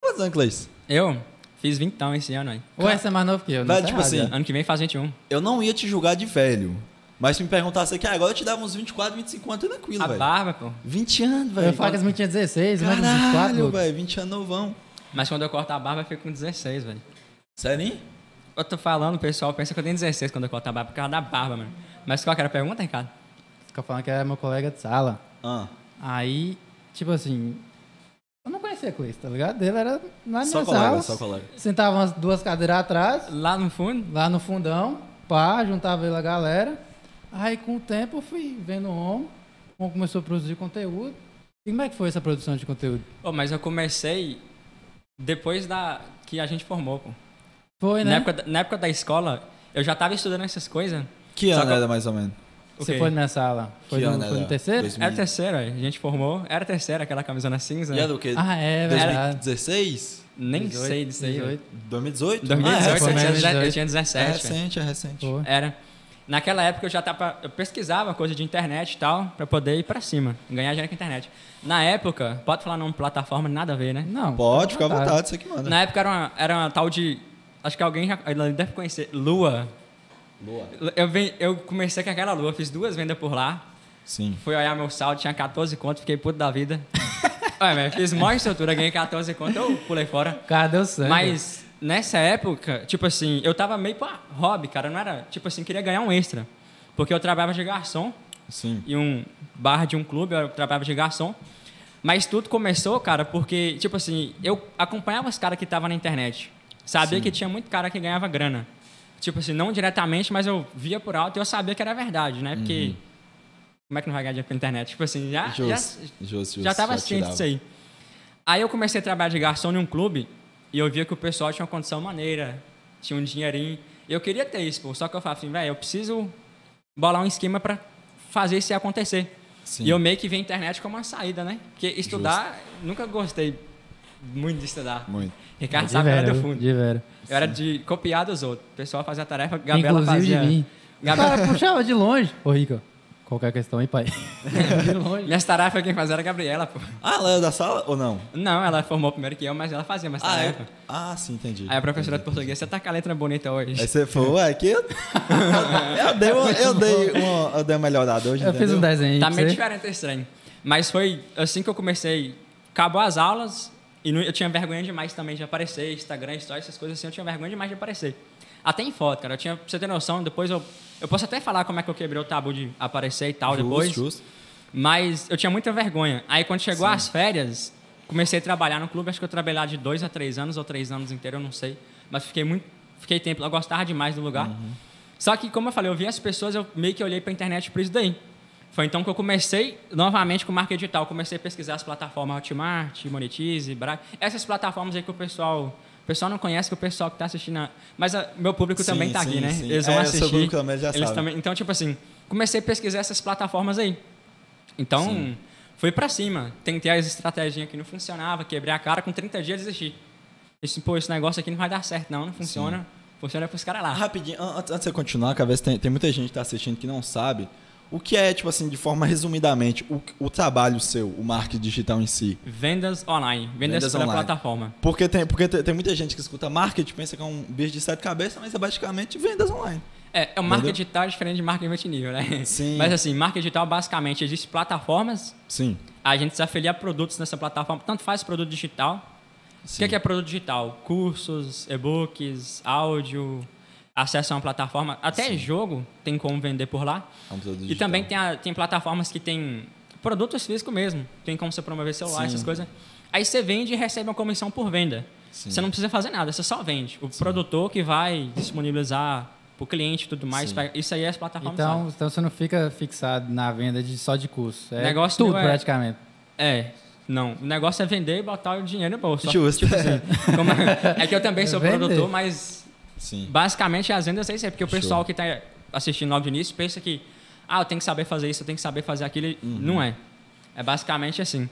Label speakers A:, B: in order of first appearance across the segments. A: quantos anos, Cleice?
B: Eu fiz 20 esse ano aí.
C: Ué, você é mais novo que eu, não
A: Vai,
C: tá
A: tipo
C: errado.
A: assim,
B: Ano que vem faz 21.
A: Eu não ia te julgar de velho. Mas se me perguntasse aqui, ah, agora eu te dava uns 24, 25 anos, tranquilo,
B: A
A: velho.
B: barba, pô.
A: 20 anos,
C: Ah, tá. Eu
A: velho.
C: falo que as minhas tinha 16, mas uns 24.
A: Caralho, velho, 20 anos novão.
B: Mas quando eu corto a barba, eu fico com 16, velho.
A: Sério, hein?
B: Eu tô falando, o pessoal pensa que eu tenho 16 quando eu corto a barba, por causa da barba, mano. Mas qual que era a pergunta, Ricardo?
C: Fica falando que era meu colega de sala.
A: Ah,
C: Aí, tipo assim, eu não conhecia com isso, tá ligado? Ele era na
A: só
C: minha
A: colega,
C: sala.
A: só colega.
C: Sentava umas duas cadeiras atrás,
B: Lá no fundo,
C: lá no fundão, pá, juntava ele a galera. Aí com o tempo eu fui vendo o homem, o homem começou a produzir conteúdo. E como é que foi essa produção de conteúdo?
B: Pô, mas eu comecei depois da que a gente formou, pô.
C: Foi, né?
B: Na, época, da- na época da escola, eu já tava estudando essas coisas.
A: Que
B: Só
A: ano
B: que-
A: era, mais ou menos?
C: Você
B: Ok.
C: foi na minha sala? Foi,
A: Que
C: no,
A: ano
C: foi
A: era?
C: no terceiro?
A: 2000.
B: Era terceira, a gente formou. Era terceira, aquela camisona cinza.
A: E era o quê?
C: Ah, é, verdade.
A: 2016?
B: Nem sei disso aí.
C: 18.
A: 2018?
B: 2018,
C: foi
B: eu, tinha,
C: 2018.
B: eu tinha
A: É
B: 17. velho.
A: recente, é recente.
C: Foi.
B: Era. Naquela época eu já tava. Eu pesquisava coisa de internet e tal, pra poder ir pra cima, ganhar dinheiro com a internet. Na época, pode falar numa plataforma, nada a ver, né?
C: Não. tá
A: Pode ficar à vontade, isso aqui
C: Né?
A: manda.
B: Na época era uma, era uma tal de. Acho que alguém já ela deve conhecer. Lua.
A: Boa.
B: Eu, ven- eu comecei com aquela lua, fiz duas vendas por lá.
A: Sim.
B: Fui olhar meu saldo, tinha 14 contos, fiquei puto da vida. Ué, velho, fiz maior estrutura, ganhei 14 contos, eu pulei fora.
C: Cara, deu sangue.
B: Mas nessa época, tipo assim, eu tava meio pra hobby, cara. Não era, tipo assim, queria ganhar um extra. Porque eu trabalhava de garçom
A: Sim.
B: e um bar de um clube, eu trabalhava de garçom. Mas tudo começou, cara, porque, tipo assim, eu acompanhava os caras que estavam na internet. Sabia que tinha muito cara que ganhava grana. Tipo assim, não diretamente, mas eu via por alto e eu sabia que era verdade, né? Porque. Como é que não vai ganhar dinheiro pela internet? Tipo assim, já, já,
A: Justo, justo, justo.
B: já tava
A: te
B: ciente
A: dava.
B: disso aí. Aí eu comecei a trabalhar de garçom em um clube e eu via que o pessoal tinha uma condição maneira, tinha um dinheirinho. Eu queria ter isso, pô, só que eu falava assim, velho, eu preciso bolar um esquema pra fazer isso acontecer.
A: Sim.
B: E eu meio que vi a internet como uma saída, né? Porque estudar, nunca gostei muito de estudar.
A: Muito.
B: Ricardo
C: de
B: sabe que eu era
C: vera,
B: Tá do fundo.
C: de vera.
B: Eu era de copiar dos outros. O pessoal fazia a tarefa, Gabriela
C: Inclusive
B: fazia.
C: de mim. O
B: Gabriela-
C: cara puxava de longe. Ô, Rico, qualquer questão aí, pai? de longe.
B: Minhas tarefas quem fazia era a Gabriela, pô.
A: Ah, ela era da sala ou não?
B: Não, ela formou primeiro que eu, mas ela fazia mais
A: Ah, é.
B: tarefa.
A: Ah, sim, entendi. É
B: Aí a professora de português, você tá com a letra bonita hoje.
A: Aí você falou, ué, que. Eu dei uma, eu dei uma, eu dei uma melhorada hoje.
C: Eu fiz um
A: entendeu?
C: desenho aí.
B: Tá
C: pra
B: meio
C: você.
B: diferente, é estranho. Mas foi assim que eu comecei. Acabou as aulas e não- eu tinha vergonha demais também de aparecer, Instagram, Stories, essas coisas assim, eu tinha vergonha demais de aparecer. Até em foto, cara. Eu tinha, pra você ter noção, depois eu. Eu posso até falar como é que eu quebrei o tabu de aparecer e tal depois.
A: Justo, justo.
B: Mas eu tinha muita vergonha. Aí quando chegou as férias, comecei a trabalhar no clube. Acho que eu trabalhei lá de dois a três anos, ou três anos inteiro, eu não sei. Mas fiquei muito. Fiquei tempo, lá, eu gostava demais do lugar.
A: Uhum.
B: Só que, como eu falei, eu vi as pessoas, eu meio que olhei pra internet por isso daí. Foi então que eu comecei novamente com marca digital. Comecei a pesquisar as plataformas Hotmart, Monetize, Brac. Essas plataformas aí que o pessoal. O pessoal não conhece, que o pessoal que tá assistindo. a- Mas o meu público
A: Sim,
B: também tá
A: sim,
B: aqui, né?
A: sim.
B: Eles vão
A: É, o seu
B: assistir.
A: público também já
B: Eles
A: sabe.
B: também- Então, tipo assim, comecei a pesquisar essas plataformas aí. Então, fui pra cima. Tentei as estratégias que não funcionava, quebrei a cara, com 30 dias desisti. Disse, pô, esse negócio aqui não vai dar certo, não, não funciona. Funciona pros caras lá.
A: Ah, Rapidinho, an- antes, antes de você continuar, que às vezes tem, tem muita gente que tá assistindo que não sabe. O que é, tipo assim, de forma resumidamente, o, o trabalho seu, o marketing digital em si?
B: Vendas online, vendas,
A: Vendas
B: pela
A: online.
B: plataforma.
A: Porque tem, porque tem, tem muita gente que escuta marketing, pensa que é um bicho de sete cabeças, mas é basicamente vendas online.
B: É, é um marketing
A: Entendeu?
B: digital diferente de marketing multinível, né?
A: Sim.
B: Mas assim, marketing digital basicamente existe plataformas,
A: Sim.
B: a gente se afilia a produtos nessa plataforma, tanto faz produto digital. O que
A: Sim.
B: que é produto digital? Cursos, e-books, áudio, acesso a uma plataforma, até jogo tem como vender por lá.
A: É um produto
B: E
A: digital.
B: também tem, a- tem plataformas que tem produtos físicos mesmo. Tem como você promover celular,
A: Sim.
B: essas coisas. Aí você vende e recebe uma comissão por venda.
A: Sim.
B: Você não precisa fazer nada, você só vende. O produtor que vai disponibilizar para o cliente e tudo mais.
A: Sim.
B: pra- isso aí é as plataformas.
C: Então,
B: sabe?
C: então você não fica fixado na venda de só de curso. É
B: Negócio
C: tudo,
B: meu é-
C: praticamente.
B: É. Não, o negócio é vender e botar o dinheiro no bolso.
A: Justo.
B: Como- é que eu também sou
C: Vender.
B: produtor, mas
A: Sim.
B: basicamente as vendas é isso. É porque o
A: Show.
B: pessoal que está assistindo logo de início pensa que, ah, eu tenho que saber fazer isso, eu tenho que saber fazer aquilo. e
A: Uhum.
B: Não é. É basicamente assim.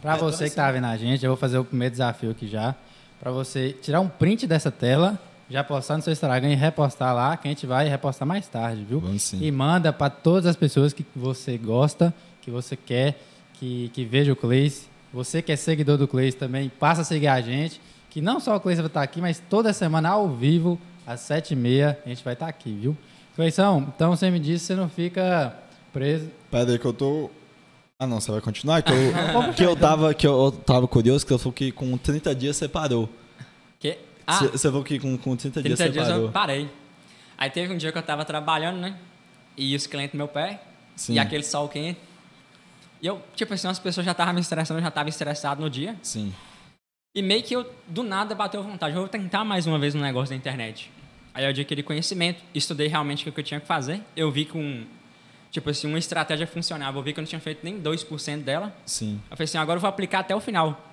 C: Pra
A: então
C: você
A: assim-
C: que tá vendo a gente, eu vou fazer o primeiro desafio aqui já. Pra você tirar um print dessa tela, já postar no seu Instagram e repostar lá, que a gente vai repostar mais tarde, viu?
A: Vamos sim.
C: E manda pra todas as pessoas que você gosta, que você quer, que, que veja o Cleice, Você que é seguidor do Cleis também, passa a seguir a gente. Que não só o Cleis vai estar aqui, mas toda semana ao vivo, às 7h30, a gente vai estar aqui, viu? Cleição, então você me disse, você não fica preso.
A: Pera aí que eu tô. Ah não, você vai continuar? Que eu, que eu tava. Que eu tava curioso, que eu falou que com 30 dias você parou.
B: Que, ah,
A: Você você falou que com, com 30,
B: 30
A: dias você
B: dias é
A: parou.
B: eu parei. Aí teve um dia que eu tava trabalhando, né? E os clientes no meu pé.
A: Sim.
B: E aquele sol quente. E eu, tipo assim, as pessoas já estavam me estressando, eu já tava estressado no dia.
A: Sim.
B: E meio que eu, do nada, bateu vontade. Eu vou tentar mais uma vez um negócio da internet. Aí eu adquiri conhecimento, estudei realmente o que eu tinha que fazer. Eu vi que um, tipo assim, uma estratégia funcionava. Eu vi que eu não tinha feito nem 2% dela.
A: Sim.
B: Eu falei assim, agora eu vou aplicar até o final.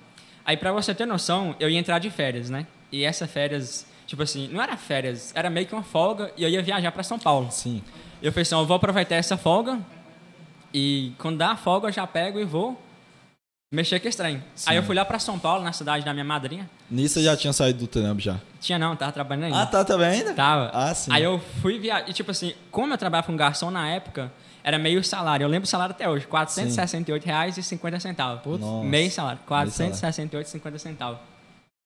B: Aí, pra você ter noção, eu ia entrar de férias, né? E essa férias, tipo assim, não era férias, era meio que uma folga e eu ia viajar pra São Paulo.
A: Sim.
B: Eu falei assim, ó, eu vou aproveitar essa folga e quando dá a folga eu já pego e vou mexer com esse trem. Aí eu fui lá pra São Paulo, na cidade da minha madrinha.
A: Nisso você já tinha saído do trampo já.
B: Tinha não, tava trabalhando ainda.
A: Ah, tá também ainda?
B: Tava.
A: Ah, sim.
B: Aí eu fui viajar. E tipo assim, como eu trabalhava com garçom na época, era meio salário. Eu lembro o salário até hoje, R$ 468,50. Putz,
A: Nossa.
B: meio salário, R$ 468,50.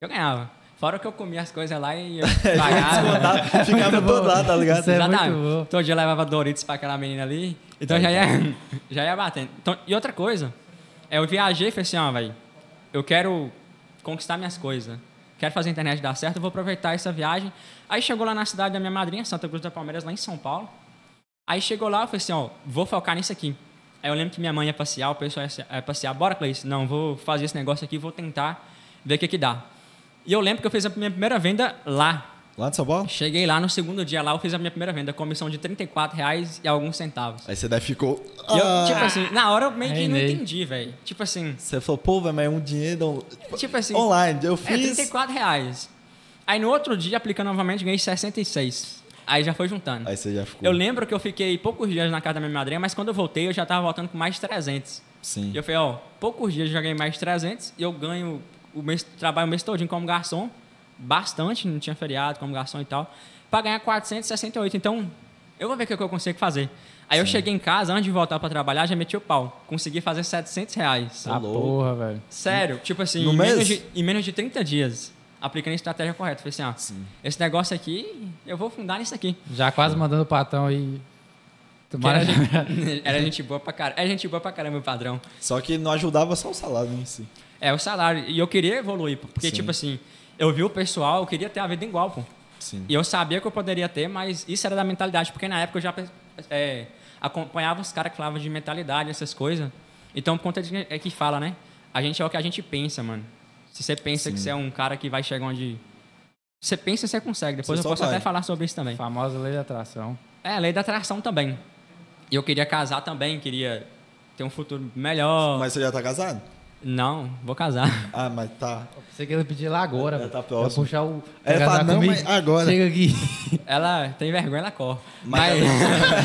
B: Eu ganhava. Fora que eu comia as coisas lá e eu pagava.
A: Tá, ficava todo lá, tá ligado?
C: Isso é muito
B: Exatamente.
C: bom.
B: Todo dia Então, eu levava Doritos pra aquela menina ali. Então já ia,
C: tá.
B: já ia batendo. Então, e outra coisa, é, eu viajei e falei assim, ó, velho, eu quero conquistar minhas coisas. Quero fazer a internet dar certo, eu vou aproveitar essa viagem. Aí chegou lá na cidade da minha madrinha, Santa Cruz da Palmeiras, lá em São Paulo. Aí chegou lá, eu falei assim, ó, vou focar nisso aqui. Aí eu lembro que minha mãe ia passear, o pessoal ia se- ia passear, bora, Cleice, não, vou fazer esse negócio aqui, vou tentar ver o que que dá. E eu lembro que eu fiz a minha primeira venda lá,
A: Lá de São Paulo?
B: Cheguei lá no segundo dia lá, eu fiz a minha primeira venda, comissão de 34 reais e alguns centavos.
A: Aí você daí ficou.
B: E eu,
A: Ah.
B: tipo assim, na hora eu meio que não
C: Reinei.
B: entendi, velho. Tipo assim,
A: Você falou, pô, velho, mas é um dinheiro on-
B: tipo assim,
A: online. Eu
B: é
A: fiz.
B: 34 reais. Aí no outro dia, aplicando novamente, ganhei 66. Aí já foi juntando.
A: Aí você já ficou.
B: Eu lembro que eu fiquei poucos dias na casa da minha madrinha, mas quando eu voltei, eu já tava voltando com mais de 300.
A: Sim.
B: E eu falei, ó, poucos dias eu já ganhei mais de 300 e eu ganho o mês, trabalho o mês todinho como garçom, bastante, não tinha feriado como garçom e tal, pra ganhar 468. Então, eu vou ver o que eu consigo fazer. Aí eu cheguei em casa, antes de voltar pra trabalhar, já meti o pau. Consegui fazer 700 reais.
A: Tá
C: Ah,
A: louco.
C: porra, velho.
B: Sério, tipo assim,
A: No
B: em, menos
A: mês?
B: de, em menos de 30 dias, aplicando a estratégia correta. Falei assim, ó, esse negócio aqui, eu vou fundar nisso aqui.
C: Já quase mandando o patão aí.
B: Que Era,
C: Tomara
B: gente- era gente boa pra caramba. É gente boa pra caramba, meu padrão.
A: Só que não ajudava só o salário em si.
B: É, o salário. E eu queria evoluir, pô, porque,
A: Sim.
B: tipo assim, eu vi o pessoal, eu queria ter a vida igual, pô.
A: Sim.
B: E eu sabia que eu poderia ter, mas isso era da mentalidade, porque na época eu já é, acompanhava os caras que falavam de mentalidade, essas coisas. Então, por conta de é que fala, né? A gente é o que a gente pensa, mano. Se você pensa que você é um cara que vai chegar onde. Você pensa, você consegue.
A: Você
B: Depois eu
A: só
B: posso
A: vai.
B: até falar sobre isso também.
C: famosa lei da atração.
B: É, lei da atração também. E eu queria casar também, queria ter um futuro melhor.
A: Mas você já tá casado?
B: Não, vou casar.
A: Ah, mas tá.
C: Você que ele pedir lá agora,
A: É,
C: velho.
A: tá próximo.
C: Pra puxar o.
A: É,
C: pra
A: fala,
C: casar
A: não,
C: comigo.
A: mas agora.
C: Chega aqui.
B: Ela tem vergonha, ela corre.
A: Mas,
B: Mas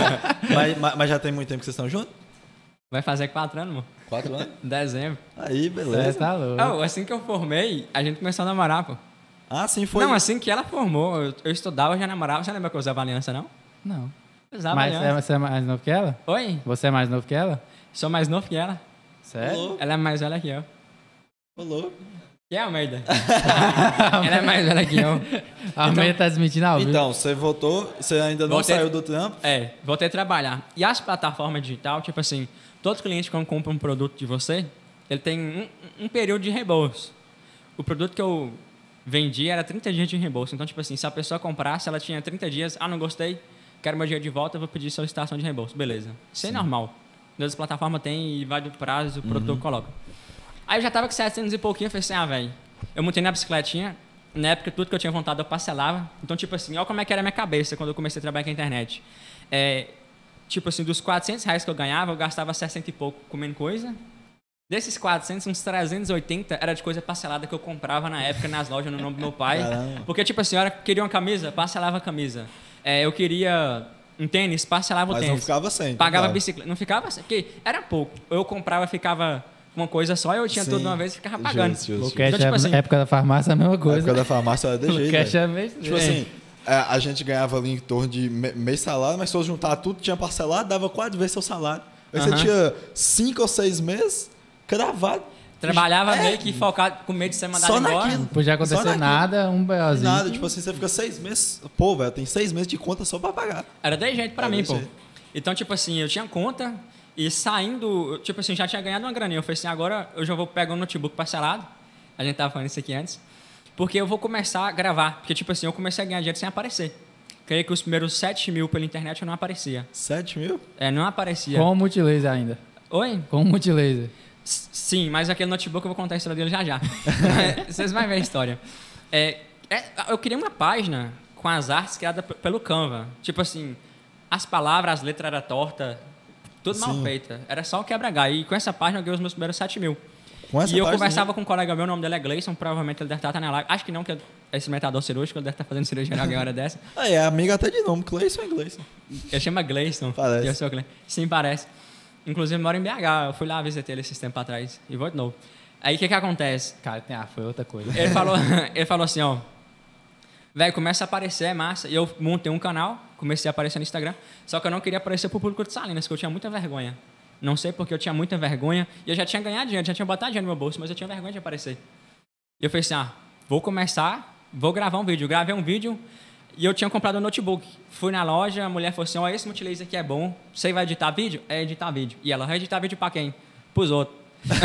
A: mas, mas- mas já tem muito tempo que vocês estão juntos?
B: vai fazer quatro anos, amor.
A: Quatro anos?
B: Em Dezembro.
A: Aí,
C: Você
A: beleza.
C: tá louco.
B: Oh, assim que eu formei, a gente começou a namorar, pô.
A: Ah, sim, foi.
B: Não, assim que ela formou, eu, eu estudava, eu já namorava. Você lembra que eu usava aliança, não?
C: Não.
B: Eu usava
C: Mas você é,
B: aliança.
C: você é mais novo que ela?
B: Oi?
C: Você é mais novo que ela?
B: Sou mais novo que ela.
C: Sério?
A: Louco,
B: Ela é mais velha que eu.
A: louco.
B: Que é a merda? ela é mais velha que eu.
C: A
B: Então-
C: mulher tá desmentindo ao vivo.
A: Então, você voltou, você ainda não
B: Voltei.
A: saiu do trampo.
B: É, voltei a trabalhar. E as plataformas digital, tipo assim, todo cliente quando compra um produto de você, ele tem um, um período de reembolso. O produto que eu vendi era 30 dias de reembolso. Então, tipo assim, se a pessoa comprasse, ela tinha 30 dias, ah, não gostei, quero meu dinheiro de volta, eu vou pedir solicitação de reembolso. Beleza. Isso é normal. Todas as plataformas têm e vai do prazo, o produtor coloca. Aí eu já tava com 700 e pouquinho, eu falei assim, ah, velho, eu montei na bicicletinha, na época tudo que eu tinha vontade eu parcelava. Então, tipo assim, olha como é que era a minha cabeça quando eu comecei a trabalhar com a internet. É, tipo assim, dos 400 reais que eu ganhava, eu gastava 60 e pouco comendo coisa. Desses 400, uns 380 era de coisa parcelada que eu comprava na época nas lojas no nome do meu pai.
A: Caramba.
B: Porque, tipo assim, a hora que eu queria uma camisa, parcelava a camisa. É, eu queria um tênis, parcelava o
A: Mas não
B: tênis.
A: ficava sem. tá
B: Pagava
A: claro.
B: bicicleta. Não ficava assim, porque era pouco. Eu comprava, ficava uma coisa só, eu tinha
A: Sim.
B: tudo de uma vez e ficava pagando.
A: Justo, justo,
C: O
A: justo.
C: cash
B: Então, tipo
C: é,
B: assim-
C: época da farmácia é a mesma
A: Na
C: coisa.
A: época da farmácia era de
C: o
A: jeito.
C: cash
A: velho.
C: é mesmo.
A: Tipo assim, é, a gente ganhava ali em torno de me- meio salário, mas se eu juntar tudo, tinha parcelado, dava quatro vezes seu salário. Aí você
B: Aham.
A: tinha cinco ou seis meses cravado. É,
B: Trabalhava meio que focado, com medo de ser mandado
A: Só
B: embora.
A: naquilo.
C: Não podia
A: Só
C: acontecer
A: naquilo.
C: nada, um
A: E
C: BOzinho.
A: Nada, tipo assim, você fica seis meses. Pô, velho, tem seis meses de conta só pra pagar.
B: Era desse jeito pra
A: Era
B: mim,
A: desse
B: pô.
A: jeito.
B: Então, tipo assim, eu tinha conta e saindo, eu, tipo assim, já tinha ganhado uma graninha. Eu falei assim, agora eu já vou pegar um notebook parcelado. A gente tava falando isso aqui antes. Porque eu vou começar a gravar. Porque, tipo assim, eu comecei a ganhar dinheiro sem aparecer. Creio que os primeiros 7 mil pela internet eu não aparecia.
A: Sete mil?
B: É, não
A: assim,
B: aparecia.
C: Com o multilaser ainda.
B: Oi?
C: Com o multilaser.
B: S- Sim, mas aquele notebook eu vou contar a história dele já já. Vocês vão ver a história. É, é, eu queria uma página com as artes criadas p- pelo Canva. Tipo assim, as palavras, as letras eram tortas, tudo mal
A: Sim.
B: feita. Era só o quebra-galho. E com essa página eu ganhei os meus primeiros 7 mil.
A: Com essa
B: e eu
A: página-
B: conversava com um colega meu, o nome dele é Gleison, provavelmente ele deve estar na live. Acho que não, que é esse metador cirúrgico, ele deve estar fazendo cirurgia em alguém hora dessa.
A: Ah, é amiga até de nome, é Cleison ou Gleison?
B: Ele chama Gleison.
A: Parece.
B: Eu sou o Gle- Sim, parece. Inclusive, mora em BH. Eu fui lá visitei ele esses tempos atrás. E vou de novo. Aí, o que que acontece?
C: Cara, tem, ah, foi outra coisa.
A: É,
B: Ele falou, ele falou assim, ó. Velho, começa a aparecer, é massa. E eu montei um canal, comecei a aparecer no Instagram. Só que eu não queria aparecer pro público de Salinas, que eu tinha muita vergonha. Não sei porque eu tinha muita vergonha. E eu já tinha ganhado dinheiro, já tinha botado dinheiro no meu bolso, mas eu tinha vergonha de aparecer. E eu falei assim, ah, vou começar, vou gravar um vídeo. Gravei um vídeo e eu tinha comprado um notebook. Fui na loja, a mulher falou assim, ó, esse multilaser aqui é bom. Você vai editar vídeo? É editar vídeo. E ela, vai editar vídeo pra quem? Pros outros.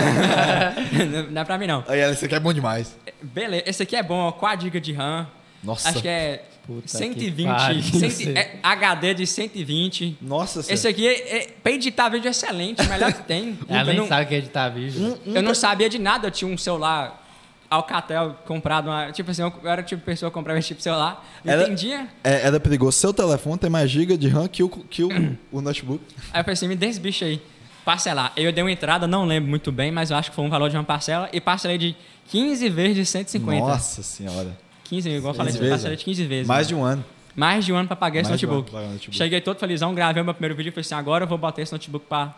B: não é pra mim, não.
D: Aí ela, isso aqui é bom demais.
B: Beleza, esse aqui é bom, ó, 4 GB de RAM.
D: Nossa.
B: Acho que é
C: Puta que
B: 120,
C: pariu,
B: cento-
C: você.
B: é HD de 120.
A: Nossa senhora.
B: Esse aqui, é, é, pra editar vídeo é excelente, o melhor que tem.
C: Ela
B: eu
C: nem
B: não,
C: sabe o que é editar vídeo.
A: Hum,
B: eu não sabia de nada, eu tinha um celular Alcatel comprado, uma, tipo assim, eu era o tipo de pessoa que comprava esse tipo de celular, não
A: Era-
B: entendia.
A: É, era perigoso. Seu telefone tem mais giga de RAM que o, que o, o notebook.
B: Aí eu falei assim, me dê esse bicho aí, parcelar. Eu dei uma entrada, não lembro muito bem, mas eu acho que foi um valor de uma parcela, e parcelei de 15 vezes de 150.
A: Nossa senhora.
B: 15 mil, igual eu falei,
A: 15 vezes?
B: parcelei de 15 vezes.
A: Mais de um ano.
B: Mais de um ano pra pagar esse
A: Mais de um ano
B: notebook.
A: pra pagar o notebook.
B: Cheguei todo felizão, gravei o meu primeiro vídeo e falei assim, agora eu vou botar esse notebook pra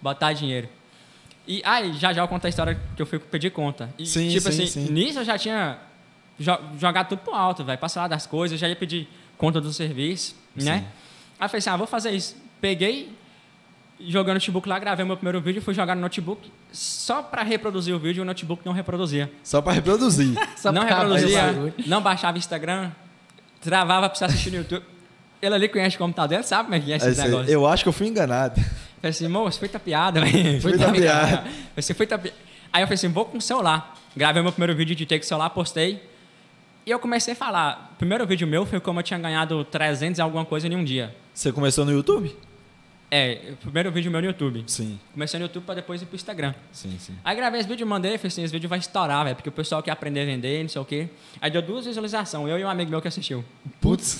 B: botar dinheiro. E aí, já já eu conto a história que eu fui pedir conta. E,
A: Sim,
B: tipo
A: sim,
B: assim,
A: sim.
B: nisso eu já tinha jo- jogado tudo pro alto, velho. Passar das coisas, já ia pedir conta do serviço, né? Aí eu falei assim, ah, vou fazer isso. Peguei, joguei o notebook lá, gravei meu primeiro vídeo, fui jogar no notebook. Só pra reproduzir o vídeo, o notebook não reproduzia
A: Só pra né? reproduzir.
C: Só
B: não
C: pra acabar esse
B: reproduzia,
C: bagulho.
B: não baixava Instagram, travava pra você assistir no YouTube. Ele ali conhece o computador, ele sabe como é que é esse
A: Esse aí,
B: negócio. Eu...
A: eu acho que eu fui enganado.
B: Falei assim, moço, foi tapeada, velho.
A: Foi tapeada.
B: Você foi tape... Aí eu falei assim, vou com o celular. Gravei meu primeiro vídeo de take celular, postei. E eu comecei a falar. O primeiro vídeo meu foi como eu tinha ganhado 300 e alguma coisa em um dia.
A: Você começou no YouTube?
B: É, o primeiro vídeo meu no YouTube.
A: Sim,
B: Comecei no YouTube pra depois ir pro Instagram.
A: sim, sim.
B: Aí gravei esse vídeo, mandei, falei assim, esse vídeo vai estourar, velho, porque o pessoal quer aprender a vender, não sei o quê. Aí deu duas visualizações, eu e um amigo meu que assistiu.
A: Putz,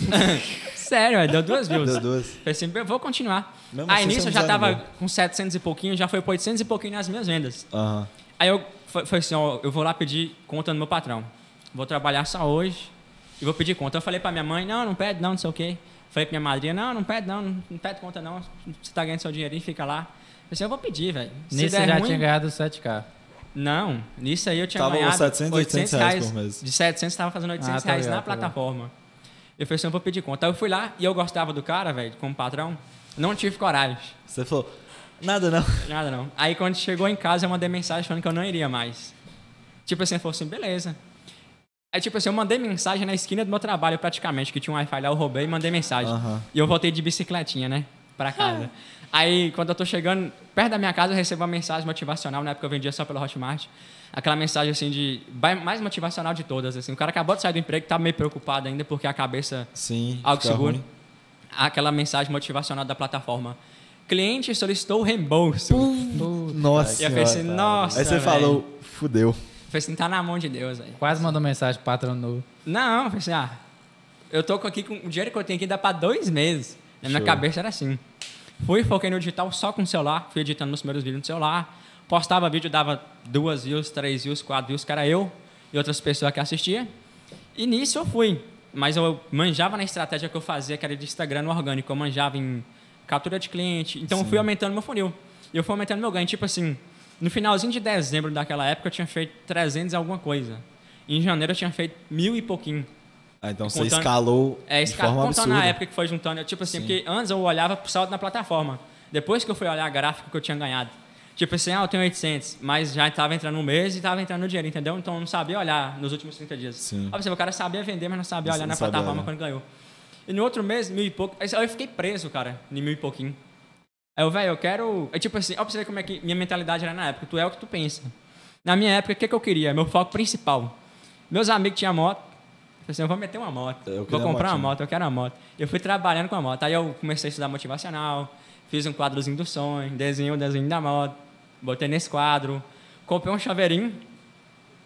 B: Sério, velho, deu duas views.
A: deu duas.
B: Falei assim, eu vou continuar.
A: Mesmo
B: Aí
A: assim,
B: nisso
A: você
B: eu
A: não
B: já tava
A: desanimou.
B: com 700 e pouquinho, já foi pra 800 e pouquinho nas minhas vendas.
A: Aham.
B: Aí eu fa- falei assim, ó, eu vou lá pedir conta no meu patrão. Vou trabalhar só hoje e vou pedir conta. Eu falei pra minha mãe, não, não pede não, não sei o quê. Falei pra minha madrinha, não, não pede não, não pede conta não. Você tá ganhando seu dinheirinho, fica lá. Falei assim, eu vou pedir, velho. Se
C: Nisso
B: der
C: você já
B: ruim,
C: tinha ganhado 7K.
B: não, nisso aí eu tinha
A: Tava
B: ganhado
A: 700, 800 reais por mês.
B: De 700 tava fazendo 800
C: Ah, tá
B: reais
C: ligado,
B: na
C: tá ligado.
B: plataforma. Eu falei assim, eu vou pedir conta. Aí eu fui lá e eu gostava do cara, velho, como patrão. Não tive coragem,
A: Você falou, nada não.
B: nada não. Aí quando chegou em casa eu mandei mensagem falando que eu não iria mais. Tipo assim, ele falou assim, beleza. Aí tipo assim, eu mandei mensagem na esquina do meu trabalho praticamente, que tinha um wi-fi lá, eu roubei e mandei mensagem.
A: Aham.
B: E eu voltei de bicicletinha, né, pra casa. Aí quando eu tô chegando perto da minha casa eu recebo uma mensagem motivacional, na época eu vendia só pelo Hotmart. Aquela mensagem assim de vai- mais motivacional de todas, assim. O cara acabou de sair do emprego, tá meio preocupado ainda porque a cabeça
A: Sim.
B: algo
A: fica
B: seguro.
A: ruim.
B: Aquela mensagem motivacional da plataforma. Cliente solicitou reembolso.
A: Nossa.
B: E eu falei assim,
A: senhora.
B: nossa.
A: Aí você
B: velho.
A: falou, fudeu.
B: Eu falei assim, tá na mão de Deus, velho.
C: Quase mandou mensagem pro patrão novo.
B: Não, eu falei assim, ah, eu tô com aqui com o dinheiro que eu tenho aqui dá pra dois meses. Na minha
A: Show.
B: cabeça era assim. Fui, foquei no digital só com o celular, fui editando meus primeiros vídeos no celular. Postava vídeo, dava duas views, três views, quatro views, que era eu e outras pessoas que assistiam. E nisso eu fui. Mas eu manjava na estratégia que eu fazia, que era de Instagram no orgânico. Eu manjava em captura de cliente. Então eu fui aumentando meu funil. E eu fui aumentando meu ganho. Tipo assim, no finalzinho de dezembro daquela época, eu tinha feito 300 e alguma coisa. Em janeiro eu tinha feito mil e pouquinho.
A: Ah, então você
B: Contando-
A: escalou
B: É,
A: de
B: isso que
A: forma
B: contando
A: absurda.
B: na época que foi É juntando. eu, Tipo assim, porque antes eu olhava pro saldo na plataforma. Depois que eu fui olhar gráfico que eu tinha ganhado. Tipo assim, ah, eu tenho 800, mas já estava entrando um mês e estava entrando no dinheiro, entendeu? Então eu não sabia olhar nos últimos 30 dias.
A: Sim.
B: Observa, o cara sabia vender, mas não sabia
A: Você
B: olhar
A: não
B: na
A: sabe
B: plataforma
A: olhar.
B: quando ganhou. E no outro mês, mil e pouco. aí Eu fiquei preso, cara, em mil e pouquinho. Aí eu, velho, eu quero. É tipo assim, observe como é que minha mentalidade era na época. Tu é o que tu pensa. Na minha época, o que, que eu queria? Meu foco principal. Meus amigos tinham moto. Eu falei assim, eu vou meter uma moto.
A: Eu
B: vou
A: queria
B: comprar
A: uma
B: uma
A: motinha.
B: moto, eu quero uma moto. Eu fui trabalhando com a moto. Aí eu comecei a estudar motivacional, fiz um quadrozinho do sonho, desenhei o desenho da moto, botei nesse quadro, comprei um chaveirinho.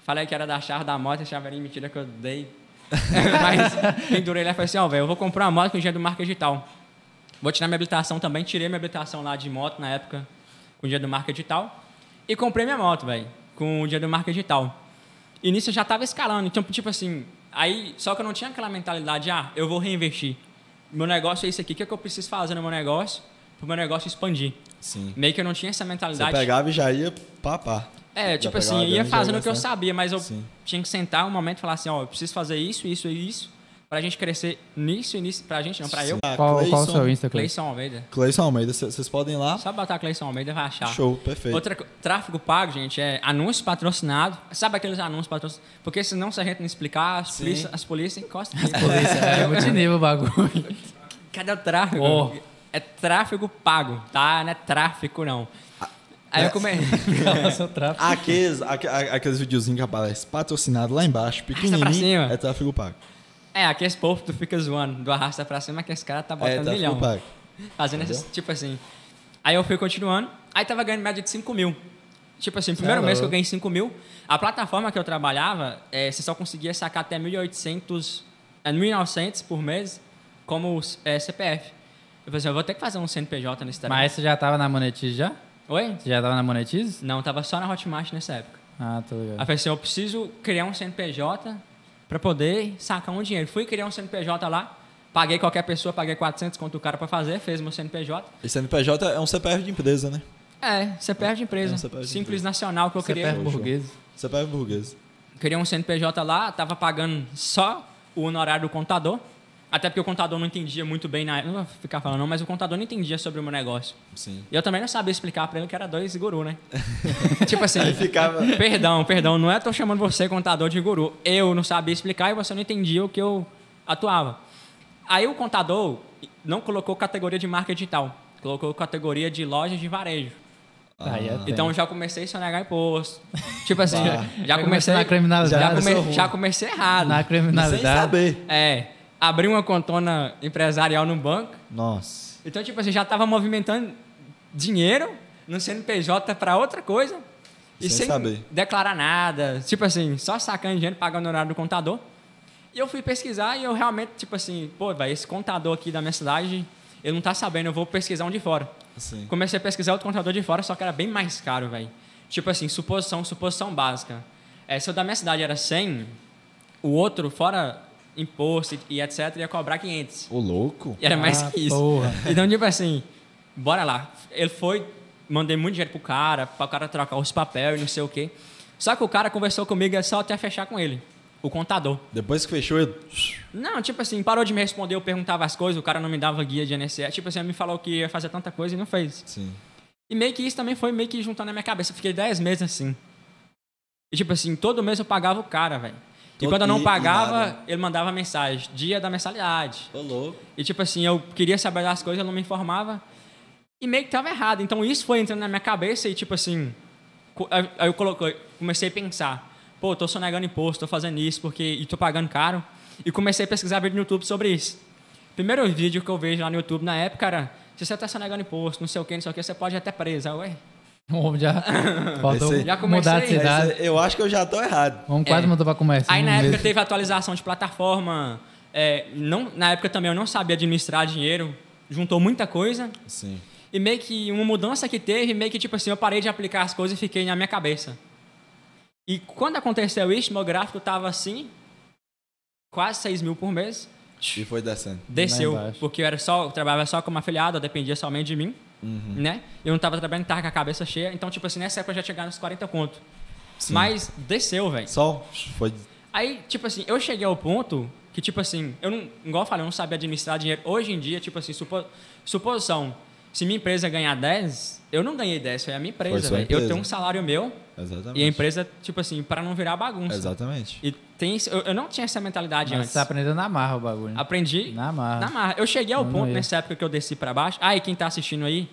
B: Falei que era da chave da moto, esse chaveirinho mentira que eu dei. Mas pendurei lá e falei assim, ó, velho, eu vou comprar uma moto com o dinheiro do marketing digital. Vou tirar minha habilitação também, tirei minha habilitação lá de moto na época, com o dinheiro do marketing digital. E comprei minha moto, velho, com o dinheiro do marketing digital. E nisso eu já tava escalando, então, tipo assim, aí, só que eu não tinha aquela mentalidade, ah, eu vou reinvestir. Meu negócio é isso aqui, o que, é que eu preciso fazer no meu negócio pro meu negócio expandir?
A: Sim.
B: Meio que eu não tinha essa
A: Você
B: mentalidade.
A: pegava e já ia pá, pá.
B: É,
A: Já
B: tipo
A: pegava
B: assim,
A: a
B: eu ia
A: grana e já
B: fazendo o que eu
A: gastar.
B: sabia, mas eu
A: Sim.
B: tinha que sentar um momento e falar assim, ó, eu preciso fazer isso, isso e isso, pra gente crescer nisso e nisso, pra gente, não, pra eu.
A: Ah,
C: Qual, qual o
A: Cleison-
C: seu Insta, Cleiton?
B: Cleison Almeida.
A: Cleison Almeida, c- vocês podem ir lá.
B: Só botar Cleison Almeida vai achar.
A: Show, perfeito.
B: Tá. Outra co- tráfego pago, gente, é anúncio patrocinado. Sabe aqueles anúncios patrocinados? Porque senão se a gente não explicar, as polícias as polícia encostam. As polícia,
C: É multinível o bagulho.
B: Cadê o tráfego?
C: Oh.
B: É tráfego pago, tá? Não é tráfico, não. Aí eu comecei...
C: Nossa, tráfego.
A: Aqueles, aque- a- aqueles videozinhos que aparece patrocinado lá embaixo,
B: pra
A: pequenininho,
B: cima.
A: é tráfego pago.
B: É, aqui esse povo tu fica zoando, do arrasta pra cima, que esse cara tá
A: É
B: botando
A: tráfego
B: milhão.
A: pago.
B: Fazendo esses, tipo assim. Aí eu fui continuando, aí tava ganhando média de 5 mil. Tipo assim, primeiro
C: Tá
B: mês que eu
C: louco.
B: ganhei 5 mil, a plataforma que eu trabalhava, eh, você só conseguia sacar até 1.800, eh, 1.900 por mês como eh, CPF. Eu falei assim, eu vou ter que fazer um CNPJ nesse trabalho.
C: Mas você já tava na Monetize já?
B: Oi?
C: Você já tava na Monetize?
B: Não, tava só na Hotmart nessa época.
C: Ah, tô
B: Aí eu
C: ligado.
B: falei assim, eu preciso criar um CNPJ para poder sacar um dinheiro. Fui criar um CNPJ lá, paguei qualquer pessoa, paguei 400 conto o cara para fazer, fez meu CNPJ.
A: E CNPJ é um CPF de empresa, né?
B: É, CPF de
A: É
B: empresa.
A: um CPF de
B: Simples
A: empresa.
B: nacional que eu criei.
C: CPF é burguês.
A: CPF burguês.
B: Criei um CNPJ lá, tava pagando só o honorário do contador. Até porque o contador não entendia muito bem na. Não vou ficar falando, não, mas o contador não entendia sobre o meu negócio.
A: Sim.
B: E eu também não sabia explicar para ele que era dois guru, né? tipo assim.
A: Ficava.
B: Perdão, perdão, não é tô chamando você contador de guru. Eu não sabia explicar e você não entendia o que eu atuava. Aí o contador não colocou categoria de marca digital, colocou categoria de lojas de varejo.
A: Ah.
C: Aí é
B: Então já comecei a sonegar imposto. Tipo assim,
A: Bah.
B: já comecei
C: Vai começar na criminalidade,
B: já,
C: eu sou ruim.
B: já comecei errado.
C: na
A: Sem
C: criminalidade.
A: saber.
B: É, abri uma contona empresarial no banco.
A: Nossa.
B: Então tipo assim, já tava movimentando dinheiro no CNPJ para outra coisa e
A: Sem
B: sem
A: saber.
B: declarar nada. Tipo assim, só sacando dinheiro, pagando o horário do contador. E eu fui pesquisar e eu realmente, tipo assim, pô, velho, esse contador aqui da minha cidade, ele não tá sabendo, eu vou pesquisar um de fora.
A: Sim.
B: Comecei a pesquisar outro contador de fora, só que era bem mais caro, velho. Tipo assim, suposição, suposição básica. É, se o da minha cidade era 100, o outro, fora imposto e etc, ia cobrar 500.
A: O louco?
B: E era mais
C: Ah,
B: que isso.
C: porra.
B: Então, tipo assim, bora lá. Ele foi, mandei muito dinheiro pro cara, pra o cara trocar os papéis e não sei o quê. Só que o cara conversou comigo é só até fechar com ele, o contador.
A: Depois que fechou, ele.
B: Não, tipo assim, parou de me responder, eu perguntava as coisas, o cara não me dava guia de INSS. Tipo assim, ele me falou que ia fazer tanta coisa e não fez.
A: Sim.
B: E meio que isso também foi meio que juntando na minha cabeça. Eu fiquei 10 meses assim. E tipo assim, todo mês eu pagava o cara, velho. E
A: Todo-
B: quando eu
A: e-
B: não
A: e
B: pagava,
A: nada.
B: ele mandava mensagem, dia da mensalidade.
A: Ô louco.
B: E tipo assim, eu queria saber das coisas, eu não me informava. E meio que tava errado. Então isso foi entrando na minha cabeça e tipo assim, co- aí aí eu coloquei, comecei a pensar, pô, tô sonegando imposto, tô fazendo isso porque e tô pagando caro. E comecei a pesquisar vídeo no YouTube sobre isso. Primeiro vídeo que eu vejo lá no YouTube na época era, se você tá sonegando imposto, não sei o que, não sei o que, você pode ir até preso. Aí, eu, ué,
C: O Um homem já faltou
A: Esse-
B: Já comecei.
C: mudar de
B: Esse-
C: cidade.
A: Eu acho que eu já tô errado.
C: O homem quase
B: É.
C: mudou pra comércio.
B: Aí na
C: mesmo.
B: época teve atualização de plataforma. é, não, na época também eu não sabia administrar dinheiro. Juntou muita coisa.
A: Sim.
B: E meio que uma mudança que teve, meio que tipo assim, eu parei de aplicar as coisas e fiquei na minha cabeça. E quando aconteceu isso, meu gráfico tava assim, quase 6 mil por mês.
A: E foi descendo.
B: Desceu,
C: Lá embaixo.
B: porque eu, era só, eu trabalhava só como afiliado, eu dependia somente de mim, né? Eu não tava trabalhando, tava com a cabeça cheia. Então, tipo assim, nessa época eu já chegava nos 40 conto. Mas desceu, velho.
A: Sol foi.
B: Aí, tipo assim, eu cheguei ao ponto que, tipo assim, eu não, igual eu falei, eu não sabia administrar dinheiro. Hoje em dia, tipo assim, supo- suposição, Se minha empresa ganhar 10, eu não ganhei 10, foi a minha
A: Foi
B: empresa,
A: sua
B: velho. Eu
A: empresa.
B: tenho um salário meu
A: Exatamente.
B: e a empresa, tipo assim, para não virar bagunça.
A: Exatamente.
B: E tem, isso- eu, eu não tinha essa mentalidade
C: Mas
B: antes.
C: você tá aprendendo na marra o bagulho. né?
B: Aprendi
C: Na marra.
B: na marra. Eu cheguei ao
C: Não,
B: ponto
C: não ia.
B: nessa época que eu desci para baixo. Ah, e quem tá assistindo aí,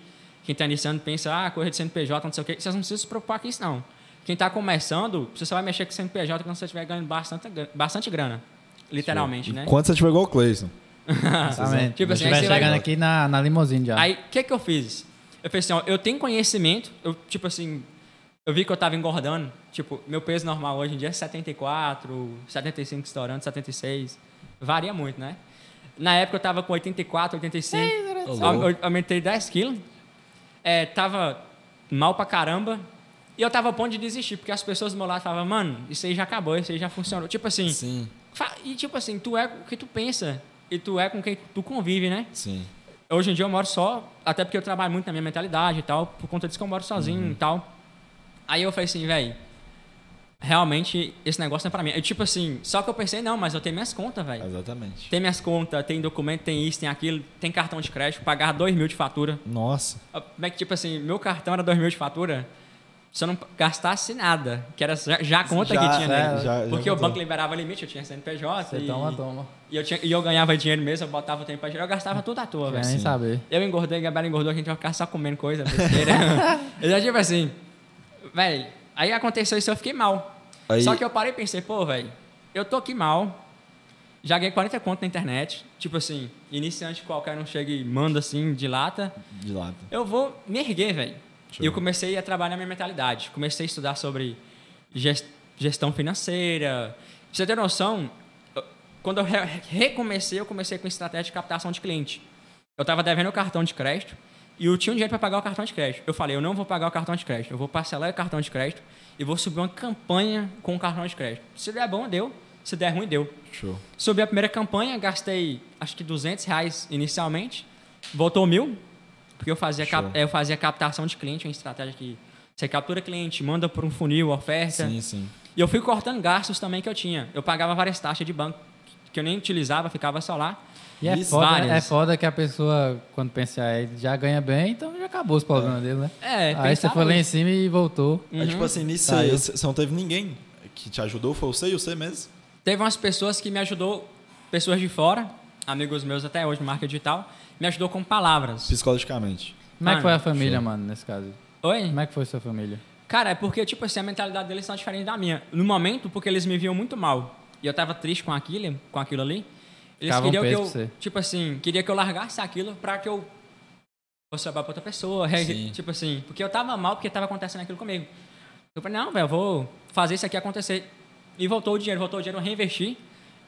B: quem tá iniciando, pensa, ah, correr de CNPJ, não sei o quê. Vocês não precisam se preocupar com isso, não. Quem tá começando, você só vai mexer com CNPJ quando você estiver ganhando bastante, gra- bastante grana. Literalmente, né?
A: Quando você tiver igual o Cleison.
C: Exatamente.
B: Tipo
C: Tipo
B: assim,
C: assim,
B: aí você vai-
C: chegando aqui na, na limusine já.
B: Aí, o que que eu fiz? Eu falei assim, ó, eu tenho conhecimento, eu, tipo assim, eu vi que eu tava engordando, tipo, meu peso normal hoje em dia é 74, 75 estourando, 76, varia muito, né? Na época eu tava com 84, 85, eu, eu aumentei 10 quilos, é, tava mal pra caramba, e eu tava a ponto de desistir, porque as pessoas do meu lado falavam, mano, isso aí já acabou, isso aí já funcionou, tipo assim,
A: Sim,
B: fa- e tipo assim, tu é o que tu pensa, e tu é com quem tu convive, né?
A: sim.
B: Hoje em dia eu moro só, até porque eu trabalho muito na minha mentalidade e tal, por conta disso que eu moro sozinho
A: Uhum.
B: e tal. Aí eu falei assim, velho, realmente esse negócio não é pra mim. Eu, tipo assim, só que eu pensei, não, mas eu tenho minhas contas, velho.
A: Exatamente.
B: Tem minhas contas, tem documento, tem isso, tem aquilo, tem cartão de crédito, pagar dois mil de fatura.
A: Nossa.
B: Como é que, tipo assim, meu cartão era dois mil de fatura, se eu não gastasse nada, que era já, já a conta
A: Já,
B: que tinha
A: é,
B: nele.
A: já- já
B: porque o
A: contou.
B: banco liberava limite, eu tinha CNPJ.
C: você
B: e,
C: toma, toma.
B: E, eu tinha, e eu ganhava dinheiro mesmo, eu botava o tempo pra girar, eu gastava tudo à toa,
C: Quer
B: velho.
C: nem saber.
B: Eu engordei, Gabriela engordou, a gente vai ficar só comendo coisa, besteira. eu já tipo assim, velho, aí aconteceu isso, eu fiquei mal.
A: Aí-
B: Só que eu parei e pensei, pô, velho, eu tô aqui mal, já ganhei 40 conto na internet, tipo assim, iniciante qualquer não chega e manda assim, de lata.
A: De lado.
B: Eu vou me erguer, velho.
A: Show.
B: E eu comecei a trabalhar minha mentalidade. Comecei a estudar sobre ges- gestão financeira. Pra você ter noção, eu- quando eu re- recomecei, eu comecei com estratégia de captação de cliente. Eu estava devendo o cartão de crédito e eu tinha um dinheiro para pagar o cartão de crédito. Eu falei, eu não vou pagar o cartão de crédito, eu vou parcelar o cartão de crédito e vou subir uma campanha com o cartão de crédito. Se der bom, deu. Se der ruim, deu.
A: Show.
B: Subi a primeira campanha, gastei acho que 200 reais inicialmente, voltou mil, porque eu fazia, cap-
A: Show.
B: eu fazia captação de cliente, é uma estratégia que você captura cliente, manda por um funil, oferta.
A: Sim, sim.
B: E eu fui cortando gastos também que eu tinha. Eu pagava várias taxas de banco que eu nem utilizava, ficava só lá.
C: E é
B: Isso,
C: foda, né? é
B: várias.
C: foda que a pessoa, quando pensa, ah, ele já ganha bem, então já acabou os problemas dele, né?
B: É,
C: Aí você
B: pensava
C: foi lá em
B: isso.
C: cima e voltou.
A: Aí, tipo assim, nisso
C: Saiu.
A: você- você não teve ninguém que te ajudou, foi você e você mesmo?
B: Teve umas pessoas que me ajudou, pessoas de fora, amigos meus até hoje, marca digital, me ajudou com palavras.
A: Psicologicamente.
C: Como é
B: Mano,
C: que foi a família, mano, nesse caso?
B: Oi?
C: Como é que foi sua família?
B: Cara, é porque, tipo assim, a mentalidade deles são diferente da minha. No momento, porque eles me viam muito mal. E eu tava triste com aquilo, com aquilo ali. Eles
C: Ficavam
B: queriam que
C: presos
B: eu,
C: com você.
B: tipo assim, queria que eu largasse aquilo pra que eu fosse trabalhar pra outra pessoa. re-
A: Sim.
B: Tipo assim, porque eu tava mal porque tava acontecendo aquilo comigo. Eu falei, não, velho, eu vou fazer isso aqui acontecer. E voltou o dinheiro, voltou o dinheiro, eu reinvesti.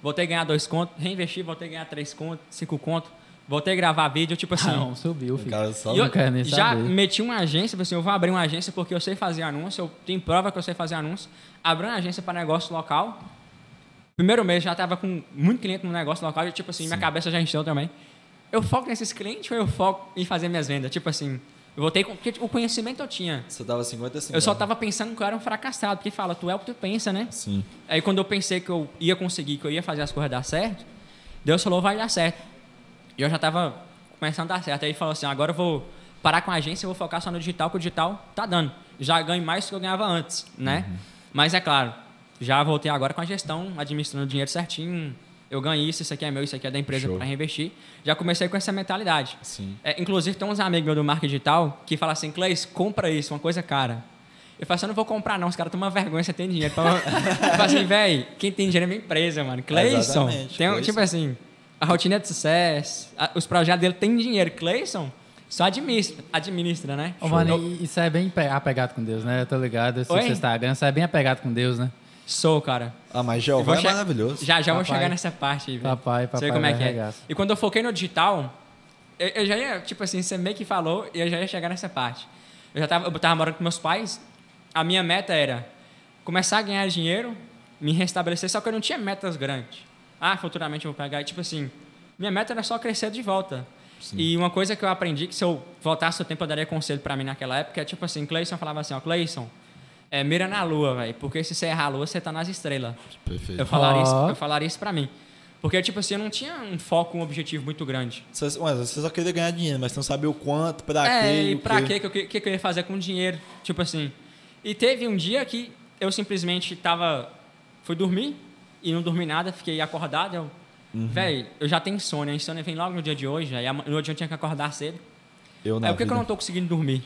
B: Voltei a ganhar dois contos, reinvesti, voltei a ganhar três contos, cinco contos. Voltei a gravar vídeo, tipo assim.
C: Não, subiu,
A: O
C: filho.
A: cara só.
B: E eu
C: não quero nem
B: já
C: saber.
B: meti uma agência, falei assim, eu vou abrir uma agência porque eu sei fazer anúncio, eu tenho prova que eu sei fazer anúncio. Abri uma agência para negócio local. Primeiro mês já estava com muito cliente no negócio local, e tipo assim, minha cabeça já encheu também. Eu foco nesses clientes ou eu foco em fazer minhas vendas? Tipo assim, eu voltei com porque o conhecimento eu tinha.
A: Você tava 55.
B: Eu só tava pensando que eu era um fracassado, porque fala, tu é o que tu pensa, né?
A: Sim.
B: Aí quando eu pensei que eu ia conseguir, que eu ia fazer as coisas dar certo, Deus falou, vai dar certo. E eu já tava começando a dar certo. Aí ele falou assim, agora eu vou parar com a agência e vou focar só no digital, que o digital tá dando. Já ganho mais do que eu ganhava antes, né? Mas é claro, já voltei agora com a gestão, administrando o dinheiro certinho. Eu ganhei isso, isso aqui é meu, isso aqui é da empresa
A: Show.
B: para reinvestir. Já comecei com essa mentalidade.
A: Sim.
B: É, inclusive, tem uns amigos meus do marketing digital que falam assim, Cleis, compra isso, uma coisa cara. Eu falo assim, eu não vou comprar não, os caras tomam vergonha, você tem dinheiro. Pra... eu falo assim, velho, quem tem dinheiro é minha empresa, mano. Cleison,
A: Exatamente,
B: tem, um-
A: Cleison.
B: tipo assim, a rotina é de sucesso, a- os projetos dele tem dinheiro. Cleison só administra, administra né?
C: Ô, mano,
B: Eu
C: e- e você é bem pe- apegado com Deus, né? Eu tô ligado, eu sigo
B: Oi?
C: seu Instagram, você é bem apegado com Deus, né?
B: sou, cara.
A: Ah, mas
B: Eu vou
A: Jeová é
B: che-
A: maravilhoso.
B: Já, já eu vou
C: Papai.
B: chegar nessa parte aí, velho.
C: Papai,
B: Sei
C: papai
B: como é
C: vai
B: que é.
C: arregaça.
B: E quando eu foquei no digital, eu, eu já ia, tipo assim, você meio que falou, eu já ia chegar nessa parte. Eu já tava, eu tava morando com meus pais, a minha meta era começar a ganhar dinheiro, me restabelecer, só que eu não tinha metas grandes. Ah, futuramente eu vou pagar, e, tipo assim, minha meta era só crescer de volta. E uma coisa que eu aprendi, que se eu voltasse o tempo, eu daria conselho pra mim naquela época, é tipo assim, Cleison falava assim, ó, Cleison, é, mira na lua, velho, porque se você errar a lua, você tá nas estrelas.
A: Perfeito.
B: Eu falaria, isso,
C: Ó.
B: eu falaria isso pra mim. Porque, tipo assim, eu não tinha um foco, um objetivo muito grande.
A: Você, ué, você só queria ganhar dinheiro, mas você não sabia o quanto, pra
B: é,
A: quê.
B: e
A: o
B: pra
A: quê.
B: quê? que eu, que, que eu ia fazer com o dinheiro? Tipo assim. E teve um dia que eu simplesmente tava. Fui dormir e não dormi nada, fiquei acordado. Eu,
A: Uhum.
B: Véi, eu já tenho insônia, a insônia vem logo no dia de hoje, aí ama- no outro dia eu tinha que acordar cedo.
A: Eu
B: Aí
A: na
B: por que, que É eu
A: vida.
B: não tô conseguindo dormir?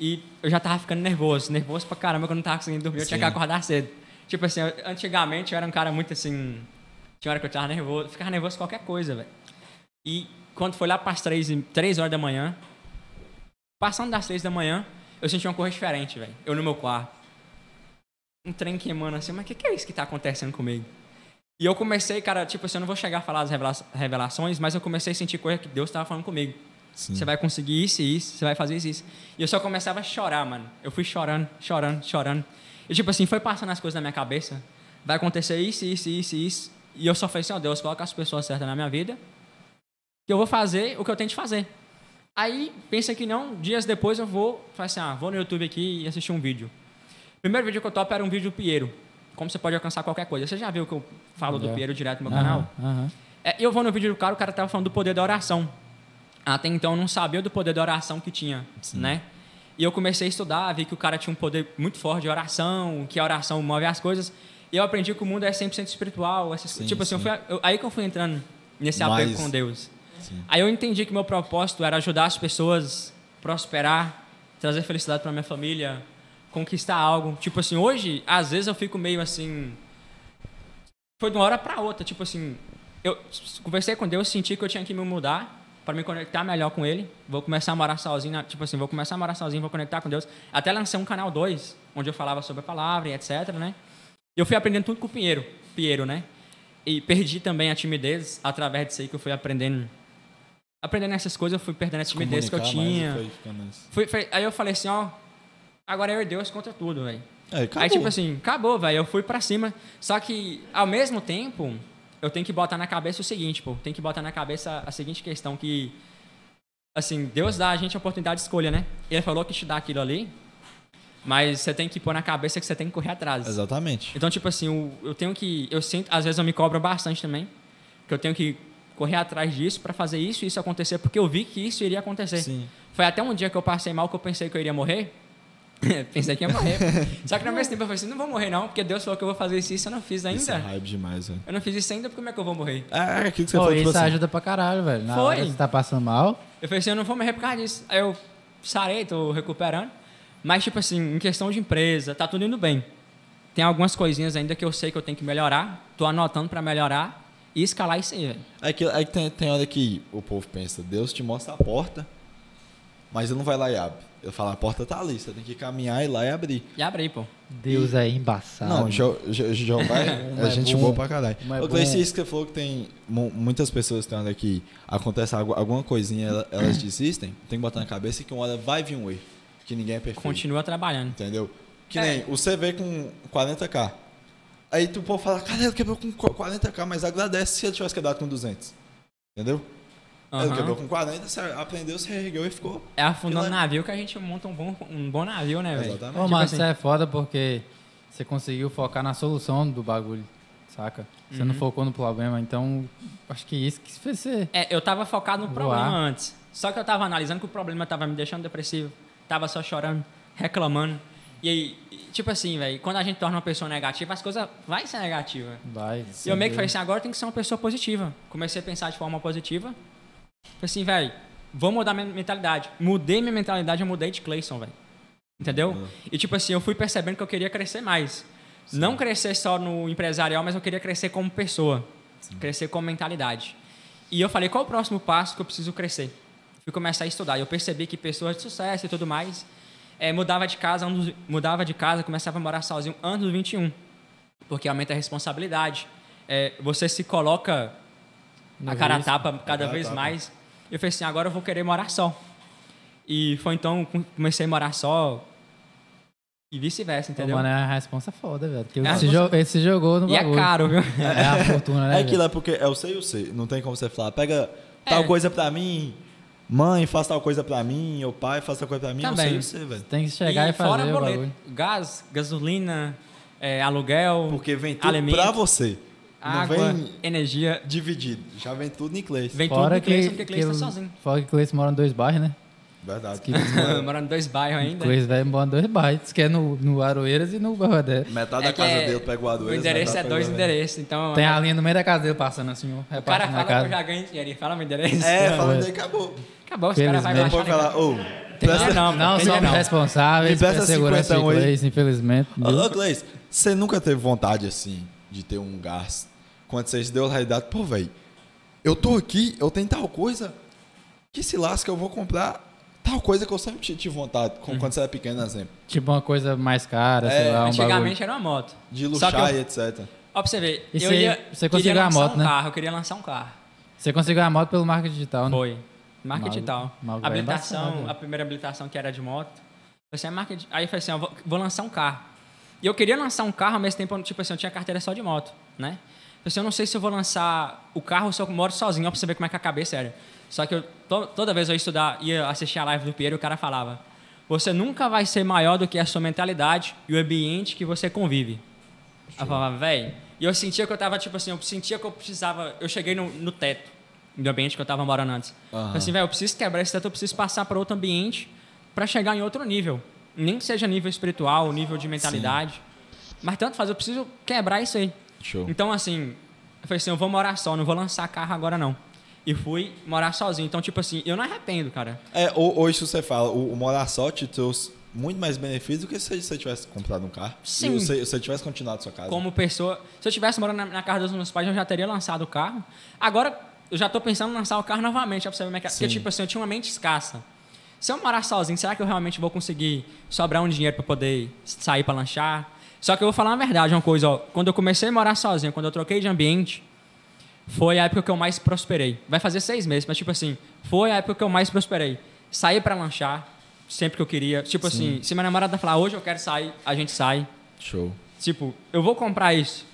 B: E eu já tava ficando nervoso, nervoso pra caramba que eu não tava conseguindo dormir, eu tinha
A: Sim.
B: que acordar cedo. Tipo assim, eu- antigamente eu era um cara muito assim. Tinha hora que eu tava nervoso, ficava nervoso com qualquer coisa, velho. E quando foi lá pras três, e- três horas da manhã, passando das três da manhã, eu senti uma coisa diferente, velho. Eu no meu quarto. Um trem queimando assim, mas o que, que é isso que tá acontecendo comigo? E eu comecei, cara, tipo assim, eu não vou chegar a falar das revela- revelações, mas eu comecei a sentir coisa que Deus tava falando comigo.
A: Sim.
B: Você vai conseguir isso e isso, você vai fazer isso e isso. E eu só começava a chorar, mano. Eu fui chorando, chorando, chorando. E tipo assim, foi passando as coisas na minha cabeça. Vai acontecer isso, isso, isso, isso. E eu só falei assim, ó Deus, coloca as pessoas certas na minha vida. Que eu vou fazer o que eu tenho de fazer. Aí, pensa que não, dias depois eu vou, falar assim, ah, vou no YouTube aqui e assistir um vídeo. O primeiro vídeo que eu topo era um vídeo do Piero. Como você pode alcançar qualquer coisa. Você já viu que eu falo do
C: Já.
B: Piero direto no meu
C: Aham,
B: canal?
C: aham.
B: É, eu vou no vídeo do cara, o cara tava falando do poder da oração. Até então eu não sabia do poder da oração que tinha, né? E eu comecei a estudar, vi que o cara tinha um poder muito forte de oração, que a oração move as coisas. E eu aprendi que o mundo é 100% espiritual. Essas,
A: Sim,
B: tipo assim, eu
A: sim.
B: fui, eu- aí que eu fui entrando nesse
A: Mais-
B: apego com Deus.
A: Sim.
B: Aí eu entendi que meu propósito era ajudar as pessoas, prosperar, trazer felicidade para minha família, conquistar algo. Tipo assim, hoje, às vezes eu fico meio assim, foi de uma hora para outra, tipo assim, eu s- conversei com Deus, senti que eu tinha que me mudar para me conectar melhor com ele. Vou começar a morar sozinho, né? tipo assim, vou começar a morar sozinho, vou conectar com Deus. Até lancei um canal 2, onde eu falava sobre a palavra e etc, né? E eu fui aprendendo tudo com o Pinheiro, Pinheiro, né? E perdi também a timidez através disso aí que eu fui aprendendo. Aprendendo essas coisas, eu fui perdendo a timidez que eu
A: Comunicar mais e
B: tinha.
A: foi ficando isso.
B: Fui- fui- aí eu falei assim, ó, agora é eu e Deus contra tudo, velho.
A: É, acabou.
B: Aí, tipo assim, acabou, velho. Eu fui pra cima. Só que, ao mesmo tempo, eu tenho que botar na cabeça o seguinte, pô. Tem que botar na cabeça a seguinte questão que... Assim, Deus dá a gente a oportunidade de escolha, né? Ele falou que te dá aquilo ali, mas você tem que pôr na cabeça que você tem que correr atrás.
A: Exatamente.
B: Então, tipo assim, eu, eu tenho que... Eu sinto... Às vezes eu me cobro bastante também. Que eu tenho que correr atrás disso pra fazer isso e isso acontecer. Porque eu vi que isso iria acontecer.
A: Sim.
B: Foi até um dia que eu passei mal que eu pensei que eu iria morrer. pensei que ia morrer. Só que no mesmo tempo eu falei assim, não vou morrer não, porque Deus falou que eu vou fazer isso e isso eu não fiz
A: Isso é
B: ainda.
A: hype demais, velho.
B: Eu não fiz isso ainda, porque como é que eu vou morrer?
A: É, aquilo que você
C: Pô,
A: falou,
C: isso
A: tipo assim.
C: ajuda pra caralho, velho. Na
B: Foi.
C: hora que você tá passando mal,
B: Eu falei assim, eu não vou morrer por causa disso. Aí eu sarei, tô recuperando. Mas, tipo assim, em questão de empresa, tá tudo indo bem. Tem algumas coisinhas ainda que eu sei que eu tenho que melhorar. Tô anotando pra melhorar e escalar isso aí, velho.
A: É que, é que tem, tem hora que o povo pensa, Deus te mostra a porta, mas ele não vai lá e abre. Eu falo, a porta tá ali, você tem que caminhar e ir lá e abrir.
B: E abri, pô.
C: Deus é embaçado.
A: Não, Jo- Jo- Jeová é,
C: Uma é
A: gente
C: bom,
A: boa pra caralho.
C: uma é
A: Ô, Gleice,
C: bom.
A: isso que você falou que tem mu- muitas pessoas que hora que acontece algu- alguma coisinha, ela- elas desistem, tem que botar na cabeça que uma hora vai vir um erro, que ninguém é perfeito.
B: Continua trabalhando.
A: Entendeu? Que
B: É.
A: nem o CV com 40k. Aí tu pode falar, cara, ele quebrou com 40k, mas agradece se ele tivesse quebrado com 200. Entendeu? É, Ele
B: Aham.
A: quebrou com 40, você aprendeu, se reergueu e ficou.
B: É afundando
A: Ela-
B: navio que a gente monta um bom, um bom navio, né, velho?
A: Exatamente.
C: Ô,
B: Tipo
C: mano,
B: assim,
C: isso é foda porque você conseguiu focar na solução do bagulho, saca? Você
B: Uhum.
C: não focou no problema, então acho que isso que fez você.
B: É, eu tava focado no
C: Voar.
B: problema antes. Só que eu tava analisando que o problema tava me deixando depressivo. Tava só chorando, reclamando. E aí, e, tipo assim, velho, quando a gente torna uma pessoa negativa, as coisas vai ser negativa.
C: Vai.
B: E eu meio que falei assim, agora tem que ser uma pessoa positiva. Comecei a pensar de forma positiva. Falei assim, velho, vou mudar minha mentalidade. Mudei minha mentalidade, eu mudei de Clayson, velho. Entendeu? E tipo assim, eu fui percebendo que eu queria crescer mais. Não crescer só no empresarial, mas eu queria crescer como pessoa. Crescer como mentalidade. E eu falei, qual o próximo passo que eu preciso crescer? Fui começar a estudar. E eu percebi que pessoas de sucesso e tudo mais eh, mudava de casa, anos- mudava de casa, começava a morar sozinho antes dos 21 porque aumenta a responsabilidade. É, você se coloca a cara a tapa cada
A: cara a
B: vez
A: tapa.
B: mais. Eu falei assim, agora eu vou querer morar só. E foi então que comecei a morar só e vice-versa,
C: Pô,
B: entendeu?
C: mano, é uma responsa foda, velho. Porque
B: É a
C: ele, se
B: responsa-
C: jo- ele se jogou no
B: e é
C: bagulho.
B: caro, viu?
C: É a fortuna, né?
A: É
C: velho?
A: aquilo, é porque é o sei e o sei. Não tem como você falar, pega tal
B: É.
A: coisa pra mim, mãe, faz tal coisa pra mim, ou pai, faz tal coisa pra mim, eu
B: Também.
A: sei e o sei, velho.
C: Tem que chegar e,
B: fora
C: fazer o
B: boleto,
C: bagulho.
B: gás, gasolina, é, aluguel,
A: Porque vem tudo
B: alimento.
A: pra você.
B: água,
A: vem-
B: energia.
A: Dividido. Já vem tudo em Clayson.
B: Vem tudo
C: Fora
B: do Cleiton,
C: que,
B: porque
C: que,
B: Cleiton tá sozinho.
C: fora que Cleiton mora em dois bairros, né?
A: Verdade.
B: Morando em dois bairros ainda.
C: Cleiton vai morar em dois bairros. Diz que é no, no Aroeiras e no Barrodé.
A: Metade
B: É
A: da
B: que
A: casa
B: é-
A: dele pega o adoeiro.
B: O endereço é dois endereços, então.
C: Tem a linha no meio da casa dele passando assim, ó.
B: O cara
C: repartindo
B: fala
C: na
B: que eu
C: casa.
B: já ganho dinheiro. ele Fala meu endereço.
A: É, falando
C: Ué.
A: aí, acabou.
B: Acabou, os caras vão
C: Felizmente.
B: baixar.
A: Depois fala, ô,
B: Tem
A: presta-
B: dinheiro não,
C: Não
B: tem dinheiro
C: somos responsáveis
A: Me presta
C: pela segurança de
A: 50 aí. Ah.
C: Cleiton, infelizmente.
A: Ô,
C: viu?
A: ô, Cleis, você nunca teve vontade, assim, de ter um gás? Quando vocês deu a realidade, pô, velho, eu tô aqui, eu tenho tal coisa, que se lasca, eu vou comprar tal coisa que eu sempre ti- tive vontade,
B: Uhum.
A: com- quando você era pequeno, exemplo.
C: Tipo uma coisa mais cara, sei
A: É,
C: lá, um bagulho.
B: Antigamente era uma moto.
A: De
B: Só
A: luxar
B: que eu-
A: e etc.
B: Ó, pra você ver.
C: E
B: eu
C: você-
B: ia, queria
C: você conseguiu a
B: lançar
C: moto,
B: um
C: né?
B: Carro, eu queria lançar um carro.
C: Você conseguiu a moto pelo marketing digital, né?
B: Foi. Marca
C: Mal-
B: digital.
C: mal vai
B: habilitação,
C: embaçado, né?
B: a primeira habilitação que era de moto. Você é marca di- Aí eu falei assim, ó, vou, vou lançar um carro. E eu queria lançar um carro, ao mesmo tempo, tipo assim, eu tinha carteira só de moto, né? Eu falei assim, eu não sei se eu vou lançar o carro ou se eu moro sozinho, ó, pra você ver como é que a cabeça era. Só que eu, to- toda vez eu ia estudar, ia assistir a live do Piero, o cara falava, você nunca vai ser maior do que a sua mentalidade e o ambiente que você convive. Aí eu falava, véi. E eu sentia que eu tava, tipo assim, eu sentia que eu precisava. Eu cheguei no, no teto do ambiente que eu tava morando antes.
A: Aham.
B: Falei assim, véi, eu preciso quebrar esse teto, eu preciso passar para outro ambiente para chegar em outro nível. Nem que seja nível espiritual, nível de mentalidade. Mas tanto faz, eu preciso quebrar isso aí.
A: Show.
B: Então, assim, eu falei assim, eu vou morar só, não vou lançar carro agora não. E fui morar sozinho. Então, tipo assim, eu não arrependo, cara.
A: É, ho- hoje se você fala, o, o morar só te trouxe muito mais benefícios do que se você tivesse comprado um carro.
B: Sim.
A: E você, você tivesse continuado sua casa.
B: como pessoa. Se eu tivesse morando na, na casa dos meus pais, eu já teria lançado o carro. Agora, eu já tô pensando em lançar o carro novamente, já pra você ver como é que é. Porque,
A: Sim.
B: tipo assim, eu tinha uma mente escassa. Se eu morar sozinho, será que eu realmente vou conseguir sobrar um dinheiro para poder sair para lanchar? Só que eu vou falar uma verdade, uma coisa, ó. Quando eu comecei a morar sozinho, quando eu troquei de ambiente, foi a época que eu mais prosperei. Vai fazer seis meses, mas tipo assim, foi a época que eu mais prosperei. Saí pra lanchar sempre que eu queria. Tipo assim, se minha namorada falar hoje eu quero sair, a gente sai.
A: Show.
B: Tipo, eu vou comprar isso.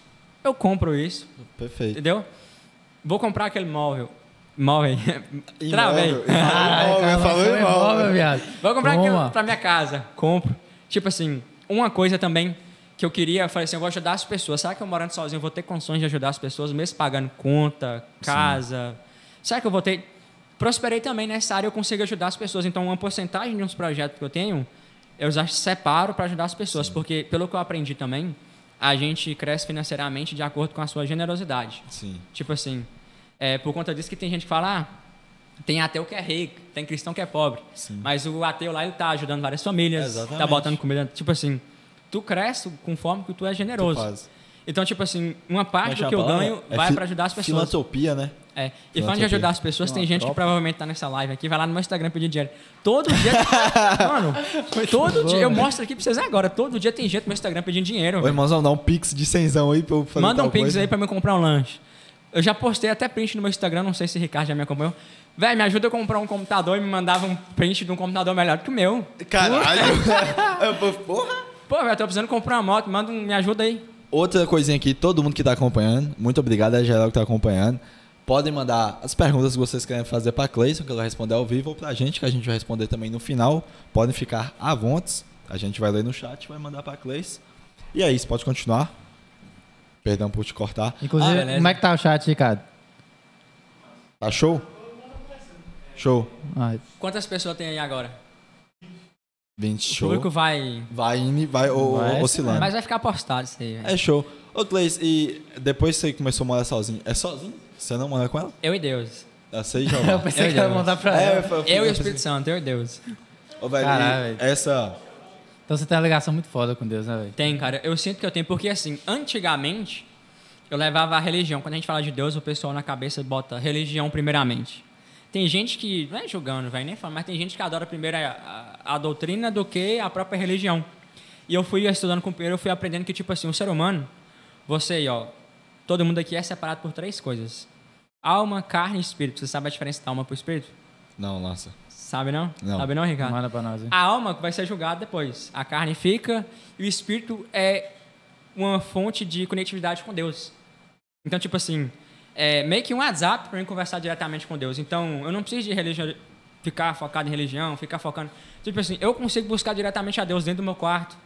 B: Eu compro isso,
A: Perfeito.
B: entendeu? Vou comprar aquele móvel. Móvel.
A: Imóvel.
B: Travei. Ah,
C: Ai,
A: Imóvel,
C: cara,
A: falou
B: é
C: lançou um
A: imóvel.
C: imóvel, viado.
B: Vou comprar um- aquilo
C: Toma.
B: pra minha casa. Compro. Tipo assim, uma coisa também que eu queria, eu falei assim, eu vou ajudar as pessoas. Será que eu morando sozinho eu vou ter condições de ajudar as pessoas, mesmo pagando conta, casa? Será que eu vou ter... Prosperei também nessa área, eu consigo ajudar as pessoas. Então, uma porcentagem de uns projetos que eu tenho, eu já separo para ajudar as pessoas. Porque, pelo que eu aprendi também, a gente cresce financeiramente de acordo com a sua generosidade.
A: Sim.
B: Tipo assim, é, por conta disso que tem gente que fala, ah, tem ateu que é rico, tem cristão que é pobre. Mas o ateu lá, ele tá ajudando várias famílias,
A: Exatamente.
B: tá botando comida. Tipo assim, tu cresce conforme que tu é generoso.
A: Tu faz.
B: então, tipo assim, uma
A: Como
B: parte do que eu
A: chama a palavra?
B: ganho
A: É
B: vai
A: fi-
B: para ajudar as pessoas.
A: Filantropia, né?
B: É. E falando de
A: Filantropia.
B: ajudar as pessoas, tem gente que provavelmente tá nessa live aqui, vai lá no meu Instagram pedir dinheiro. Todo dia. mano, todo dia.
A: né?
B: Eu mostro aqui pra vocês agora. Todo dia tem gente no meu Instagram pedindo dinheiro.
A: Ô, irmãozão, dá um pix de cenzão aí pra eu fazer
B: Manda
A: tal
B: um pix
A: coisa.
B: aí pra me comprar um lanche. Eu já postei até print no meu Instagram, não sei se o Ricardo já me acompanhou. Véi, me ajuda a comprar um computador e me mandava um print de um computador melhor que o meu.
A: Caralho. Eu vou- Porra.
B: Pô, velho, tô precisando comprar uma moto, manda um, me ajuda aí.
A: Outra coisinha aqui, todo mundo que tá acompanhando, muito obrigado a geral que tá acompanhando. Podem mandar as perguntas que vocês querem fazer pra Cleison, que ela vai responder ao vivo, ou pra gente, que a gente vai responder também no final. Podem ficar à vontade. A gente vai ler no chat e vai mandar pra Cleison. E é isso, pode continuar. Perdão por te cortar.
B: Ah,
C: Inclusive,
B: beleza.
C: como é que tá o chat, Ricardo?
A: Tá show? Show.
C: Ah,
B: Quantas pessoas tem aí agora?
A: 20
B: O público
A: show. É.
B: vai.
A: Vai indo e vai, o- o-
C: Vai,
A: oscilando.
B: Mas vai ficar postado isso aí, velho.
A: É show. Ô, Gleice, e depois que você começou a morar sozinho, é sozinho? Você não mora com ela? Ah,
B: Eu e Deus.
A: Eu sei, João.
C: Eu pensei que ia mandar
A: É,
C: pra ela.
B: Eu e o Espírito Santo, eu e Deus.
A: Ô, velho, e
C: Caralho, velho.
A: essa...
C: Então você tem uma ligação muito foda com Deus, né, velho?
B: Tem, cara. Eu sinto que eu tenho, porque assim, antigamente eu levava a religião. Quando a gente fala de Deus, o pessoal na cabeça bota religião primeiramente. Tem gente que, não é julgando, vai nem falar, mas tem gente que adora primeiro a, a, a doutrina do que a própria religião. E eu fui estudando com o Pedro, eu fui aprendendo que, tipo assim, o ser humano, você aí, ó, todo mundo aqui é separado por três coisas: alma, carne e espírito. Você sabe a diferença da alma pro espírito?
A: Não, lança.
B: Sabe não?
A: Não.
B: Sabe não, Ricardo?
C: Manda pra nós, hein?
B: A alma vai ser julgada depois. A carne fica e o espírito é uma fonte de conectividade com Deus. Então, tipo assim, é meio que um WhatsApp para mim conversar diretamente com Deus. Então, eu não preciso de religião, ficar focado em religião, ficar focando. Tipo assim, eu consigo buscar diretamente a Deus dentro do meu quarto,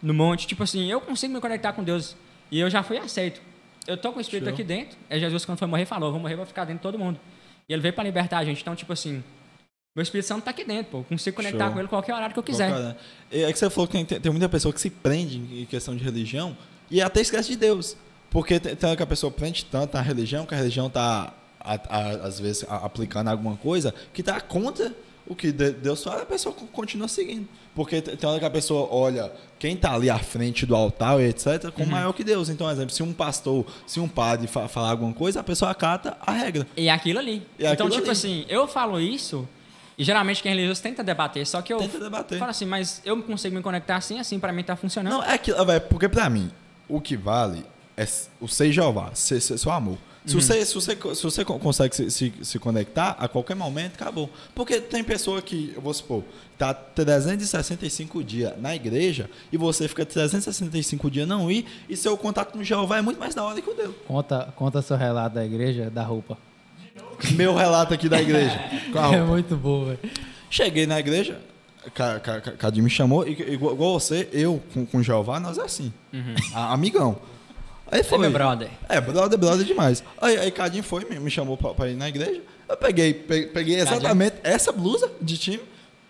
B: no monte. Tipo assim, eu consigo me conectar com Deus. E eu já fui aceito. eu tô com o espírito
A: Show.
B: aqui dentro. É Jesus quando foi morrer falou, eu vou morrer, vou ficar dentro de todo mundo. E ele veio pra libertar a gente. Então, tipo assim, meu Espírito Santo tá aqui dentro, pô. Eu consigo conectar
A: Show.
B: com ele qualquer horário que eu quiser.
A: Concordo, né? É que você falou que tem, tem muita pessoa que se prende em questão de religião e até esquece de Deus. Porque tem, tem hora que a pessoa prende tanto a religião, que a religião está, às vezes, a- aplicando alguma coisa que está contra o que de- Deus fala, a pessoa co- continua seguindo. Porque te- tem hora que a pessoa olha quem está ali à frente do altar, etc.,
B: Uhum.
A: como maior que Deus. Então, exemplo, se um pastor, se um padre fa- falar alguma coisa, a pessoa acata a regra.
B: E aquilo ali.
A: E
B: então,
A: aquilo
B: tipo
A: ali.
B: assim, eu falo isso, e geralmente quem é religioso tenta debater, só que eu
A: Tenta debater.
B: falo assim, mas eu consigo me conectar assim, assim, pra mim tá funcionando.
A: Não, é aquilo, velho, porque pra mim, o que vale é s- o ser Jeová, ser, ser seu amor. Se, você, se, você, co- se você co- consegue se, se, se conectar, a qualquer momento, acabou. Porque tem pessoa que, eu vou supor, tá 365 dias na igreja e você fica 365 dias não ir e seu contato com Jeová é muito mais da hora que o deu.
C: Conta, conta seu relato da igreja, da roupa.
A: Meu relato aqui da igreja. Com a
C: É
A: roupa.
C: muito boa, velho.
A: Cheguei na igreja, Ca- Ca- Ca- Cadinho me chamou, e igual igual você, eu com, com Jeová, nós é assim. A- amigão. Aí foi.
B: Foi meu brother.
A: É, brother, brother demais. Aí, aí Cadinho foi, me, me chamou pra, pra ir na igreja. Eu peguei, pe- peguei exatamente essa blusa de time,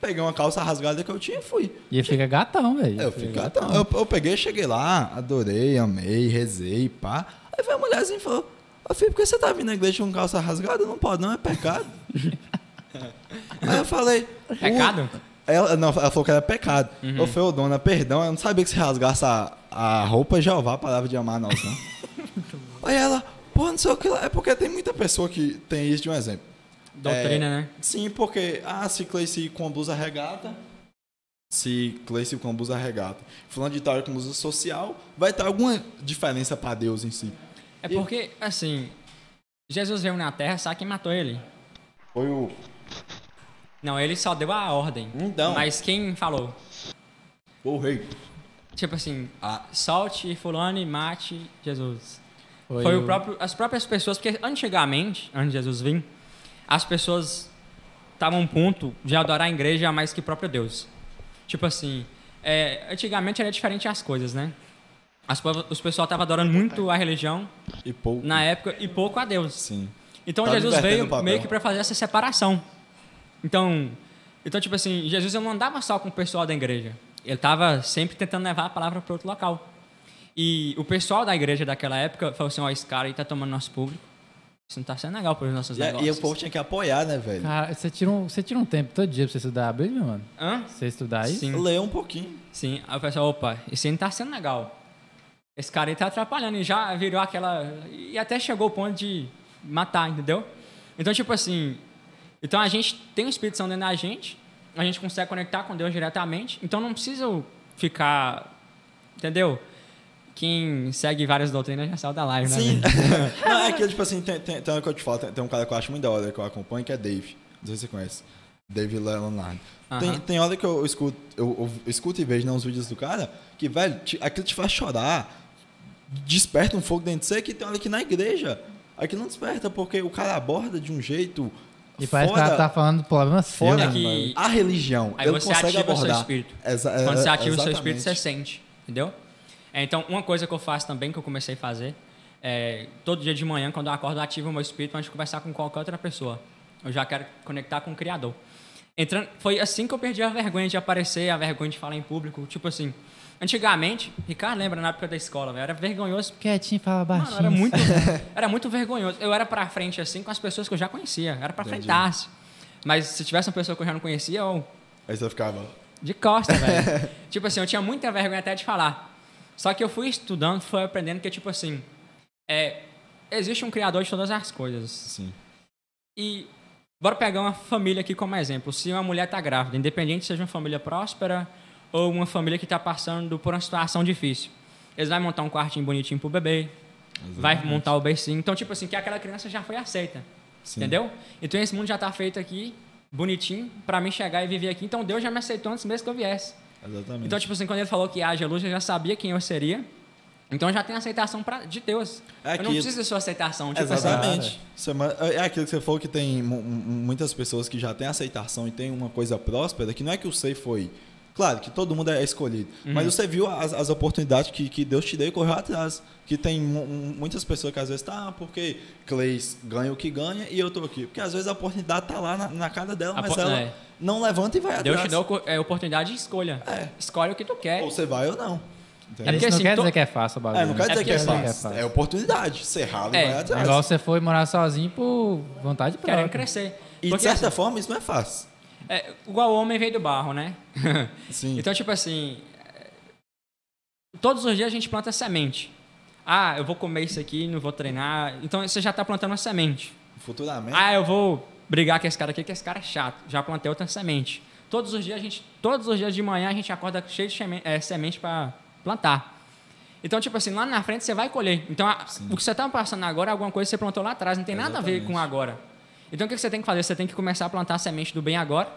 A: peguei uma calça rasgada que eu tinha e fui.
C: E ele fica gatão, velho.
A: Eu, fiquei, "Gatão." eu, eu peguei, cheguei lá, adorei, amei, rezei, pá. Aí veio a mulherzinha e falou, ô filho, por que você tá vindo na igreja com calça rasgada? Não pode não, é pecado. aí eu falei... "Ui."
B: Pecado?
A: é. Ela, não, ela falou que era pecado.
B: Uhum.
A: Eu falei, ô dona, perdão, eu não sabia que se rasgasse a, a roupa, Jeová parava de amar nós, não. Aí ela, pô, não sei o que lá. É porque tem muita pessoa que tem isso de um exemplo.
B: Doutrina,
A: É,
B: né?
A: Sim, porque, ah, se Clayce com a blusa regata, se Clayce com a blusa regata, fulano de tal com blusa social, vai ter alguma diferença pra Deus em si.
B: É porque, assim, Jesus veio na Terra, sabe quem matou ele?
A: Foi o...
B: Não, ele só deu a ordem.
A: Então.
B: Mas quem falou?
A: o rei.
B: Tipo assim,
A: Ah.
B: solte fulano e mate Jesus.
C: Foi,
B: Foi o próprio, as próprias pessoas, porque antigamente, antes de Jesus vir, as pessoas estavam a um ponto de adorar a igreja mais que o próprio Deus. Tipo assim, é, antigamente era diferente as coisas, né? As, po- os pessoal estavam adorando muito a religião
A: E pouco.
B: na época e pouco a Deus.
A: Sim.
B: Então
A: Tá
B: Jesus
A: invertendo
B: veio
A: o papel.
B: meio que para fazer essa separação. Então, então tipo assim, Jesus ele não andava só com o pessoal da igreja. Ele estava sempre tentando levar a palavra para outro local. E o pessoal da igreja daquela época falou assim: "Ó, esse cara aí tá tomando nosso público. Isso não tá sendo legal para os nossos
A: E, a-
B: negócios."
A: e o povo tinha que apoiar, né, velho?
C: Cara, você tira, um, você tira um tempo todo dia pra você estudar a Bíblia, mano?
B: Hã?
C: Você estudar isso?
B: Sim.
A: Leu um pouquinho.
B: Sim, aí o pessoal, opa, isso aí não tá sendo legal. Esse cara aí tá atrapalhando e já virou aquela. E até chegou o ponto de matar, entendeu? Então, tipo assim. Então a gente tem o Espírito Santo dentro da gente, a gente consegue conectar com Deus diretamente, então não precisa eu ficar. Entendeu? Quem segue várias doutrinas já saiu da live, né?
A: Sim.
B: velho?
A: não, é que, tipo assim, tem, tem, tem hora que eu te falo, tem, tem um cara que eu acho muito da hora que eu acompanho, que é Dave. Não sei se você conhece. Dave Leonard. Tem,
B: Aham.
A: tem hora que eu escuto, eu, eu escuto e vejo né, uns vídeos do cara que, velho, te, aquilo te faz chorar, desperta um fogo dentro de você, que tem hora que na igreja aquilo não desperta, porque o cara aborda de um jeito.
C: E parece que
A: foda,
C: ela tá falando do problema seu,
A: fora
C: mano.
B: que-
A: mano. a religião.
B: Aí
A: ele
B: você
A: consegue
B: ativa o seu
A: abordar.
B: espírito.
A: Exa-
B: Quando você
A: é-
B: ativa o seu
A: exatamente.
B: espírito, você sente, entendeu? É, então, uma coisa que eu faço também, que eu comecei a fazer, é, todo dia de manhã, quando eu acordo, eu ativo o meu espírito antes de conversar com qualquer outra pessoa. Eu já quero conectar com o Criador. Entrando, foi assim que eu perdi a vergonha de aparecer, a vergonha de falar em público. Tipo assim, antigamente, Ricardo lembra na época da escola, velho, era vergonhoso.
C: Quietinho, fala baixinho.
B: Mano, era muito, era muito vergonhoso. Eu era pra frente assim com as pessoas que eu já conhecia, era pra
A: Entendi.
B: frentar-se. Mas se tivesse uma pessoa que eu já não conhecia, eu
A: Aí você ficava.
B: de costa, velho. tipo assim, eu tinha muita vergonha até de falar. Só que eu fui estudando, fui aprendendo que, tipo assim, é, existe um criador de todas as coisas.
A: Assim.
B: E bora pegar uma família aqui como exemplo. Se uma mulher tá grávida, independente se seja uma família próspera ou uma família que tá passando por uma situação difícil, eles vão montar um quartinho bonitinho pro bebê, vai montar o bercinho. Então, tipo assim, que aquela criança já foi aceita.
A: Sim.
B: Entendeu? Então esse mundo já tá feito aqui, bonitinho, pra mim chegar e viver aqui. Então Deus já me aceitou antes mesmo que eu viesse.
A: Exatamente.
B: Então, tipo assim, quando ele falou que haja luz, eu já sabia quem eu seria. Então eu já tenho aceitação pra, de Deus.
A: É
B: eu não
A: aquilo.
B: preciso da sua aceitação. Tipo
A: Exatamente. Isso é ma- É aquilo que você falou que tem mu- mu- muitas pessoas que já têm aceitação e tem uma coisa próspera, que não é que o sei foi Claro que todo mundo é escolhido,
B: Uhum.
A: mas você viu as, as oportunidades que, que Deus te deu e correu atrás. Que tem mu- mu- muitas pessoas que às vezes tá, "Ah, porque Cleis ganha o que ganha e eu tô aqui. Porque às vezes a oportunidade tá lá na, na cara dela,
B: A
A: mas
B: po-
A: ela
B: é.
A: não levanta e vai atrás.
B: Deus te deu é, oportunidade de escolha.
A: É.
B: Escolhe o que tu quer.
A: Ou você vai ou não.
B: É
A: Entendeu?
B: porque
C: Isso não
B: assim,
C: quer
B: to-
C: dizer que é fácil o bagulho.
A: É, não quer
C: né?
A: dizer que é
B: porque assim,
A: fácil. É oportunidade. Você rala e
B: É,
A: vai
C: É
A: atrás.
C: igual você foi morar sozinho por vontade própria.
B: Querendo crescer.
A: E de
B: Porque,
A: certa forma isso não é fácil.
B: É, igual o homem veio do barro, né?
A: Sim.
B: Então, tipo assim, é, todos os dias a gente planta semente. Ah, eu vou comer isso aqui, não vou treinar. Então você já tá plantando uma semente.
A: Futuramente.
B: Ah, eu vou brigar com esse cara aqui, que esse cara é chato. Já plantei outra semente. Todos os dias a gente, todos os dias de manhã a gente acorda cheio de seme- eh, semente para plantar. Então, tipo assim, lá na frente você vai colher. Então, a- o que você tá passando agora é alguma coisa que você plantou lá atrás, não tem nada a ver
A: Exatamente.
B: com agora. Então, o que que você tem que fazer? Você tem que começar a plantar a semente do bem agora,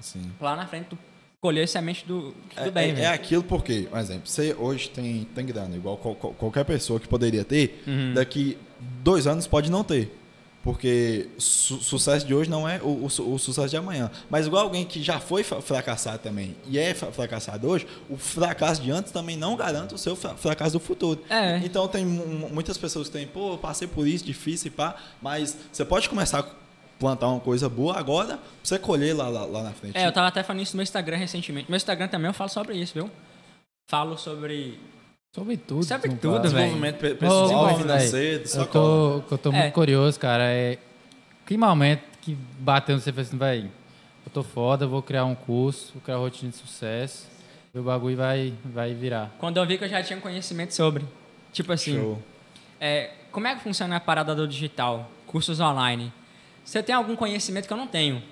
A: Sim.
B: lá na frente tu colher a semente do, do
A: É,
B: bem,
A: é,
B: velho.
A: é aquilo porque, por exemplo, você hoje tem, tem grana, igual qual- qual- qualquer pessoa que poderia ter,
B: Uhum.
A: daqui dois anos pode não ter. Porque su sucesso de hoje não é o, o su- o sucesso de amanhã. Mas igual alguém que já foi fa- fracassado também e é fra- fracassado hoje, o fracasso de antes também não garante o seu fra- fracasso do futuro.
B: É.
A: Então tem mu- mu- muitas pessoas que têm, pô, eu passei por isso, difícil e pá, mas você pode começar a plantar uma coisa boa agora, pra você colher lá, lá, lá na frente.
B: É, eu tava até falando isso no meu Instagram recentemente. Meu Instagram também eu falo sobre isso, viu? Falo sobre.
C: Sobre tudo.
B: Sobre
C: não
B: tudo,
C: fala.
B: velho.
A: Desenvolvimento pe-
C: Ô,
A: pessoal,
C: velho,
A: financeiro, só
C: eu
A: cola.
C: tô, eu tô
B: É.
C: muito curioso, cara. É, que momento que bateu no você e falou assim, velho, eu tô foda, eu vou criar um curso, vou criar uma rotina de sucesso, e o bagulho vai, vai virar.
B: Quando eu vi que eu já tinha conhecimento sobre. Tipo assim.
A: Show.
B: É, como é que funciona a parada do digital? Cursos online. Você tem algum conhecimento que eu não tenho.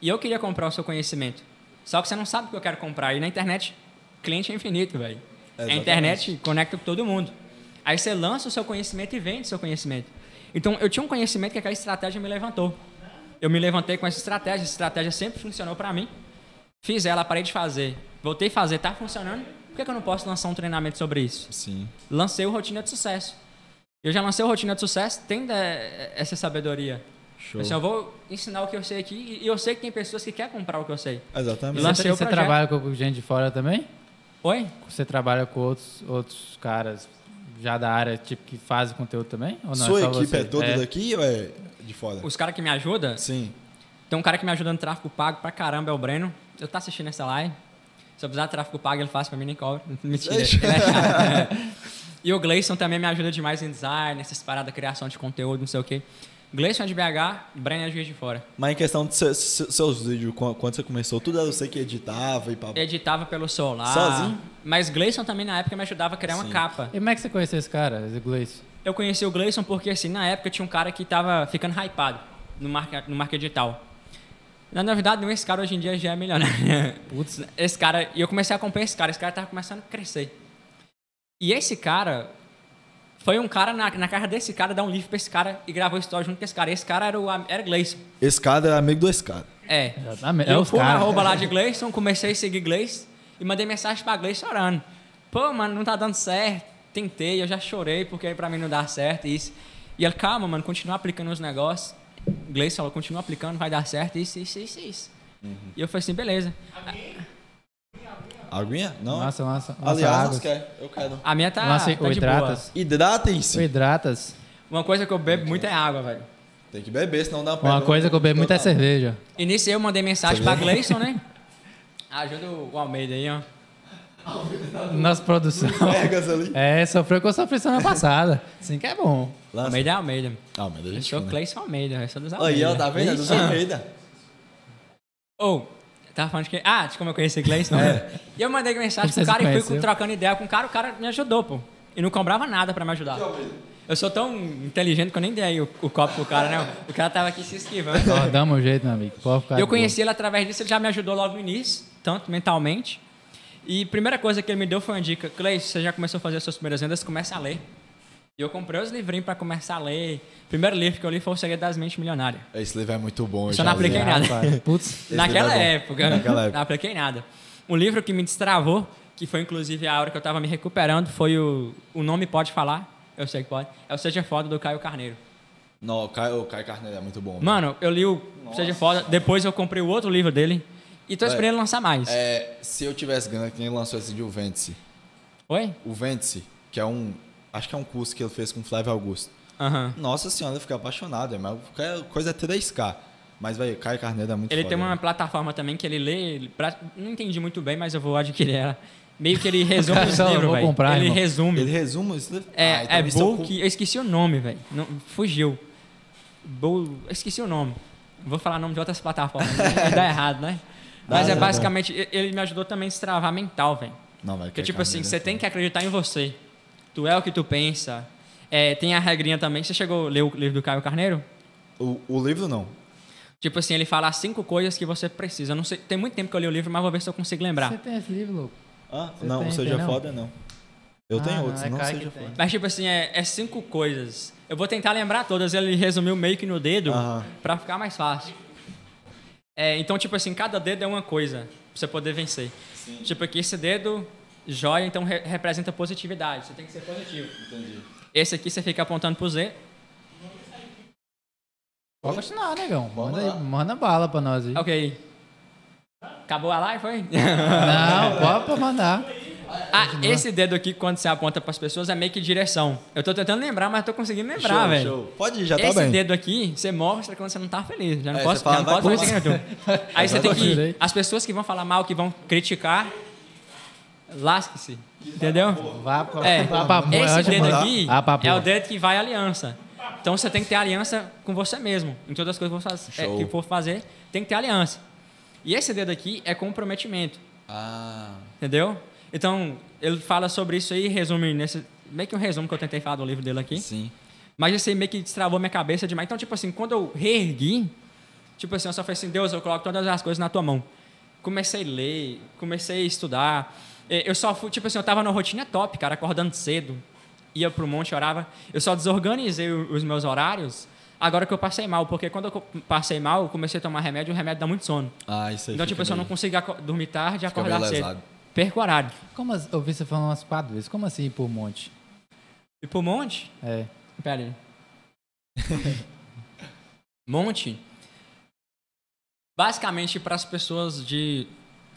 B: E eu queria comprar o seu conhecimento. Só que você não sabe o que eu quero comprar. E na internet, cliente é infinito, velho. A
A: Exatamente.
B: internet conecta com todo mundo. Aí você lança o seu conhecimento e vende o seu conhecimento. Então, eu tinha um conhecimento que aquela estratégia me levantou. Eu me levantei com essa estratégia. Essa estratégia sempre funcionou para mim. Fiz ela, parei de fazer. Voltei a fazer, tá funcionando. Por que que eu não posso lançar um treinamento sobre isso?
A: Sim.
B: lancei o Rotina de Sucesso. Eu já lancei o Rotina de Sucesso tendo eh, essa sabedoria. Assim,
A: Show.
C: é
B: Eu só vou ensinar o que eu sei aqui e- e eu sei que tem pessoas que querem comprar o que eu sei.
A: Exatamente.
B: Lancei
C: Você,
B: o
C: você
B: projeto.
C: trabalha com gente de fora também?
B: Oi?
A: Tá.
C: Você trabalha com outros, outros caras já da área, tipo, que fazem conteúdo também? Ou não,
A: Sua
C: é só
A: equipe
C: você?
A: é toda daqui ou é de fora?
B: Os caras que me ajudam,
A: Sim.
B: tem um cara que me ajuda no tráfego pago pra caramba, é o Breno. Eu tá assistindo essa live. Se eu precisar de tráfego pago, ele faz pra mim, nem cobra. Mentira. ele é chato. e o Gleison também me ajuda demais em design, essas paradas, criação de conteúdo, não sei o quê. Gleison é de BH, Breno é de Juiz de Fora.
A: Mas em questão de se- se- seus vídeos, qu- quando você começou, tudo era você que editava e
C: É.
A: papo.
B: Editava pelo celular.
A: Sozinho?
B: Mas Gleison também na época me ajudava a criar uma
A: Sim.
B: capa.
C: E como é que você conheceu esse cara, esse Gleice?
B: Eu conheci o Gleison porque, assim, na época tinha um cara que tava ficando hypado no marca, no marketing digital. Na novidade, nenhum, esse cara hoje em dia já é milionário.
C: Putz.
B: Esse cara, e eu comecei a acompanhar esse cara, esse cara tava começando a crescer. E esse cara, foi um cara na, na casa desse cara, dar um livro pra esse cara e gravou história junto com esse cara. Esse cara era o am- era Gleison.
A: Esse cara era amigo do esse cara.
B: É.
C: Exatamente. É
B: eu
C: os
B: fui na
C: caras.
B: arroba lá de Gleison, comecei a seguir Gleison e mandei mensagem pra Gleison chorando. Pô, mano, não tá dando certo. Tentei, eu já chorei porque pra mim não dá certo isso. E ele, calma, mano, continua aplicando os negócios. Gleison falou, continua aplicando, vai dar certo isso, isso, isso, isso.
C: Uhum.
B: E eu falei assim, beleza.
A: Aguinha? Não.
C: Nossa, nossa. nossa
A: Aliás,
C: águas.
A: nós quer. Eu quero.
B: A minha tá,
C: Nossa,
B: tá
C: o
B: de boa.
C: hidratas.
A: Hidratem-se.
C: O hidratas.
B: Uma coisa que eu bebo muito é água, velho.
A: Tem que beber, senão dá
C: Uma coisa que eu bebo muito é
A: cerveja.
C: cerveja.
B: E nisso eu mandei mensagem pra Gleison, né? Ajuda o Almeida aí, ó.
C: Nossa produção.
A: Pegas ali.
C: É, sofreu com a sofri semana passada. Assim que é bom.
A: Lança.
B: Almeida é Almeida.
A: Ah, mas a
B: Eu
A: gente
B: sou
A: né?
B: Cleison Almeida, eu sou dos Almeida.
A: Aí, ó, tá vendo? É do
B: Ixi.
A: Almeida.
B: Ou, tava falando de quem? Ah, de como eu conheci o Gleison. né? E eu mandei mensagem
C: É. Como
B: pro
C: você
B: cara
C: se
B: e fui
C: conheceu?
B: trocando ideia com o cara, o cara me ajudou, pô. E não cobrava nada pra me ajudar. Eu sou tão inteligente que eu nem dei o, o copo pro cara, né? O cara tava aqui se esquivando.
C: Ó, Dá um jeito, meu amigo. Pode ficar
B: Eu
C: de boa.
B: conheci ele através disso, ele já me ajudou logo no início, tanto mentalmente. E a primeira coisa que ele me deu foi uma dica: Cleis, você já começou a fazer as suas primeiras vendas, começa a ler. E eu comprei os livrinhos pra começar a ler. O primeiro livro que eu li foi O Segredo das Mentes Milionárias.
A: Esse livro é muito bom. eu
B: Só
A: já
B: não apliquei
A: li.
B: nada.
C: né? Rapaz, Putz.
A: Esse
B: Naquela
A: livro é bom.
B: época,
A: Naquela época.
B: não apliquei nada. Um livro que me destravou, que foi inclusive a hora que eu estava me recuperando, foi o O Nome Pode Falar, eu sei que pode, é o Seja Foda do Caio Carneiro.
A: Não, o Caio, o Caio Carneiro é muito bom.
B: Mano, eu li o Seja Foda, depois eu comprei o outro livro dele, E tô esperando ele lançar mais.
A: É, se eu tivesse grana, quem lançou esse dia, o Vence.
B: Oi?
A: O Vence, que é um. Acho que é um curso que ele fez com o Flávio Augusto.
B: Aham.
A: Nossa senhora, eu fiquei apaixonado. É, mas qualquer coisa é 3K. Mas, velho, Caio Carneiro é muito
B: Ele
A: foda,
B: tem uma
A: velho.
B: plataforma também que ele lê. ele pra- Não entendi muito bem, mas eu vou adquirir ela. Meio que ele resume os
C: Não, eu
B: livros,
C: vou
B: velho.
C: comprar,
B: Ele
C: irmão.
B: resume.
A: Ele resume isso. né?
B: É,
A: Ah, então
B: é
A: isso eu
B: Bull
A: cu-
B: que. Eu esqueci o nome, velho. Não- Fugiu. Bull. Eu esqueci o nome. Vou falar o nome de outras plataformas. né? Vai dar errado, né?
A: Dá,
B: Mas é
A: dá,
B: basicamente. e- Ele me ajudou também a destravar mental, velho.
A: Não, velho,
B: Porque,
A: Caio
B: tipo assim,
A: Carneiro é
B: você tem
A: foda.
B: que acreditar em você. Tu é o que tu pensa. É, tem a regrinha também. Você chegou a ler o livro do Caio Carneiro?
A: O, o livro não.
B: Tipo assim, ele fala as cinco coisas que você precisa. Eu Não sei, tem muito tempo que eu li o livro, mas vou ver se eu consigo lembrar.
C: Você tem esse livro, louco?
A: Ah,
C: Você
A: não,
C: tem,
A: o
C: tem
A: Seja
C: não?
A: Foda não. Eu
C: Ah,
A: tenho
C: não,
A: outros,
C: é
A: não
C: Caio
A: Seja
C: que tem.
A: Foda.
B: Mas, tipo assim, é, é cinco coisas. Eu vou tentar lembrar todas. Ele resumiu meio que no dedo
A: Aham.
B: pra ficar mais fácil. É, então, tipo assim, cada dedo é uma coisa pra você poder vencer. Tipo aqui, esse dedo, joia, então re- representa positividade. Você tem que ser positivo.
A: Entendi.
B: Esse aqui você fica apontando pro Z.
C: Pode continuar, negão. Manda,
A: lá.
C: aí, manda bala pra nós aí.
B: Ok. Acabou a live, foi?
C: Não, pode pra mandar.
B: Ah, esse dedo aqui, quando você aponta pras pessoas, é meio que direção. Eu tô tentando lembrar, mas tô conseguindo lembrar,
A: Show,
B: velho.
A: show. Pode ir, já tá
B: Esse
A: bem.
B: dedo aqui, você mostra quando você não tá feliz. Já não
A: É,
B: posso,
A: você fala,
B: já não
A: vai
B: posso mais
A: tomar.
B: seguir no jogo. Aí você tem que.
C: Direito.
B: As pessoas que vão falar mal, que vão criticar, lasque-se. Entendeu?
C: Vá pra,
B: É,
C: vá pra porra,
B: esse
C: ótimo.
B: dedo aqui
C: Vá pra
B: é o
C: porra.
B: dedo que vai à aliança. Então você tem que ter aliança com você mesmo. Em todas as coisas que você- é,
A: Show.
B: que for fazer, tem que ter aliança. E esse dedo aqui é comprometimento.
A: Ah,
B: Entendeu? Então, ele fala sobre isso aí, resume nesse. Meio que um resumo que eu tentei falar do livro dele aqui.
A: sim.
B: Mas isso aí meio que destravou minha cabeça demais. Então, tipo assim, quando eu reergui, tipo assim, eu só falei assim, Deus, eu coloco todas as coisas na tua mão. Comecei a ler, comecei a estudar. Eh, Eu só fui, tipo assim, eu tava numa rotina top, cara, acordando cedo, ia pro monte, orava. Eu só desorganizei o- os meus horários agora que eu passei mal, porque quando eu co- passei mal, eu comecei a tomar remédio, o remédio dá muito sono.
A: Ah, isso aí.
B: Então, tipo assim, eu não consigo aco- dormir tarde e
A: Fica
B: acordar
A: meio
B: cedo.
A: lesado.
B: Perco horário.
C: Como as- eu vi você falando umas quatro vezes. Como assim ir por monte?
B: E pro monte,
C: É.
B: Pera aí. Monte. Basicamente para as pessoas de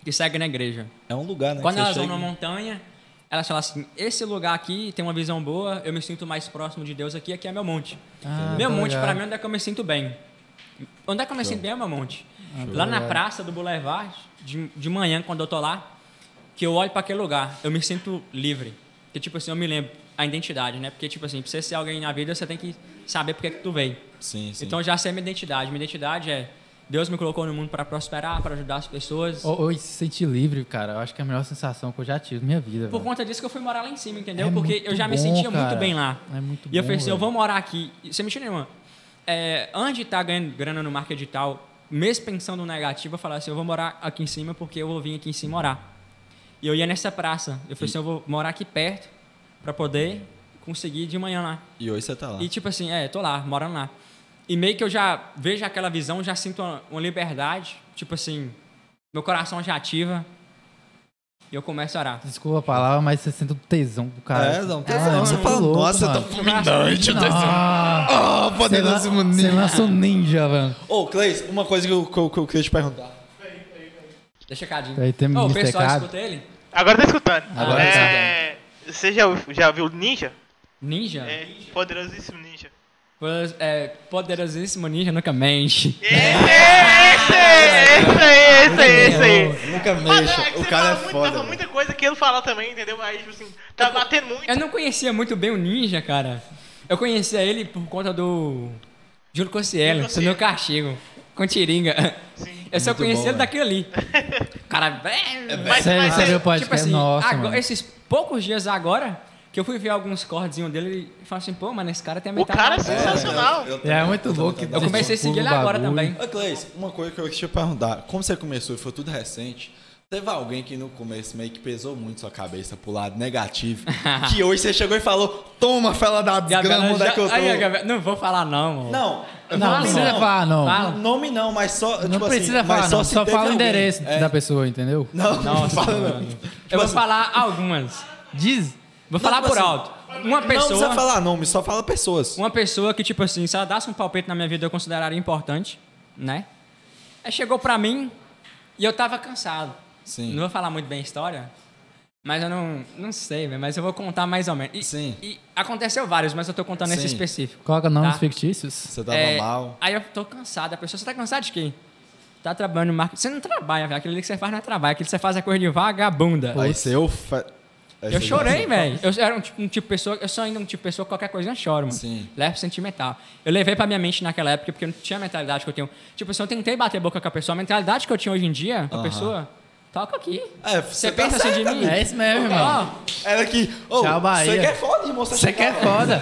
B: que seguem na igreja.
A: É um lugar, né?
B: Quando
A: que
B: elas
A: você
B: vão na
A: chega-
B: montanha, elas falam assim: esse lugar aqui tem uma visão boa, eu me sinto mais próximo de Deus aqui, aqui é meu monte.
C: Ah,
B: meu
C: tá
B: monte
C: ligado.
B: para mim é onde é que eu me sinto bem. Onde é que eu me sinto bem é meu monte. lá na
C: Ah, ligado.
B: praça do Boulevard, de, de manhã quando eu tô lá, que eu olho para aquele lugar, eu me sinto livre. Que tipo assim, eu me lembro a identidade, né? Porque tipo assim, pra você ser alguém na vida, você tem que saber por que que tu veio.
A: Sim, sim.
B: Então eu já sei minha identidade. Minha identidade é Deus me colocou no mundo para prosperar, para ajudar as pessoas.
C: Ou, ou se sentir livre, cara. Eu acho que é a melhor sensação que eu já tive na minha vida.
B: Por
C: velho.
B: conta disso que eu fui morar lá em cima, entendeu?
C: É
B: Porque
C: muito
B: eu já me
C: bom,
B: sentia
C: cara.
B: muito bem lá.
C: É muito
B: E eu
C: bom,
B: falei assim, eu
C: velho.
B: vou morar aqui. E Você me tira nenhuma. É, antes de estar ganhando grana no marketing digital, mesmo pensando no negativo, eu falava assim, eu vou morar aqui em cima porque eu vou vir aqui em cima morar. E eu ia nessa praça. Eu falei assim, eu vou morar aqui perto para poder conseguir de manhã lá.
A: E hoje você tá lá.
B: E tipo assim, é, tô lá, morando lá. E meio que eu já vejo aquela visão, já sinto uma, uma liberdade. Tipo assim, meu coração já ativa. E eu começo a orar.
C: Desculpa a palavra, mas você sente o tesão do cara.
A: É, não, tesão.
C: Ah, é
A: você
C: muito
A: fala,
C: louco,
A: nossa, eu
C: mano.
A: tô fulminante. eu tô-
C: Ah,
A: Ah,
C: você,
A: poderoso
C: lan- você
A: ninja.
C: lança um ninja, velho.
A: Ô, Cleis, uma coisa que eu, que, eu, que eu queria te perguntar.
B: Deixa cadinho.
C: Peraí, tem
B: Ô, o
C: ministro
B: pessoal
C: Cado?
B: escuta ele?
D: Agora tá escutando.
C: Agora
D: é...
C: tá.
D: Você já, ouviu- já viu Ninja?
B: Ninja?
D: É, poderosíssimo Ninja.
B: Poderos- é, poderosíssimo ninja nunca mente.
D: Esse, esse aí, esse aí, esse aí.
A: Nunca
D: Mas é,
A: mexa.
D: é que
A: o
D: você
A: cara é
D: fala muito,
A: foda.
C: tá
D: tava
A: velho.
D: muita coisa que ele fala também, entendeu? Aí, tipo assim, tá batendo muito.
B: Eu não conhecia muito bem o ninja, cara. Eu conhecia ele por conta do. Júlio Cossiello,
D: Júlio
B: seu meu castigo. Com tiringa. Eu só
A: Muito
B: conhecia
A: bom,
B: ele daquele ali. Cara, é,
D: Mas-
C: Você
D: mas
C: você
D: é,
C: viu o podcast?
B: tipo assim,
C: Nossa,
B: agora-
C: mano.
B: esses poucos dias agora, que eu fui ver alguns cordezinhos dele e falo assim, pô, mano, esse cara tem a
D: O
B: metade.
D: cara é
B: da-
D: sensacional.
A: Eu- eu
C: É,
A: também-
C: muito
A: eu também
C: louco.
A: tava-
B: Eu comecei a seguir ele agora também.
A: Ô, Cleis, uma coisa que eu queria te perguntar. Como você começou e foi tudo recente, teve alguém que no começo meio que pesou muito sua cabeça pro lado negativo, que hoje você chegou e falou, toma, fela da desgrama, onde é que eu tô?
B: Ai, Gabriela, não vou falar não, mano.
A: Não,
C: Não,
A: nome
C: não precisa falar, não.
B: Fala.
A: Nome não, mas só,
C: Não
A: tipo assim,
C: precisa
A: mas
C: falar,
A: só
C: não.
A: se
C: Só
A: teve
C: fala o
A: alguém.
C: endereço
A: É.
C: da pessoa, entendeu?
A: Não, não
B: Nossa,
A: fala não.
B: mano.
A: Tipo
B: Eu vou
A: assim,
B: falar algumas.
C: Diz.
B: Vou falar
A: tipo
B: por
A: assim,
B: alto. Uma
A: Não precisa
B: pessoa.
A: falar nome, só fala pessoas.
B: Uma pessoa que, tipo assim, se ela desse um palpite na minha vida, eu consideraria importante, né? Aí chegou pra mim, E eu tava cansado.
A: Sim.
B: Não vou falar muito bem a história, mas eu não, não sei, velho, mas eu vou contar mais ou menos. E,
A: Sim.
B: E aconteceu vários, mas eu tô contando esse
A: Sim.
B: específico.
C: Coloca nomes
B: Tá.
C: fictícios.
A: Você tava
B: É,
A: mal.
B: Aí eu tô cansado. A pessoa, você tá cansado de quê? Tá trabalhando no marketing. Você não trabalha, velho. Aquilo ali que você faz não é trabalho. Aquilo que você faz é coisa de vagabunda.
A: Aí seu. Fa... aí
B: Eu
A: você-
B: chorei, velho. Eu era um tipo, um tipo de pessoa, eu sou ainda um tipo de pessoa que qualquer coisa eu choro, mano.
A: Sim.
B: Levo sentimental. Eu levei pra minha mente naquela época, porque eu não tinha a mentalidade que eu tenho. Tipo, se eu tentei bater boca com a pessoa, a mentalidade que eu tinha hoje em dia, com a
A: Aham.
B: pessoa, toca aqui.
A: É,
B: Você
A: você tá
B: pensa assim de
A: certa,
B: mim?
C: É isso mesmo, irmão.
B: Ó,
A: Era que. Ô,
C: Tchau, Bahia.
A: você quer foda, irmão?
C: Você que é foda.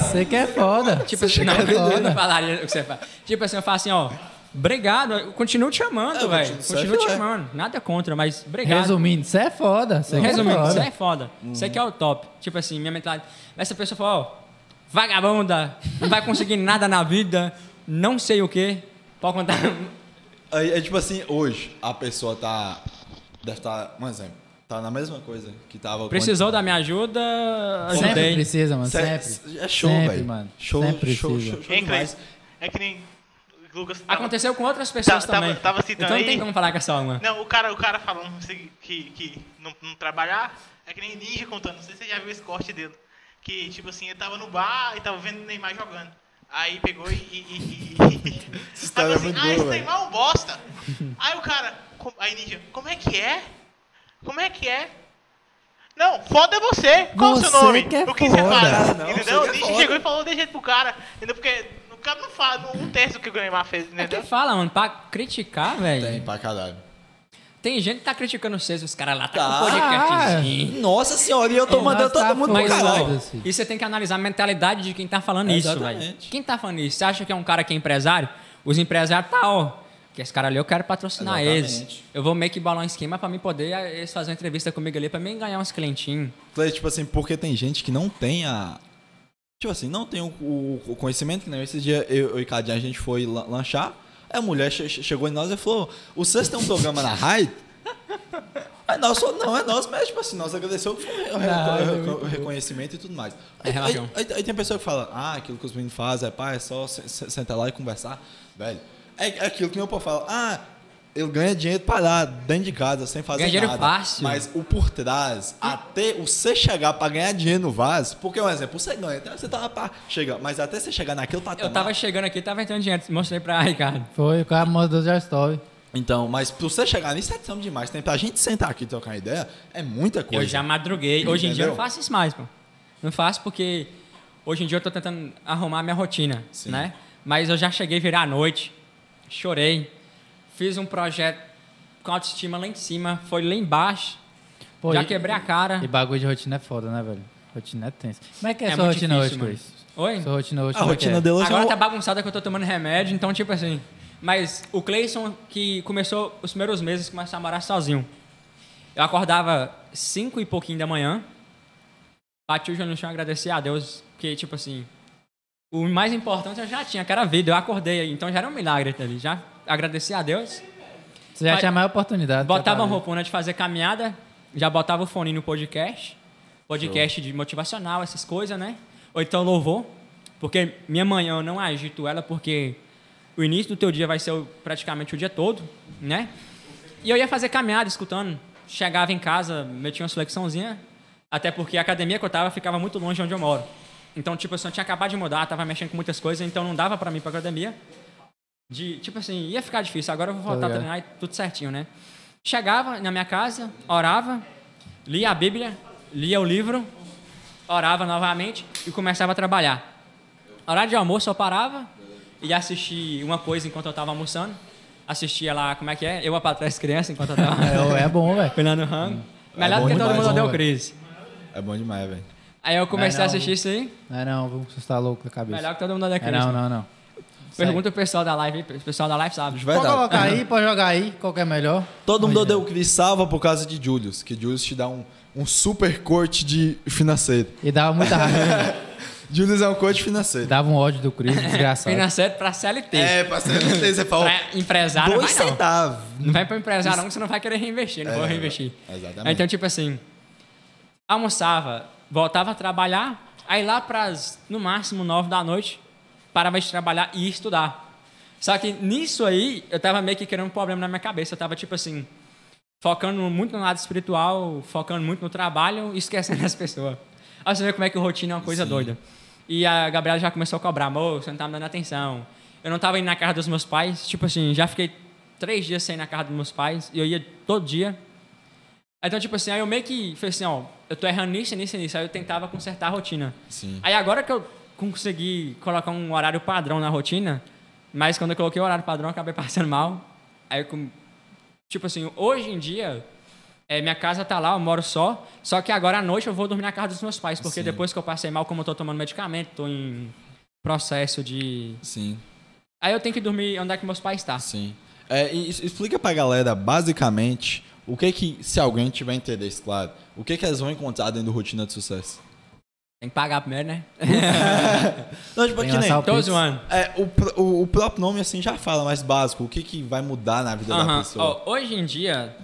C: Você que é foda.
B: tipo assim, não, eu
A: né?
B: não falaria o que você faz. Tipo assim, eu falo assim, ó. Obrigado, eu continuo te amando, velho.
A: continuo-
B: Continuo te
A: certo, é.
B: amando. Nada contra, mas obrigado.
C: Resumindo, você é foda. Você que é
B: Resumindo,
C: foda.
B: isso é foda. Isso aqui é o top. Tipo assim, minha mentalidade. Essa pessoa fala, ó, vagabunda, não vai conseguir nada na vida, não sei o quê. Pode contar.
A: Aí, é tipo assim, hoje a pessoa tá. Deve estar. Um exemplo. Tá na mesma coisa que tava.
B: Precisou da minha ajuda,
C: Sempre
B: ajudei.
C: precisa, mano.
A: Cê-
C: Sempre.
A: É show,
C: Sempre,
A: velho.
C: mano.
A: Show,
C: Sempre
A: show,
C: precisa.
A: show, show
D: Hein,
A: demais.
D: Cleiton? É que nem. Lucas. tava-
B: Aconteceu com outras pessoas
D: Tava-
B: também.
D: tava- tava citando
B: então não tem
D: aí.
B: como falar com essa uma.
D: Não, o cara, o cara falando que, que, que não, não trabalhar é que nem ninja contando. Não sei se você já viu esse corte dele. Que, tipo assim, ele tava no bar e tava vendo o Neymar jogando. Aí pegou e. e, e, e...
A: história é
D: Tava
A: muito
D: ah, esse
A: boa, velho."
D: Neymar é um bosta. Aí o cara. "Com- Aí ninja, como é que é? Como é que é? Não, foda é você. Qual o seu
C: Você
D: nome?
C: que é
D: o que você
C: foda.
D: faz?
A: Ah, não,
D: entendeu?
A: você que é
D: O ninja
A: foda.
D: chegou e falou de jeito pro cara. Entendeu? Porque o cara não fala não- um terço do que o Neymar fez,
B: É
D: entendeu?
B: quem fala, mano, pra criticar,
A: Tem
B: velho.
A: pra caralho.
B: Tem gente que tá criticando vocês, os caras lá, tá,
A: Tá.
B: com podcastzinho.
A: Nossa senhora, e eu tô
C: Ele
A: mandando
C: tá
A: todo mundo pro
B: Mas,
C: foda.
A: caralho.
B: ó,
C: Foda-se.
B: e você tem que analisar a mentalidade de quem tá falando isso, velho.
A: Exatamente.
B: Quem tá falando isso? Você acha que é um cara que é empresário? Os empresários tá, ó. Que esse cara ali eu quero patrocinar
A: Exatamente.
B: eles. Eu vou meio que bolar um esquema pra mim poder eh, eles fazer uma entrevista comigo ali pra mim ganhar uns clientinhos.
A: Clay, tipo assim, porque tem gente que não tem a. Tipo assim, não tem o, o- o conhecimento, que nem esse dia eu, eu e Cadinha a gente foi lan- lanchar. Aí a mulher che- che- chegou em nós e falou: O vocês têm um programa na Raid? Aí nós falou, não, é nós, mas tipo assim, nós agradecemos o, re- o re- o
C: Ah,
A: re-
C: é
A: o
C: muito
A: reconhecimento e tudo mais.
B: É,
A: Aí, aí,
B: relaxão.
A: aí- aí tem pessoa que fala, ah, aquilo que os meninos fazem é pá, é só se- se- sentar lá e conversar. Velho, é, é aquilo que meu pai fala, ah, eu ganho dinheiro parado, dentro de casa, sem fazer
B: Ganha dinheiro
A: nada.
B: fácil.
A: Mas o por trás, até você chegar pra ganhar dinheiro no vaso, porque, um exemplo, você ganha, até você tá lá pra chegar, mas até você chegar naquilo patamar...
B: Eu tava chegando aqui, tava entrando dinheiro. Mostrei pra Ricardo.
C: Foi, o cara mandou já story.
A: Então, mas pra você chegar nisso é tão demais, tem pra gente sentar aqui e trocar ideia, é muita coisa.
B: Eu já madruguei. Hoje em dia eu não
A: Entendeu?
B: faço isso mais, pô. Não faço porque hoje em dia eu tô tentando arrumar a minha rotina,
A: Sim.
B: né? Mas eu já cheguei a virar à noite, chorei, fiz um projeto com autoestima lá em cima, foi lá embaixo,
C: Pô,
B: já
C: e-
B: quebrei a cara.
C: E bagulho de rotina é foda, né, velho? Rotina é tenso. Como é que é,
B: É
C: sua
B: muito
C: rotina
B: difícil,
C: hoje,
B: mano.
C: Chris?
B: Oi?
C: Sua rotina hoje,
A: A
C: como é que
A: rotina
C: é?
A: dela já...
B: Agora tá bagunçada que eu tô tomando remédio, então tipo assim. Mas o Cleison, que começou os primeiros meses, começou a morar sozinho. Eu acordava cinco e pouquinho da manhã, bati o joelho no chão e agradeci a Deus, porque tipo assim. O mais importante eu já tinha, que era a vida. Eu acordei, aí, então já era um milagre ali. Já agradeci a Deus.
C: Você já
B: Vai-
C: tinha a maior oportunidade. tá de
B: Botava a
C: trabalhar.
B: roupona de fazer caminhada, já botava o fone no podcast, podcast de motivacional, essas coisas, né? Ou então louvor, porque minha manhã eu não agito ela porque o início do teu dia vai ser o- praticamente o dia todo, né? E eu ia fazer caminhada escutando, chegava em casa, metia uma flexãozinha, até porque a academia que eu tava ficava muito longe de onde eu moro. Então, tipo assim, eu tinha acabado de mudar, tava mexendo com muitas coisas, então não dava pra mim ir pra academia. De, tipo assim, ia ficar difícil, agora eu vou voltar a
C: Tá ligado.
B: treinar e tudo certinho, né? Chegava na minha casa, orava, lia a Bíblia, lia o livro, orava novamente e começava a trabalhar. Na hora de almoço eu parava e ia assistir uma coisa enquanto eu tava almoçando. Assistia lá, como é que é? Eu pra trás criança enquanto eu tava
C: É, é bom, velho.
B: Fernando Rango. Melhor
A: bom
B: do que todo
A: demais,
B: mundo
C: bom,
B: deu
C: velho.
B: crise.
A: É bom demais, velho.
B: Aí eu comecei
C: Não,
B: a
C: não.
B: assistir isso aí.
C: Não, é não, viu? você está louco da cabeça.
B: Melhor que todo mundo deu
C: é,
B: crise.
C: não, não, não.
B: Pergunta o pessoal da live, aí, o pessoal da live sabe.
A: Vai
C: Pode
A: dar.
C: colocar aí, pode jogar aí, qual que é melhor.
A: Todo mundo deu o que salva por causa de Julius, que Julius te dá um, um super coach de financeiro.
C: E dava muita raiva.
A: Julius é um coach financeiro.
C: dava um ódio do Chris, desgraçado.
B: Financeiro pra CLT.
A: É, parceiro, você fala...
B: Pra empresário,
A: Dois
B: vai não.
A: centavos.
B: Não vai pra empresário não, que você não vai querer reinvestir. Não vou reinvestir.
A: Exatamente.
B: Então, tipo assim, almoçava, voltava a trabalhar, aí lá pras, no máximo, nove da noite, parava de trabalhar e ia estudar. Só que nisso aí, eu tava meio que criando um problema na minha cabeça. Eu tava tipo assim, focando muito no lado espiritual, focando muito no trabalho e esquecendo as pessoas. Aí você vê como é que rotina é uma coisa doida. E a Gabriela já começou a cobrar, amor, você não tá me dando atenção. Eu não tava indo na casa dos meus pais, tipo assim, já fiquei três dias sem ir na casa dos meus pais, e eu ia todo dia. Então, tipo assim, aí eu meio que falei assim, ó, eu tô errando nisso, nisso, nisso. Aí eu tentava consertar a rotina.
A: Sim.
B: Aí agora que eu consegui colocar um horário padrão na rotina, mas quando eu coloquei o horário padrão, eu acabei passando mal. Aí, eu com- tipo assim, hoje em dia, é, minha casa tá lá, eu moro só. Só que agora à noite eu vou dormir na casa dos meus pais, porque
A: Sim.
B: depois que eu passei mal, como eu tô tomando medicamento, tô em processo de.
A: Sim,
B: Aí eu tenho que dormir onde é que meus pais estão.
A: sim. É, e es- explica pra galera, basicamente, o que que, se alguém tiver interesse, claro, o que que elas vão encontrar dentro do Rotina de Sucesso?
B: Tem que pagar primeiro, né?
A: Não, tipo,
C: Tem
A: que nem,
C: lançar o
B: Tô zoando.
A: é, o, pr- o, o próprio nome, assim, já fala, mais básico, o que que vai mudar na vida da
B: Aham.
A: pessoa?
B: Ó, hoje em dia,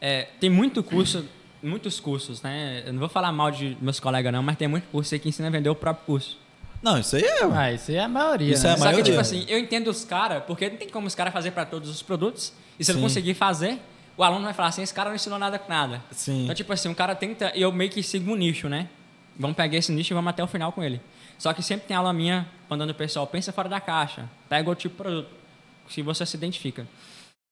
B: é, tem muito curso, muitos cursos, né? Eu não vou falar mal de meus colegas, não, mas tem muito curso aí que ensina a vender o próprio curso.
A: Não, isso aí é...
C: Ah, isso aí é a maioria,
A: Isso
C: né?
A: é a
B: Só que,
A: maioria.
B: tipo assim, eu entendo os caras, porque não tem como os caras fazer para todos os produtos, e se ele
A: Sim.
B: conseguir fazer, o aluno vai falar assim: esse cara não ensinou nada com nada.
C: é.
A: Sim.
B: Então, tipo assim, um cara tenta, e eu meio que sigo um nicho, né? Vamos pegar esse nicho e vamos até o final com ele. Só que sempre tem aula minha mandando o pessoal, pensa fora da caixa, pega o tipo de produto, se você se identifica.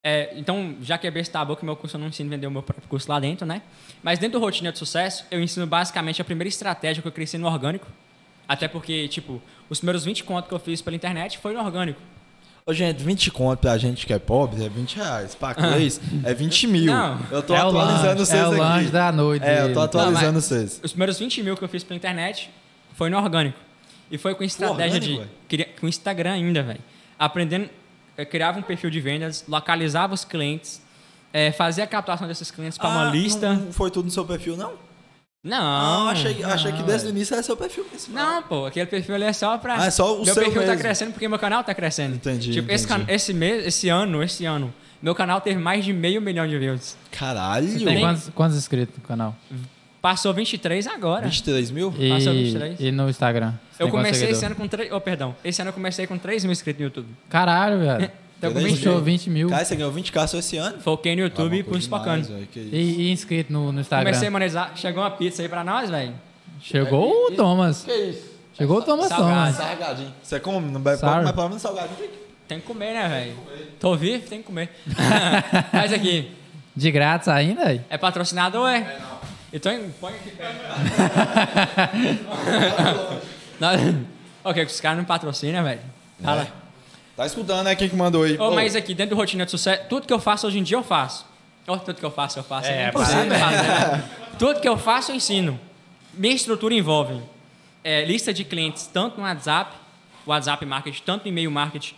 B: É, então, já quebrei esse tabu que meu curso eu não ensino a vender o meu próprio curso lá dentro, né? Mas dentro do Rotina de Sucesso, eu ensino basicamente a primeira estratégia que eu cresci no orgânico. Até porque, tipo, os primeiros 20 contos que eu fiz pela internet foi no orgânico.
A: Ô, gente, 20 conto pra gente que é pobre é 20 reais. Pra Cleis é 20 mil.
B: Ah. Não.
A: eu tô
C: é o
A: atualizando
C: lanche,
A: vocês
C: é o
A: aqui.
C: lanche da noite.
A: É, eu
C: dele.
A: tô atualizando
B: Não, mas-
A: vocês.
B: Os primeiros 20 mil que eu fiz pela internet foi no orgânico. E foi com estratégia
A: orgânico,
B: de. Queria, com Instagram ainda, velho. Aprendendo. Eu criava um perfil de vendas, localizava os clientes, eh, fazia a captação desses clientes para tá uma
A: Ah,
B: lista.
A: Não foi tudo no seu perfil, não?
B: Não.
A: Ah, achei, achei que
C: não,
A: desde o início era seu perfil mesmo.
B: Não, pô, aquele perfil ali é só pra.
A: Ah, é só o
B: meu
A: seu
B: perfil tá
A: mesmo.
B: crescendo porque meu canal tá crescendo.
A: Entendi,
B: Tipo, Esse,
A: entendi.
B: can- esse mês, esse ano, esse ano, meu canal teve mais de meio milhão de views.
A: Caralho.
C: Tem
B: Nem-
C: quantos, quantos inscritos no canal?
B: Passou 23 agora.
A: 23 mil?
C: E,
B: Passou 23.
C: e no Instagram? Você
B: Eu
C: tem quantos
B: comecei esse
C: seguidores?
B: ano com 3. Oh, perdão. Esse ano eu comecei com 3 mil inscritos no YouTube.
C: Caralho, velho.
B: Então, com
A: Beleza.
B: 20,
C: Puxou 20 mil.
A: Cara, você ganhou 20k só esse ano?
B: foquei no YouTube e
A: Maluco
B: pus
A: demais,
B: focando.
A: velho, que isso.
C: E, e inscrito no, no Instagram?
B: Comecei a monetizar. Chegou uma pizza aí pra nós, velho.
C: Chegou o Thomas. Chegou o Thomas
B: Salgado.
C: Thomas.
A: Salgadinho. Você come? Não bebe
C: Sarro.
A: pouco, mas pelo menos salgadinho.
B: Tem que comer, né, velho? Tô vivo, tem que comer. Mas aqui,
C: De grátis ainda? aí?
B: é patrocinado ou é? É, não. Então põe aqui perto. Nós- ok, que os caras não patrocinam, velho. Fala.
A: Tá escutando, né? Quem que mandou aí?
B: Ô,
A: Ô,
B: mas aqui, dentro do Rotina de Sucesso, tudo que eu faço hoje em dia eu faço. Ó, tudo que eu faço, eu faço. É, impossível fazer. Tudo que eu faço, eu ensino. Minha estrutura envolve é, lista de clientes, tanto no WhatsApp, WhatsApp Marketing, tanto no e-mail marketing.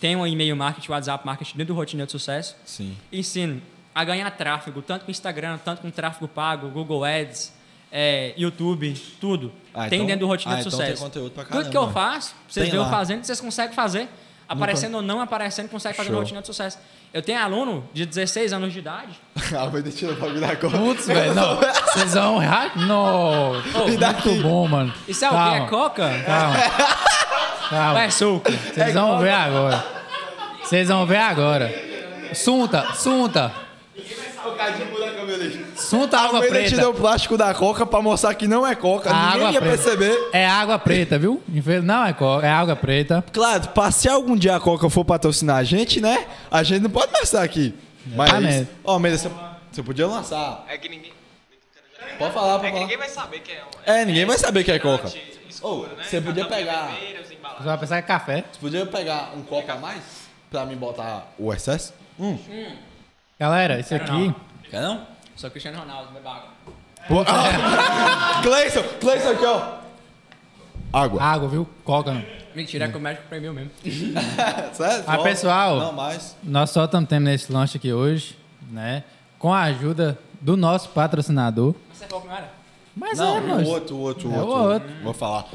B: Tem um e-mail marketing, WhatsApp Marketing dentro do Rotina de Sucesso.
A: Sim.
B: Ensino a ganhar tráfego, tanto com Instagram, tanto com tráfego pago, Google Ads, é, YouTube, tudo.
A: Ah,
B: tem
A: então-
B: dentro do Rotina
A: ah,
B: de
A: então
B: Sucesso.
A: tem conteúdo pra
B: tudo que eu
A: caramba.
B: faço,
A: Tem
B: vocês veem eu
A: lá.
B: fazendo, vocês conseguem fazer. Aparecendo ou não aparecendo, consegue fazer
A: Show.
B: uma rotina de sucesso. Eu tenho aluno de 16 anos de idade.
A: Ah, vai deixar o bagulho da cor.
C: Putz, velho, não. Vocês vão... ra- Não. Muito bom, mano.
B: Isso é o quê? É
C: Calma,
B: coca?
C: Calma.
B: Ou
C: Calma.
B: é suco?
C: Vocês vão ver agora. Vocês vão ver agora. Sunta, sunta. Sunta água
A: Alguém te deu
C: preta.
A: o plástico da coca pra mostrar que não é coca.
C: A
A: Ninguém
C: água
A: ia
C: preta.
A: perceber.
C: É água preta, viu? Infel- Não é coca, é água preta.
A: Claro, pra se algum dia a coca for patrocinar a gente, né? A gente não pode lançar aqui.
C: É.
A: Mas,
C: Exatamente.
A: ó, Meira, você, você podia lançar.
E: É que ninguém.
A: Pode falar,
E: É
A: pode
E: que ninguém
A: falar.
E: vai saber que é um.
A: É, ninguém vai saber que é coca.
E: Escuro,
A: Ô,
E: né?
A: você podia
E: Tampinha
A: pegar-
E: vermelha, os
C: Você
E: embalagens.
C: vai pensar que é café.
A: Você podia pegar um copo a mais pra mim botar o excesso? Hum.
C: Galera, isso aqui.
A: Quer não?
B: Sou Cristiano Ronaldo, meu bagulho.
A: Cleison, Cleison aqui, ó. Água.
C: é Água, viu? Coca não.
B: Mentira, é que o médico premiu mesmo.
A: Certo?
C: Ah, pessoal.
A: Não, mais.
C: Nós só estamos tendo esse lanche aqui hoje, né? Com a ajuda do nosso patrocinador.
B: Você é pouco, não era?
C: Mas é,
A: Não, o
C: moço.
A: outro, o outro, o
C: É o
A: outro.
C: outro.
A: Vou falar.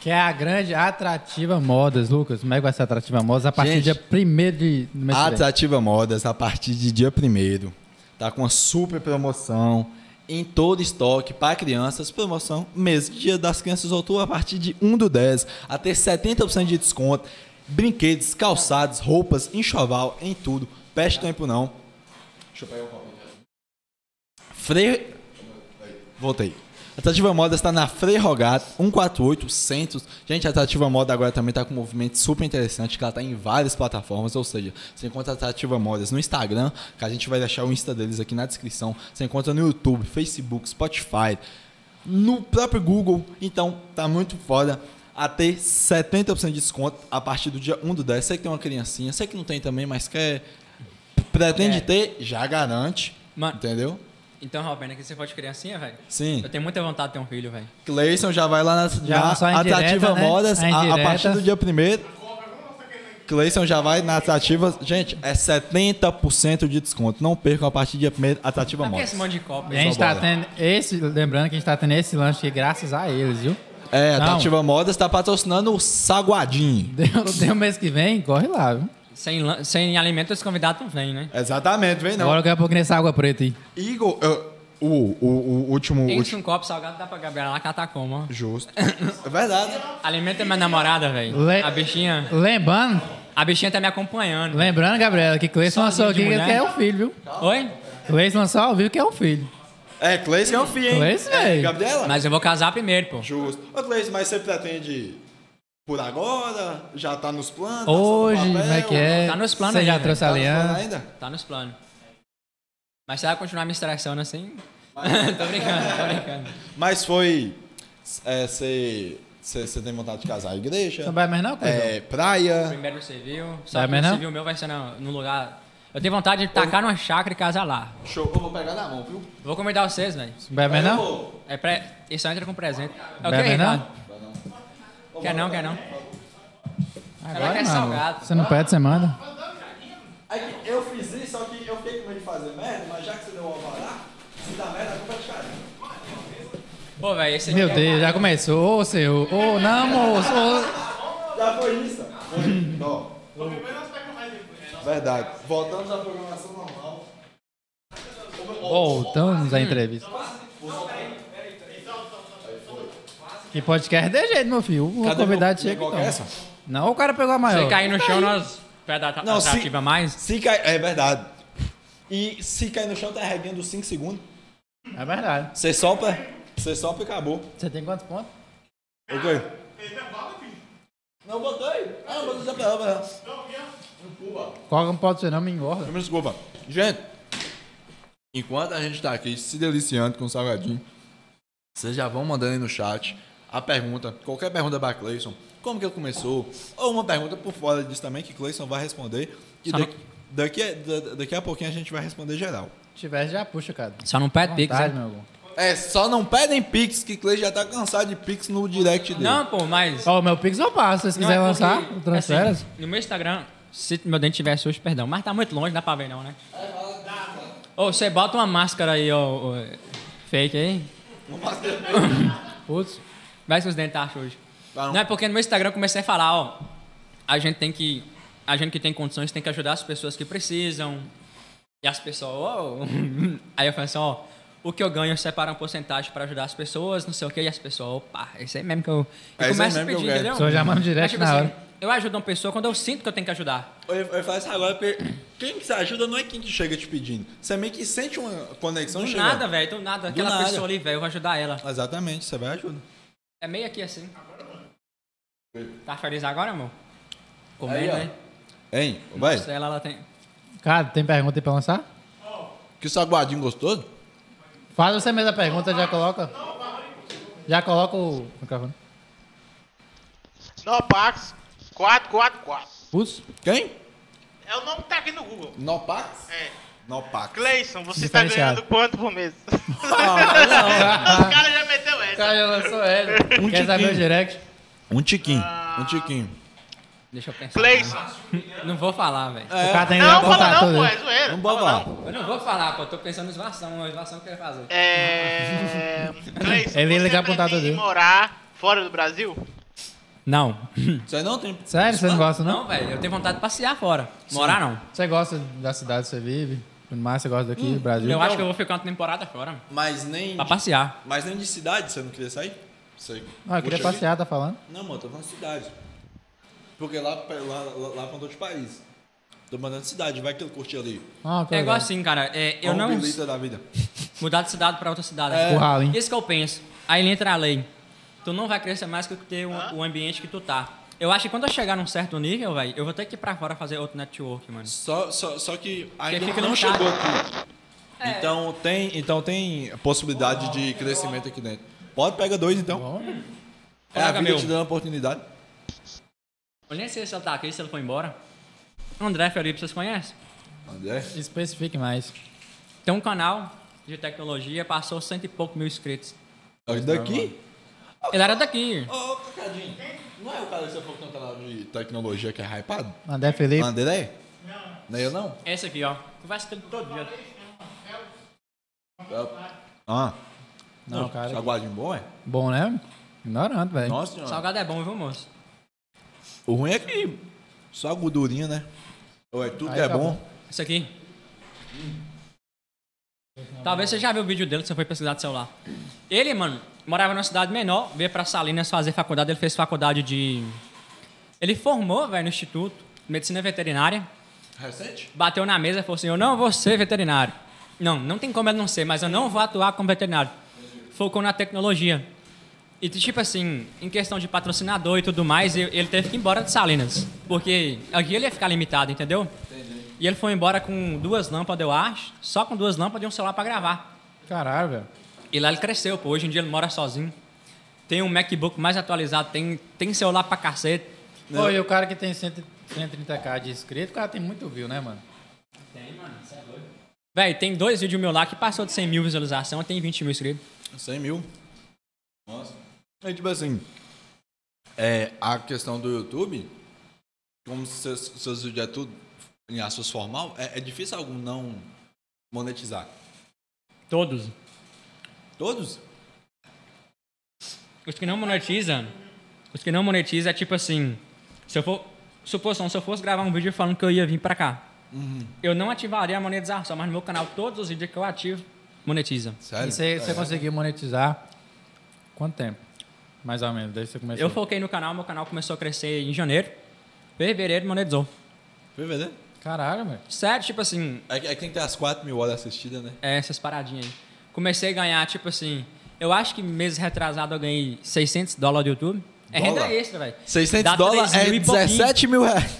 C: Que é a grande Atrativa Modas, Lucas. Como é que vai ser a Atrativa Modas a partir
A: Gente,
C: do dia 1 de do mês que vem?
A: Atrativa Modas, a partir de dia 1 tá com uma super promoção em todo estoque para crianças. um Promoção mês, dia das crianças outubro, a partir de 1 do 10, até 70% de desconto. brinquedos, calçados, roupas, enxoval, em tudo. Peste tempo não. Deixa eu pegar o copo. Frei. Voltei. A Atrativa Moda está na Frei Rogato, 148 Centros. Gente, a Atrativa Moda agora também está com um movimento super interessante, que ela está em várias plataformas, ou seja, você encontra a Atrativa Modas no Instagram, que a gente vai deixar o Insta deles aqui na descrição. Você encontra no YouTube, Facebook, Spotify, no próprio Google. Então, tá muito foda. Até 70% de desconto a partir do dia 1 do 10. Sei que tem uma criancinha, sei que não tem também, mas quer. Pretende
B: É.
A: ter, já garante.
B: Mano.
A: Entendeu?
B: Então, Robin, é que você pode criar assim, velho?
A: Sim.
B: Eu tenho muita vontade de ter um filho, velho.
A: Cleison já vai lá na, na
C: lançou a indireta,
A: Atrativa
C: né?
A: Modas
C: A
A: a, a
C: indireta.
A: partir do dia 1 Cleison já vai na Atrativa. Gente, é 70% de desconto. Não percam a partir do dia 1 Atrativa
B: Mas por que
A: Modas.
B: esse monte de copo?
C: E a gente tá
A: bola.
C: tendo esse, lembrando que a gente tá tendo esse lanche aqui graças a eles, viu?
A: É, a
C: Não.
A: Atrativa Modas tá patrocinando o Saguadinho.
C: Deu, deu mês que vem, corre lá, viu?
B: Sem, lan- sem alimento, os convidados não vêm, né?
A: Exatamente, vem não.
C: Agora eu quero um pouco nessa água preta aí.
A: Igor, eu- o, o, o último.
B: Tem
A: último
B: um copo salgado, dá pra Gabriela lá catar como, ó.
A: justo. É verdade.
B: Alimenta minha namorada, velho.
C: Le-
B: A bichinha.
C: Lembrando,
B: A bichinha tá me acompanhando.
C: lembrando, Gabriela, que Cleison
B: Só
C: lançou
B: de
C: aqui que
B: mulher?
C: é o filho, viu?
B: Oi?
C: Cleison lançou ao vivo que é o filho.
A: É, Cleison é um filho, hein?
C: Cleison,
A: é,
C: velho.
A: Gabriela?
B: Mas eu vou casar primeiro, pô.
A: Justo. Ô, Cleison, mas você pretende por agora? Já tá nos planos?
C: Hoje,
A: Passou no
C: como é
A: papel?
C: que é?
B: Tá nos planos
C: Você já
B: aí,
C: trouxe a
A: Tá nos planos
C: aliança.
A: ainda?
B: Tá nos planos. Mas se ela continuar me estressando assim. tô brincando, tô brincando.
A: Mas foi. é, Você você- você tem vontade de casar? Igreja?
C: Não vai mais não, Cleison?
A: É, praia?
B: Primeiro você viu. Só
C: Vai
B: que
C: mesmo?
B: o civil meu vai ser na- no lugar. Eu tenho vontade de tacar numa chácara e casar lá.
A: Show. Eu vou pegar na mão, viu?
B: Vou convidar vocês, velho.
C: Não vai mais não?
A: Ô,
B: É pré... Isso entra com presente. É o que,
C: Bebe não?
B: Ricardo? Quer não, quer não? Ela quer
C: mano,
B: é salgado.
C: Você não pede, você manda.
A: é que eu fiz isso, só que eu fiquei com medo de fazer merda, mas já que você deu o alvará, se dá merda, a culpa é de cara.
B: Pô, velho, esse
C: Meu
B: aqui é-
C: Deus, já começou. Ô, senhor. Ô, não, moço. Ô.
A: Já foi isso. Foi. Ó. Verdade. né? Voltamos à programação normal.
C: Voltamos à entrevista. Que podcast de jeito, meu filho. O convidado chega.
A: Qual que
C: Então.
A: é essa?
C: Não, o cara pegou a
B: Se
C: maior.
B: ele cair no chão, nós. Pé da
A: Não, se-
B: atrativa mais.
A: Se cai... É verdade. E se cair no chão, tá a regrinha dos 5 segundos.
C: É verdade.
A: Você sopra, você sopra e acabou.
C: Você tem quantos pontos?
A: O quê? Não botei. Ah, mas já pegou, mas...
C: Qual é um não pode ser não, me engorda.
A: Me desculpa. Gente, enquanto a gente tá aqui se deliciando com salgadinho, vocês já vão mandando aí no chat a pergunta, qualquer pergunta pra Cleison, como que ele começou, ou uma pergunta por fora disso também, que Cleison vai responder, e
B: Só
A: daqui, daqui, a- da- daqui a pouquinho a gente vai responder geral.
C: Se tivesse, já puxa, cara.
B: Só não pede pix,
C: Vontade,
B: né?
C: meu irmão.
A: É, só não pedem Pix, que Cleison já tá cansado de Pix no direct dele.
B: Não, pô, mas.
C: Ó, meu Pix eu passo. Se vocês
B: Não,
C: quiserem
B: é porque,
C: lançar, o transferas.
B: assim, no meu Instagram, se meu dente tiver sujo, perdão. Mas tá muito longe, não dá pra ver não, né? Ô, você bota uma máscara aí, ó. ó, fake aí.
C: Putz.
B: Vai se os dentes tá sujos.
A: Tá, não.
B: Não, é porque no meu Instagram eu comecei a falar, ó. A gente tem que. A gente que tem condições tem que ajudar as pessoas que precisam. E as pessoas, ó. Aí eu falei assim, ó. O que eu ganho, eu separo uma porcentagem pra ajudar as pessoas, não sei o quê. E as pessoas, opa, esse aí mesmo que eu.
A: É esse
B: E
A: aí
B: começa a
A: mesmo que eu
B: pedir,
A: quero.
B: entendeu?
C: Só já manda direto
B: Mas, tipo
C: na
B: assim,
C: hora.
B: Eu ajudo uma pessoa quando eu sinto que eu tenho que ajudar.
A: Eu, eu faço agora porque quem que se ajuda não é quem que chega te pedindo. Você meio que sente uma conexão
B: Do
A: chegando.
B: nada, velho, do nada. Aquela
A: nada.
B: pessoa ali, velho, eu vou ajudar ela.
A: Exatamente, você vai e ajuda.
B: É meio aqui assim. Tá feliz agora, amor? Comendo,
A: Aí, ó.
B: né?
A: Hein, vai.
B: Se ela, ela tem.
C: Cara, tem pergunta aí pra lançar?
A: Que saguadinho gostoso.
C: Faz você mesmo a pergunta, já coloca. Já coloca o microfone.
D: Nopax 444.
C: Putz.
A: Quem?
D: É o nome que tá aqui no Google.
A: Nopax?
D: É.
A: Nopax.
D: Cleison, você está
C: Diferenciado.
D: ganhando quanto por mês? Os
C: O
D: caras já meteu essa.
C: cara já lançou ele.
A: Um
C: Quer saber
A: tiquinho.
C: o direct?
A: Um tiquinho, um tiquinho.
B: Deixa eu pensar.
D: Cleison.
B: Não vou falar, velho.
C: O cara tem que
D: Não, fala
C: contar
D: não,
C: tudo.
D: pô, é zoeira.
A: Ah. Não bota
D: Fala não.
A: lá.
B: Eu não vou falar, pô. Tô pensando em esvação. A esvação que eu ia fazer.
D: É. Cleison,
C: Ele ia
D: você
C: ligar pro contador
D: pretende
C: dele.
D: morar fora do Brasil?
B: Não.
A: Você não tem...
C: Sério, você não gosta, não?
B: Não, velho. Eu tenho vontade de passear fora. Morar, não.
C: Você gosta da cidade que você vive? No mar, você gosta
D: Hum,
C: daqui, do Brasil?
B: Eu acho que eu vou ficar uma temporada fora. mano.
A: Mas nem...
C: Tá
B: Pra passear.
A: Mas nem de cidade, você não queria sair? Sei.
C: Não, Ah, eu queria
A: Puxa
C: passear, tá falando?
A: vida. Não, mano, tô falando de cidade. Porque lá, lá, lá, lá pra de Paris. Tô mandando cidade, vai que ele curte ali.
C: Ah, que
B: É igual
C: legal.
B: assim, cara. é, eu
A: Um
B: não.
A: bilheta da vida.
B: Mudar de cidade pra outra cidade.
A: É.
C: Curral, hein?
B: Isso que eu penso. Aí entra a lei. Tu não vai crescer mais que ter o, o ambiente que tu tá. Eu acho que quando eu chegar num certo nível, velho, eu vou ter que ir pra fora fazer outro network, mano.
A: Só, só, só que ainda
B: fica
A: não
B: no
A: chegou
B: carro.
A: aqui. Então tem, então tem possibilidade de crescimento aqui dentro. Pode pega dois então.
C: Bom,
A: É a
B: Colega
A: vida
B: meu.
A: te dando a oportunidade.
B: Eu nem sei se ele tá aqui, se ele foi embora. André Felipe, vocês conhecem?
A: André.
C: especifique mais.
B: Tem um canal de tecnologia, passou cento e pouco mil inscritos.
A: É Daqui?
B: Ele era daqui.
A: Ô, Cacadinho. Não é o cara que você falou que tem um canal de tecnologia que é hypado?
C: André
D: Ah,
C: Felipe.
A: André? Não. Nem eu não?
B: Esse aqui, ó. Conversa com ele todo dia.
A: Ah,
C: Não, cara.
A: salgadinho bom, é?
C: Bom, né? Ignorante, velho.
A: Nossa senhora.
B: Salgado é bom, viu, moço?
A: O ruim é que só a gordurinha, né? Ou é tudo
C: Aí
A: que é
C: tá
A: bom.
B: Isso aqui. Talvez você já viu o vídeo dele que você foi pesquisar de celular. Ele, mano, morava numa cidade menor, veio pra Salinas fazer faculdade, ele fez faculdade de. Ele formou, velho, no Instituto de Medicina Veterinária,
A: Recente?
B: bateu na mesa e falou assim: Eu não vou ser veterinário. Não, não tem como ele não ser, mas eu não vou atuar como veterinário. Focou na tecnologia. E, tipo assim, em questão de patrocinador e tudo mais, e- ele teve que ir embora de Salinas. Porque aqui ele ia ficar limitado, entendeu? E ele foi embora com duas lâmpadas, eu acho. Só com duas lâmpadas e um celular pra gravar.
C: Caralho, velho.
B: E lá ele cresceu, pô. Hoje em dia ele mora sozinho. Tem um MacBook mais atualizado, tem, tem celular pra cacete.
A: Né?
C: Pô, e o cara que tem 100 130k de inscrito, o cara tem muito view, né, mano?
B: Tem, mano. Você é doido. Véi, tem dois vídeos meu lá que passou de 100 mil visualizações, tem 20 mil inscritos.
A: 100 mil. Nossa. É tipo assim, é, a questão do YouTube, como seus, seus vídeos é tudo em assuntos formal, é, é difícil algum não monetizar.
B: Todos.
A: Todos?
B: Os que não monetizam, os que não monetizam é tipo assim, se eu for, suposição, se eu fosse gravar um vídeo falando que eu ia vir pra cá, eu não ativaria a monetização, mas no meu canal todos os vídeos que eu ativo monetizam.
A: Sério? É.
C: E você, você conseguiu monetizar quanto tempo? Mais ou menos, desde que você começou.
B: Eu foquei no canal, meu canal começou a crescer em janeiro, fevereiro monetizou.
A: Foi verdade?
C: Caralho, velho.
B: Sério, tipo assim,
A: É, que- é que tem que ter as 4 mil horas assistidas, né?
B: é, essas paradinhas aí. Comecei a ganhar, tipo assim, eu acho que mês retrasado eu ganhei 600 dólares do YouTube. É
A: Dólar?
B: renda extra, velho.
A: 600
B: Dá
A: dólares
B: 3
A: é
B: mil e pouquinho.
A: 17 mil reais.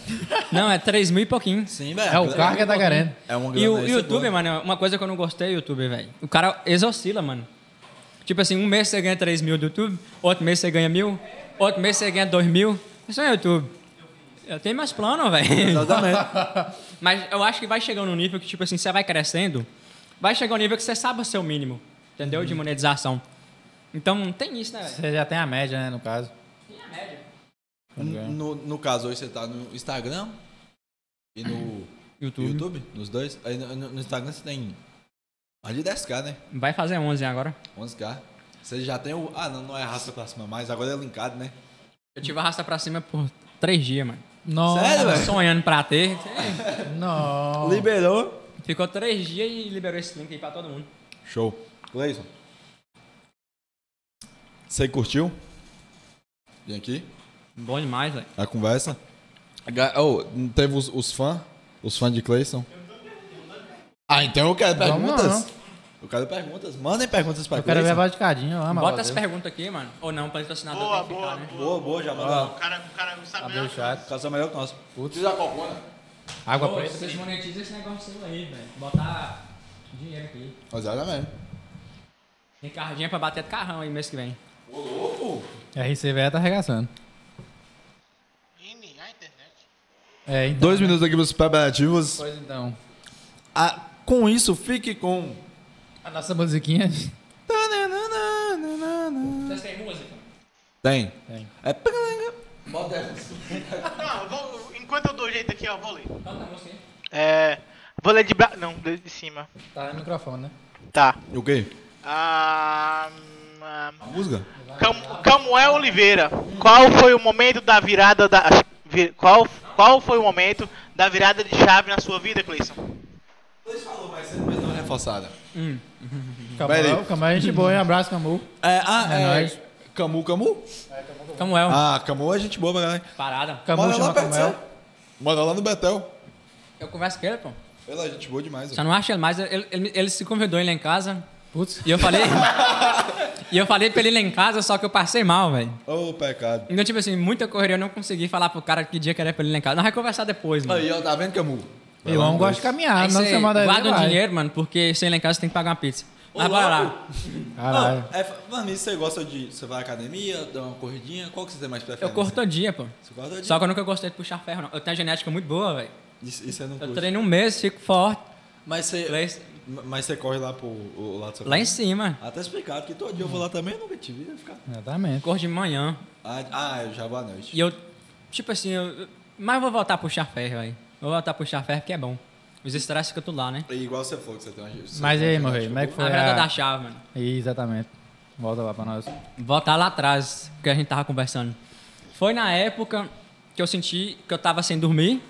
B: Não, é 3 mil e pouquinho.
A: Sim, velho.
C: É o carga da garanta.
A: É uma
B: E
A: grana
B: o
A: extra
B: YouTube,
A: boa.
B: mano, é uma coisa que eu não gostei do YouTube, velho. O cara exoscila, mano. Tipo assim, um mês você ganha 3 mil do YouTube, outro mês você ganha mil, outro mês você ganha 2 mil. Isso é YouTube. Eu tenho meus planos, velho.
A: Exatamente.
B: Mas eu acho que vai chegando num nível que, tipo assim, você vai crescendo, vai chegar um nível que você sabe o seu mínimo, entendeu? De monetização. Então, tem isso, né, velho?
C: Você já tem a média, né, no caso.
B: Tem a média. é
A: no, no caso, hoje você tá no Instagram e no
B: YouTube.
A: YouTube, nos dois. Aí no, no- no Instagram você tem mais de 10k, né?
B: Vai fazer 11 agora.
A: 11k. Você já tem o. Ah, não, não é raça pra cima mais, agora é linkado, né?
B: Eu tive arrasta pra cima por 3 dias, mano.
C: Nossa.
A: Sério, velho?
B: Sonhando pra ter.
C: Não.
A: Liberou.
B: Ficou três dias e liberou esse link aí pra todo mundo.
A: Show. Cleison. Você curtiu? Vem aqui,
B: Bom demais, velho.
A: a conversa. Ga- Oh, teve os, os fãs? Os fãs de Cleison? Ah, então eu quero
C: Vamos lá,
A: perguntas. Eu quero perguntas. Mandem perguntas pra
C: Eu quero ver a
A: Cleison.
C: voz de cadinho, eu amo a
B: Bota
C: voz
B: as
C: dele.
B: perguntas aqui, mano. Ou não, patrocinador
D: Boa,
B: tem que ficar,
D: boa,
B: né?
D: boa.
A: Boa, boa, já mandou.
D: O cara, o cara sabe
C: Abriu o
D: melhor.
A: O
C: chat.
A: caso é melhor que o nosso.
C: Ah. Putz.
A: Fiz a copona.
C: Água
B: Ô,
C: preta.
B: vocês monetizam esse negócio seu aí, velho. Botar dinheiro aqui.
A: Exatamente.
B: Ricardinho é pra bater carrão aí mês que vem.
A: Ô, louco.
C: RCVE tá arregaçando.
D: Ih, a internet.
C: É, então.
A: Dois minutos aqui para os preparativos.
C: Pois então.
A: Ah, com isso, fique com.
C: A nossa musiquinha.
B: Vocês têm música?
A: Tem.
C: Tem.
A: É.
D: Não, eu vou, enquanto eu dou jeito aqui, ó, vou ler.
B: Canta a música aí.
D: É. Vou ler de bra... Não, de de cima.
C: Tá no microfone, né?
D: Tá.
A: O quê?
D: Ah, ah,
A: A música?
D: Cam- Camuel Oliveira, qual foi o momento da virada da vi- qual qual foi o momento da virada de chave na sua vida, Cleison?
A: Dois falou mais cedo, mas não é reforçada.
C: Camarão,
A: Peraí.
C: Camarão, gente boa, hein? Abraço, Um Camu.
A: É, ah,
C: É
A: é.
C: nóis.
A: Camu, Camu?
B: Camuel,
A: Ah, Camuel é gente boa, pra caralho.
B: Ah. parada.
C: Camu
A: Mora
C: chama
A: lá perto de
C: Camuel.
A: você. Mora lá no Betel.
B: Eu converso com ele, pô.
A: Ele é gente boa demais.
B: Só
A: velho.
B: não acho ele mais. Ele, ele- ele se convidou ele lá em casa.
C: Putz,
B: E eu falei. e eu falei pra ele ir lá em casa, só que eu passei mal, velho.
A: Ô, pecado.
B: Então, tipo assim, muita correria eu não consegui falar pro cara que dia que era pra ele lá em casa. Nós vai conversar depois, mano.
A: Aí, ó, tá vendo, Camu?
C: eu não gosto de
B: Aí
C: caminhar, Ah, não
B: você
C: você manda ele.
B: guarda um
C: vai.
B: dinheiro, mano, porque você ir lá em casa tem que pagar uma pizza. Mas bora lá.
C: Caralho.
A: Ah, é, fa- mano, e você gosta de. Você vai à academia, dá uma corridinha? Qual que você tem mais
B: Eu
A: preferência?
B: corto todo dia, pô.
A: Você gosta de.
B: Só que eu nunca gostei de puxar ferro, não. Eu tenho uma genética muito boa, velho.
A: Isso, isso é no
B: Eu
A: curso.
B: treino um mês, fico forte.
A: Mas você.
B: Lá em-
A: Mas você corre lá pro o lado do seu
B: Lá em
A: prédio?
B: cima.
A: Até Ah, tá explicado que todo dia eu vou lá também, eu nunca te vi. eu Ficar...
C: Ah. Exatamente.
B: Cor de manhã.
A: Ah, ah, eu já vou à noite.
B: E eu, tipo assim, eu, mas eu vou voltar a puxar ferro, velho. Vou voltar a puxar ferro porque é bom. Os estresses ficam tudo lá, né?
A: E igual você falou que você tem uma. você
C: Mas e
A: tem
C: aí,
A: uma
C: meu rei, como é que
B: A
C: foi
B: virada
C: a...
B: da chave, mano.
C: Ih, Exatamente. Volta lá pra nós.
B: Voltar lá atrás, que a gente tava conversando. Foi na época que eu senti que eu tava sem dormir.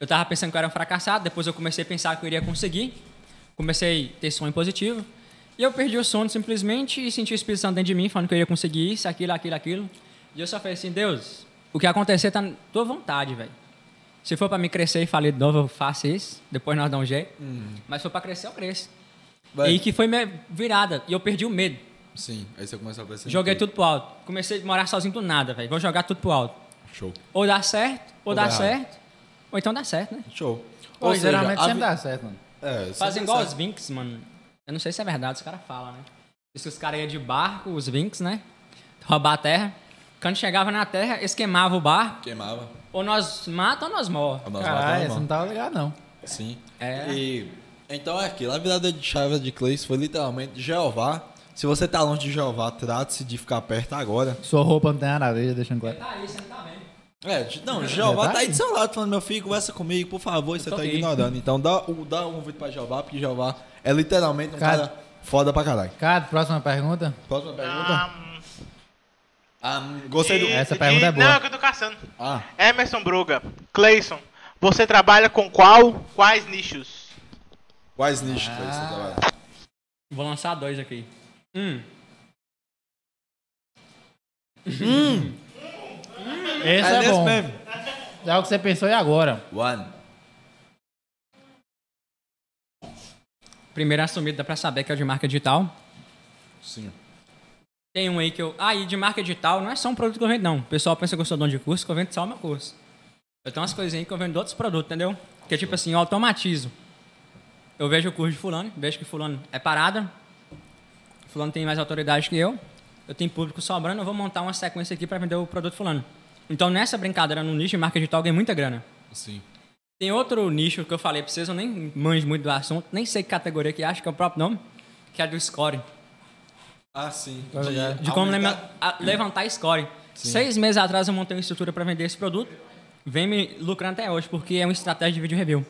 B: Eu tava pensando que eu era um fracassado, depois eu comecei a pensar que eu iria conseguir. Comecei a ter sonho positivo. E eu perdi o sono simplesmente e senti o Espírito Santo dentro de mim falando que eu iria conseguir isso, aquilo, aquilo, aquilo. E eu só falei assim, Deus, o que acontecer tá na tua vontade, velho. Se for pra me crescer e falir de novo, eu faço isso. Depois nós damos um jeito. Mas se for pra crescer, eu cresço.
A: Vai.
B: E que foi minha virada. E eu perdi o medo.
A: Sim, aí você começou a pensar. em
B: Joguei tudo pro alto. Comecei a morar sozinho do nada, velho. Vou jogar tudo pro alto.
A: Show.
B: Ou dá certo, ou,
A: Ou
B: dá
A: dá
B: certo, ou então dá certo, né?
A: Show.
C: Pô,
A: Ou seja,
C: geralmente
A: a
C: sempre
A: vi-
C: dá certo, mano.
A: É, sempre
B: Fazem
A: dá
B: igual
A: certo.
B: os Vinks, mano. Eu não sei se é verdade, os caras falam, né? Diz que os caras iam de barco, os Vinks, né? Roubar a terra. Quando chegava na terra, eles queimavam o barco.
A: Queimava.
B: Ou nós mata ou nós morre.
A: Nós
C: Caralho,
A: matávamos.
C: você não tava ligado, não.
A: Sim.
B: É.
A: E, então é aquilo. A virada de chave de Cleis foi literalmente Jeová. Se você tá longe de Jeová, trate-se de ficar perto agora.
C: Sua roupa não tem nada a ver, deixando claro.
B: Tá aí, você não tá vendo.
A: É, de- não, Jeová tá aí
C: verdade?
A: do seu lado falando, meu filho, conversa comigo, por favor, e você
B: tô
A: tá
B: aqui.
A: ignorando. Então dá, o- dá um vídeo pra Jeová, porque Jeová é literalmente um
C: Cara-
A: cara, foda pra caralho.
C: Cara, próxima pergunta.
A: Próxima pergunta.
D: Ah,
A: Ah, gostei do.
D: e-
C: Essa pergunta
D: e-
C: é boa.
D: Não, é que eu tô caçando.
A: Ah,
D: Emerson Bruga, Clayson, você trabalha com qual, quais nichos?
A: quais nichos, Cleis, você trabalha?
B: Vou lançar dois aqui. Um,
C: Esse é,
A: nesse
C: bom.
A: mesmo.
C: É o que você pensou e agora.
A: One.
B: primeiro assumido, dá pra saber que é o de marca digital.
A: Sim.
B: Tem um aí que eu. Ah, e de marca digital não é só um produto que eu vendo, não. O pessoal pensa que eu sou dono de curso, que eu vendo só o meu curso. Eu tenho umas coisinhas aí que eu vendo de outros produtos, entendeu? Que é tipo assim, eu automatizo. Eu vejo o curso de Fulano, vejo que Fulano é parada. Fulano tem mais autoridade que eu. Eu tenho público sobrando, eu vou montar uma sequência aqui para vender o produto Fulano. Então nessa brincadeira no nicho de marca digital eu ganhei muita grana.
A: Sim.
B: Tem outro nicho que eu falei pra vocês, eu nem manjo muito do assunto, nem sei que categoria que acho que é o próprio nome, que é do scoring.
A: Ah, sim.
C: ligado.
B: Tá De como lema- a- levantar score. Seis meses atrás eu montei uma estrutura para vender esse produto. Vem me lucrando até hoje, porque é uma estratégia de vídeo review.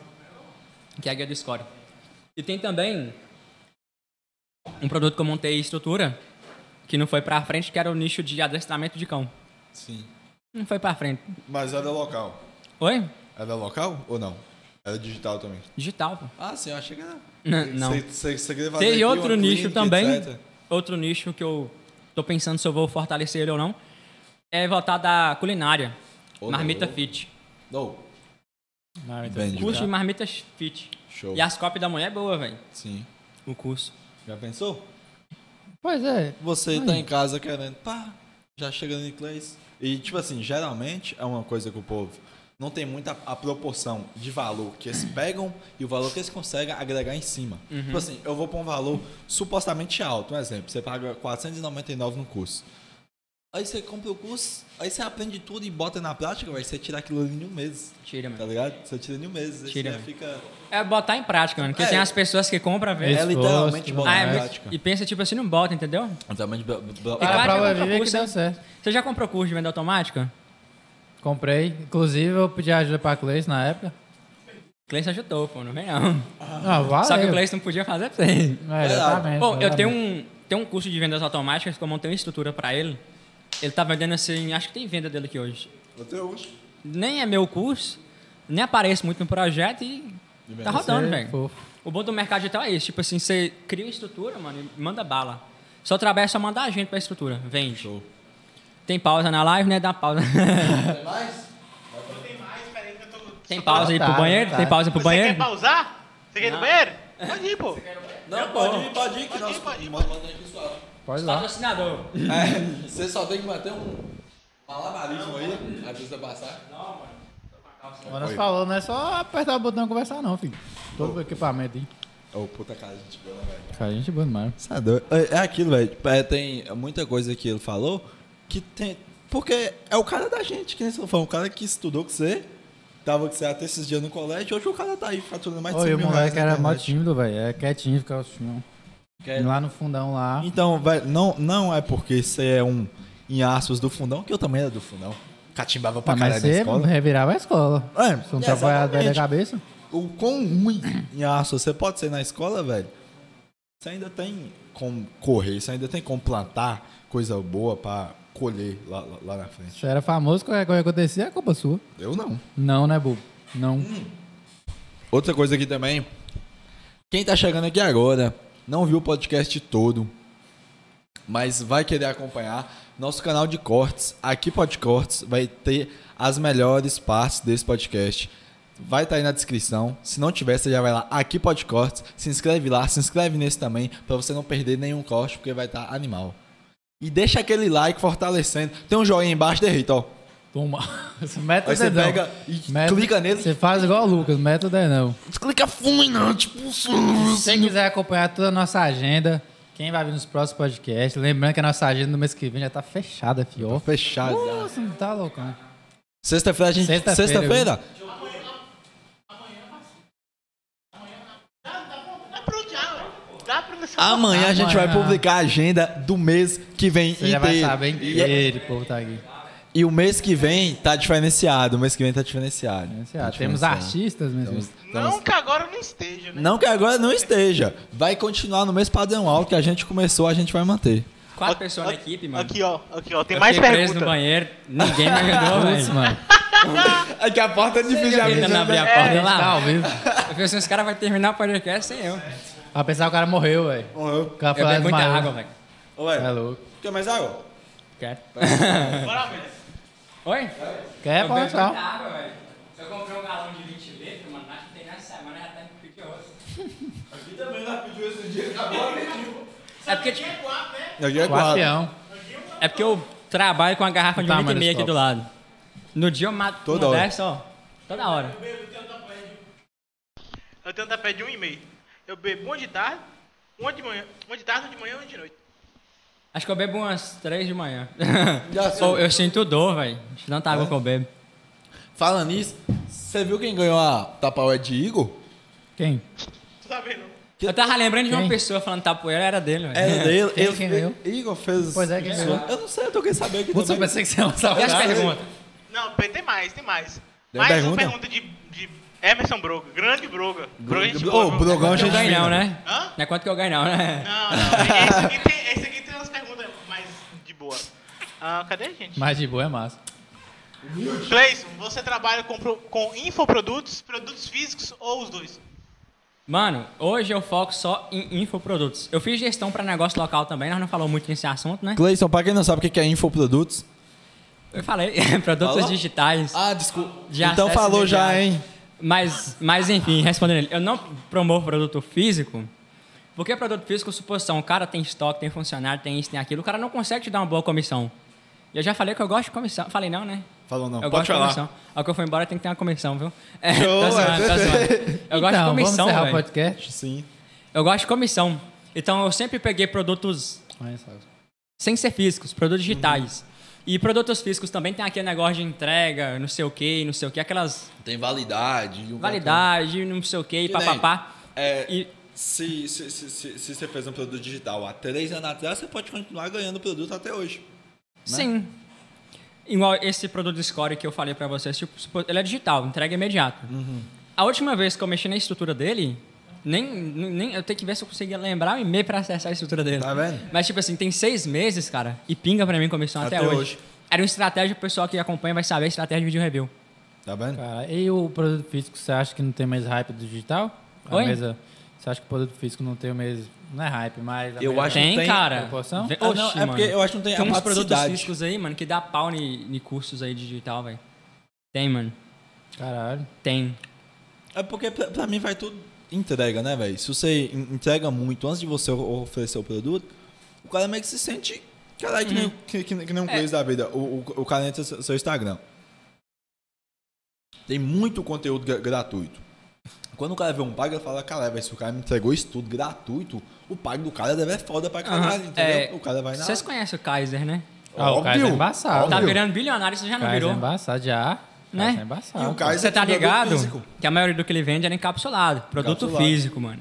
B: Que é a guia do score. E tem também um produto que eu montei estrutura, que não foi pra frente, que era o nicho de adestramento de cão.
A: Sim.
B: Não foi pra frente.
A: Mas era local.
B: Oi?
A: Era local ou não? Era digital também.
B: Digital, pô.
A: Ah, sim, eu achei que era.
B: N- Não.
A: Você- Você você queria fazer
B: Teve
A: aqui
B: outro
A: uma
B: nicho
A: clínica,
B: também.
A: etc.
B: Outro nicho que eu tô pensando se eu vou fortalecer ele ou não. É voltado à culinária.
A: Ô,
B: marmita
A: louco.
B: fit.
A: Não.
C: Não, então,
A: Bem,
B: Curso de
A: já.
B: marmita fit.
A: Show.
B: E as cópias da mulher é boa, velho.
A: Sim.
B: O curso.
A: Já pensou?
C: Pois é.
A: Você tá em casa querendo, pá, já chegando em inglês. E, tipo assim, geralmente é uma coisa que o povo não tem muita a proporção de valor que eles pegam e o valor que eles conseguem agregar em cima.
B: Uhum.
A: Tipo assim, eu vou pra um valor supostamente alto. Um exemplo, você paga 499 no curso. Aí você compra o curso, aí você aprende tudo e bota na prática, vai você tira aquilo ali em um mês.
B: Tira,
A: Tá
B: mano.
A: ligado? Você tira em um mês. Aí
B: Tira,
A: você
B: mano.
A: fica.
B: É botar em prática, mano. Porque
A: Tá. É.
B: tem as pessoas que compram,
A: É
B: velho.
C: Esforço,
A: literalmente botar
B: Ah,
A: na
B: é muito-
A: prática.
B: E pensa, tipo assim, não bota, entendeu?
A: Literalmente bla- bla-
B: Cara,
C: Cara, a prova
B: compra
C: viva que
B: curso,
C: deu
B: né?
C: certo.
B: Você já comprou curso de venda automática?
C: Comprei. Inclusive, eu pedi ajuda pra Cleis na época.
B: O Cleiton ajudou, pô. Não vem, não.
C: Ah, valeu.
B: Só que o Cleiton não podia fazer pra você.
C: É, exatamente.
B: Bom, eu
C: exatamente.
B: tenho um, tenho um curso de vendas automáticas que eu montei uma estrutura pra ele. Ele tá vendendo assim, acho que tem venda dele aqui hoje.
A: Até hoje.
B: Nem é meu curso, nem apareço muito no projeto e tá rodando,
C: Você é
B: velho.
C: fofo.
B: O bom do mercado digital é isso. Tipo assim, você cria uma estrutura, mano, e manda bala. Só trabalha é só mandar a gente pra estrutura. Vende.
A: Show.
B: Tem pausa na live, né? Dá pausa.
A: É
D: Não tem mais, peraí que eu tô.
B: Tem pausa aí pro
C: Tá,
B: banheiro?
C: tá.
B: Tem pausa pro
D: Você quer
B: banheiro? Ah.
D: pausar? Você quer ir no banheiro? Pode ir, pô.
A: Não, pode ir, pode ir, que nós
D: pode ir,
A: mandamos aqui só.
C: Pode ir lá.
B: Patrocinador.
A: É, você só tem que bater um malabarismo aí, avisa passar.
C: Como nós falou, não é só apertar o botão e conversar, não, filho. Todo o equipamento aí.
A: Ô, puta cara, gente boa, né, velho.
C: Cara, gente boa demais.
A: Tá doido. É é aquilo, velho. É, tem muita coisa que ele falou que tem. Porque é o cara da gente, que nem você falou. O cara que estudou com você, tava com você até esses dias no colégio, hoje o cara tá aí faturando mais de
C: Oi,
A: 100
C: o
A: mil reais
C: moleque
A: né, na
C: era mó
A: internet.
C: tímido, velho. É quietinho, ficava assim, ó. Lá no fundão lá.
A: Então, velho, não, não é porque você é um em aspas do fundão, que eu também era do fundão. Catimbava pra
C: Ah, mas
A: caralho na
C: você
A: escola.
C: revirava a escola.
A: É,
C: Você não
A: é,
C: trabalhava da
A: exatamente.
C: cabeça?
A: O quão ruim em aspas você pode ser na escola, velho, você ainda tem como correr, você ainda tem como plantar coisa boa pra colher lá- lá- lá na frente.
C: Você era famoso, qualquer coisa que acontecia, é culpa sua.
A: Eu não.
C: Não, né, bobo? Não.
A: Hum. Outra coisa aqui também. Quem tá chegando aqui agora, não viu o podcast todo, mas vai querer acompanhar nosso canal de cortes, aqui Pod Cortes, vai ter as melhores partes desse podcast. Vai estar aí na descrição. Se não tiver, você já vai lá aqui Pod Cortes, se inscreve lá, se inscreve nesse também, pra você não perder nenhum corte, porque vai estar animal. E deixa aquele like fortalecendo. Tem um joinha embaixo, derrita, ó.
C: Toma. Você mete
A: Aí
C: o
A: você
C: dedão.
A: pega e
C: Mete-
A: clica nele.
C: Você faz igual o Lucas, mete o dedão.
A: Clica fome, não, tipo...
C: Se você quiser acompanhar toda a nossa agenda, quem vai vir nos próximos podcasts, lembrando que a nossa agenda do mês que vem já tá fechada, fio.
A: Fechado.
C: Nossa, não tá louco, né?
A: Sexta-feira a gente.
C: Sexta-feira,
A: Sexta-feira?
D: Dá pronto já, velho. Dá pra você.
B: Ah,
A: amanhã a gente vai
C: Amanhã.
A: publicar a agenda do mês que vem
C: Você já
A: inteiro.
C: vai saber
A: E- é-
C: inteiro, o povo tá aqui.
A: E, o mês que vem tá diferenciado. O mês que vem tá diferenciado.
C: Sei lá,
A: Tá
C: temos né?
A: diferenciado.
C: artistas mesmo.
D: Não que agora não esteja, né?
A: Não que agora não esteja. Vai continuar no mês padrão alto que a gente começou, a gente vai manter.
B: Quatro
D: Ó,
B: pessoas
D: ó,
B: na equipe, mano.
D: Aqui, ó. Aqui, ó. Tem
B: Eu
D: mais
B: fiquei preso no
D: perguntas.
B: banheiro, ninguém me ajudou,
C: Putz,
B: velho.
C: Tá mano.
A: É que a porta é difícil de
B: Tentando abrir
A: abrir.
B: a
D: É,
C: A
B: porta
C: gente tá
B: lá.
C: ao vivo.
B: Eu pensei, os caras vão terminar o podcast sem eu.
D: Tá
C: Ah, pensar que o cara morreu, velho. O cara foi
B: Eu
C: lá
B: bebo muita
C: desmaiou.
B: água, velho.
C: É
A: Ué,
C: louco.
A: quer mais água?
B: Quero.
D: Bora, velho.
B: Oi?
C: Quer,
A: É
B: eu bebo
C: pode
B: muita
C: tchau.
B: água, é velho. Eu comprei um galão de 20 litros, mano. Acho que tem nessa semana já tá indo pedir outro. É porque, tipo,
A: Aqui é quatro.
C: Quatro
B: É porque eu trabalho com uma garrafa de
C: Tá,
B: um litro e
C: mas
B: meio aqui
C: stop.
B: do lado. No dia eu mato
A: Toda
B: uma
A: hora.
B: dessa, ó. Toda hora.
D: Eu tenho um tapete de um e meio. Eu bebo uma de tarde, uma de manhã, uma de tarde, uma de manhã e uma de noite.
B: Acho que eu bebo umas três de manhã.
A: Já sei. É.
B: Ou eu sinto dor, velho. De tanta água que eu bebo.
A: Falando nisso, você viu quem ganhou a Tapaué de Igor?
C: Quem?
D: Tu tá vendo?
B: Eu tava lembrando de uma
C: Quem?
B: pessoa falando tapoeira, era dele, velho.
A: Era dele.
C: Quem-
A: É, ele-
C: quem ganhou?
A: Igor fez.
C: Pois é, quem ganhou?
A: Eu não sei, eu tô querendo saber aqui
C: Putz, eu
A: também.
C: pensei que você ia lançar
B: E as
C: o
B: perguntas?
D: Não, tem mais, tem mais.
A: Tem
D: mais uma
A: pergunta?
D: pergunta de, de Emerson Broga. Grande Broga. Broga, é gente
A: Ô,
D: boa, viu?
A: Brogão,
B: Quanto que eu
A: gente
B: ganho
A: fina.
B: não, né?
D: Hã?
B: Não é quanto que eu ganho não, né?
D: Não, não. Esse aqui tem, esse aqui tem umas perguntas mais de boa. Ah, cadê a gente?
C: Mas de boa é massa.
D: Cleison, você trabalha com, pro- com infoprodutos, produtos físicos ou os dois?
B: Mano, hoje eu foco só em infoprodutos. Eu fiz gestão pra negócio local também, nós não falamos muito nesse assunto, né?
A: Cleison, pra quem não sabe o que é infoprodutos.
B: Eu falei, produtos
A: Falou?
B: digitais.
A: Ah, desculpa.
B: de
A: então
B: acesso
A: falou já,
B: imediato.
A: hein?
B: Mas, mas enfim, respondendo ele, eu não promovo produto físico, porque produto físico, suposição, o cara tem estoque, tem funcionário, tem isso, tem aquilo, o cara não consegue te dar uma boa comissão. E eu já falei que eu gosto de comissão. Falei não, né?
A: Falou não.
B: eu
A: Pode
B: gosto
A: falar.
B: de comissão. Ao que eu for embora tem que ter uma comissão, viu? É,
A: Show,
B: tô zoando,
A: é,
B: tô zoando. Eu gosto de
C: Então, vamos
B: comissão,
C: encerrar o
B: velho.
C: podcast.
A: Sim.
B: Eu gosto de comissão. Então eu sempre peguei produtos
C: Olha só.
B: sem ser físicos, produtos
A: Uhum.
B: digitais. E produtos físicos também tem aquele negócio de entrega, não sei o quê, não sei o quê, aquelas
A: Tem validade. um
B: validade, não sei o quê,
A: Que
B: papapá.
A: nem, é,
B: E
A: Se, se, se, se, se você fez um produto digital há três anos atrás, você pode continuar ganhando o produto até hoje.
B: Sim. Igual esse produto Score que eu falei pra vocês, tipo, supo- ele é digital, entrega imediata.
A: Uhum.
B: A última vez que eu mexi na estrutura dele, nem, nem eu tenho que ver se eu conseguia lembrar o e-mail pra acessar a estrutura dele.
A: Tá vendo?
B: Mas, tipo assim, tem seis meses, cara, e pinga pra mim comissão até,
A: Até
B: hoje.
A: hoje.
B: Era uma estratégia, o pessoal que acompanha vai saber, estratégia de vídeo review.
A: Tá vendo?
C: Cara, e o produto físico, você acha que não tem mais hype do digital? A
B: Oi?
C: mesa. Você acha que o produto físico não tem o mes- mesmo, Não é hype, mas... a
A: Eu
C: melhor-
A: acho
B: Tem,
A: que tem-
B: cara.
C: Proporção?
B: Ve-
A: Ah, não,
B: Oxi,
A: é porque
B: mano.
A: eu acho que não tem
B: Tem
A: a
B: uns produtos
A: praticidade.
B: físicos aí, mano, que dá pau em cursos aí de digital, velho. Tem, mano.
C: Caralho.
B: Tem.
A: É porque pra, pra mim vai tudo entrega, né, velho? Se você en- entrega muito antes de você o- oferecer o produto, o cara meio que se sente, caralho, que,
B: Uhum.
A: nem, que, que- que nem um
B: É.
A: cliente da vida. O, o, o cara entra no seu- seu Instagram. Tem muito conteúdo gra- gratuito. Quando o cara vê um pago, ele fala, caralho, véi, se o cara me entregou isso tudo gratuito, o pago do cara deve é foda pra caralho,
B: Aham,
A: entendeu?
B: é,
A: o cara vai na...
B: Vocês conhecem o Kaiser, né?
C: Ah, o Kaiser é embaçado.
B: Tá
A: óbvio.
B: virando bilionário, você já não
C: Kaiser
B: virou.
C: é embaçado, já.
B: Né?
C: Kaiser é embaçado.
A: E o Kaiser
B: Você tá
A: é produto
B: ligado
A: físico.
B: que a maioria do que ele vende era encapsulado, produto
A: Encapsulado.
B: físico, mano.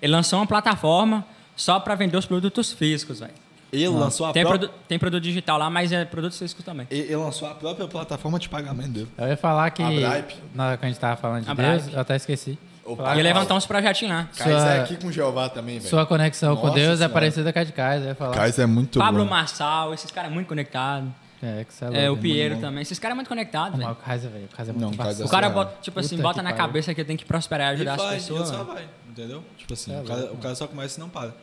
B: Ele lançou uma plataforma só pra vender os produtos físicos, velho.
A: Ele lançou a
B: Ah. Tem,
A: pró-
B: produ- tem produto digital lá, mas é produto físico também.
A: ele ele lançou a própria plataforma de pagamento dele.
C: Eu ia falar que...
A: A Bripe.
C: Na hora que a gente tava falando de
B: A
C: Deus,
B: Bripe.
C: eu até esqueci.
A: Opa.
C: Falar
B: E
C: que
B: levantar uns projetinhos lá.
A: Kaiser
C: um Sua-
A: aqui com Jeová também, velho.
C: Sua conexão com
A: Nossa
C: Deus é
A: Senhora.
C: parecida com a de Kaiser. Eu ia falar...
A: Kaiser é muito
B: Pablo
A: bom.
B: Marçal, esses caras muito conectados.
C: É, que você é,
B: É, o
C: louco, né?
B: Piero também. Esses caras é muito
A: Tá
B: conectados,
C: Mas
B: velho.
C: o Kaiser, velho. O Kaiser é
A: Não,
C: muito
A: o Kaiser
C: embaçado.
B: O cara
A: Nossa,
B: bota, tipo assim,
C: Puta
B: bota
C: que
B: na
C: pariu.
B: cabeça que eu tenho que prosperar e
A: Ele
B: ajudar as
A: faz, ele
B: pessoas.
A: só
B: mano.
A: vai, entendeu? Tipo assim, o, cara, o cara só começa e não para.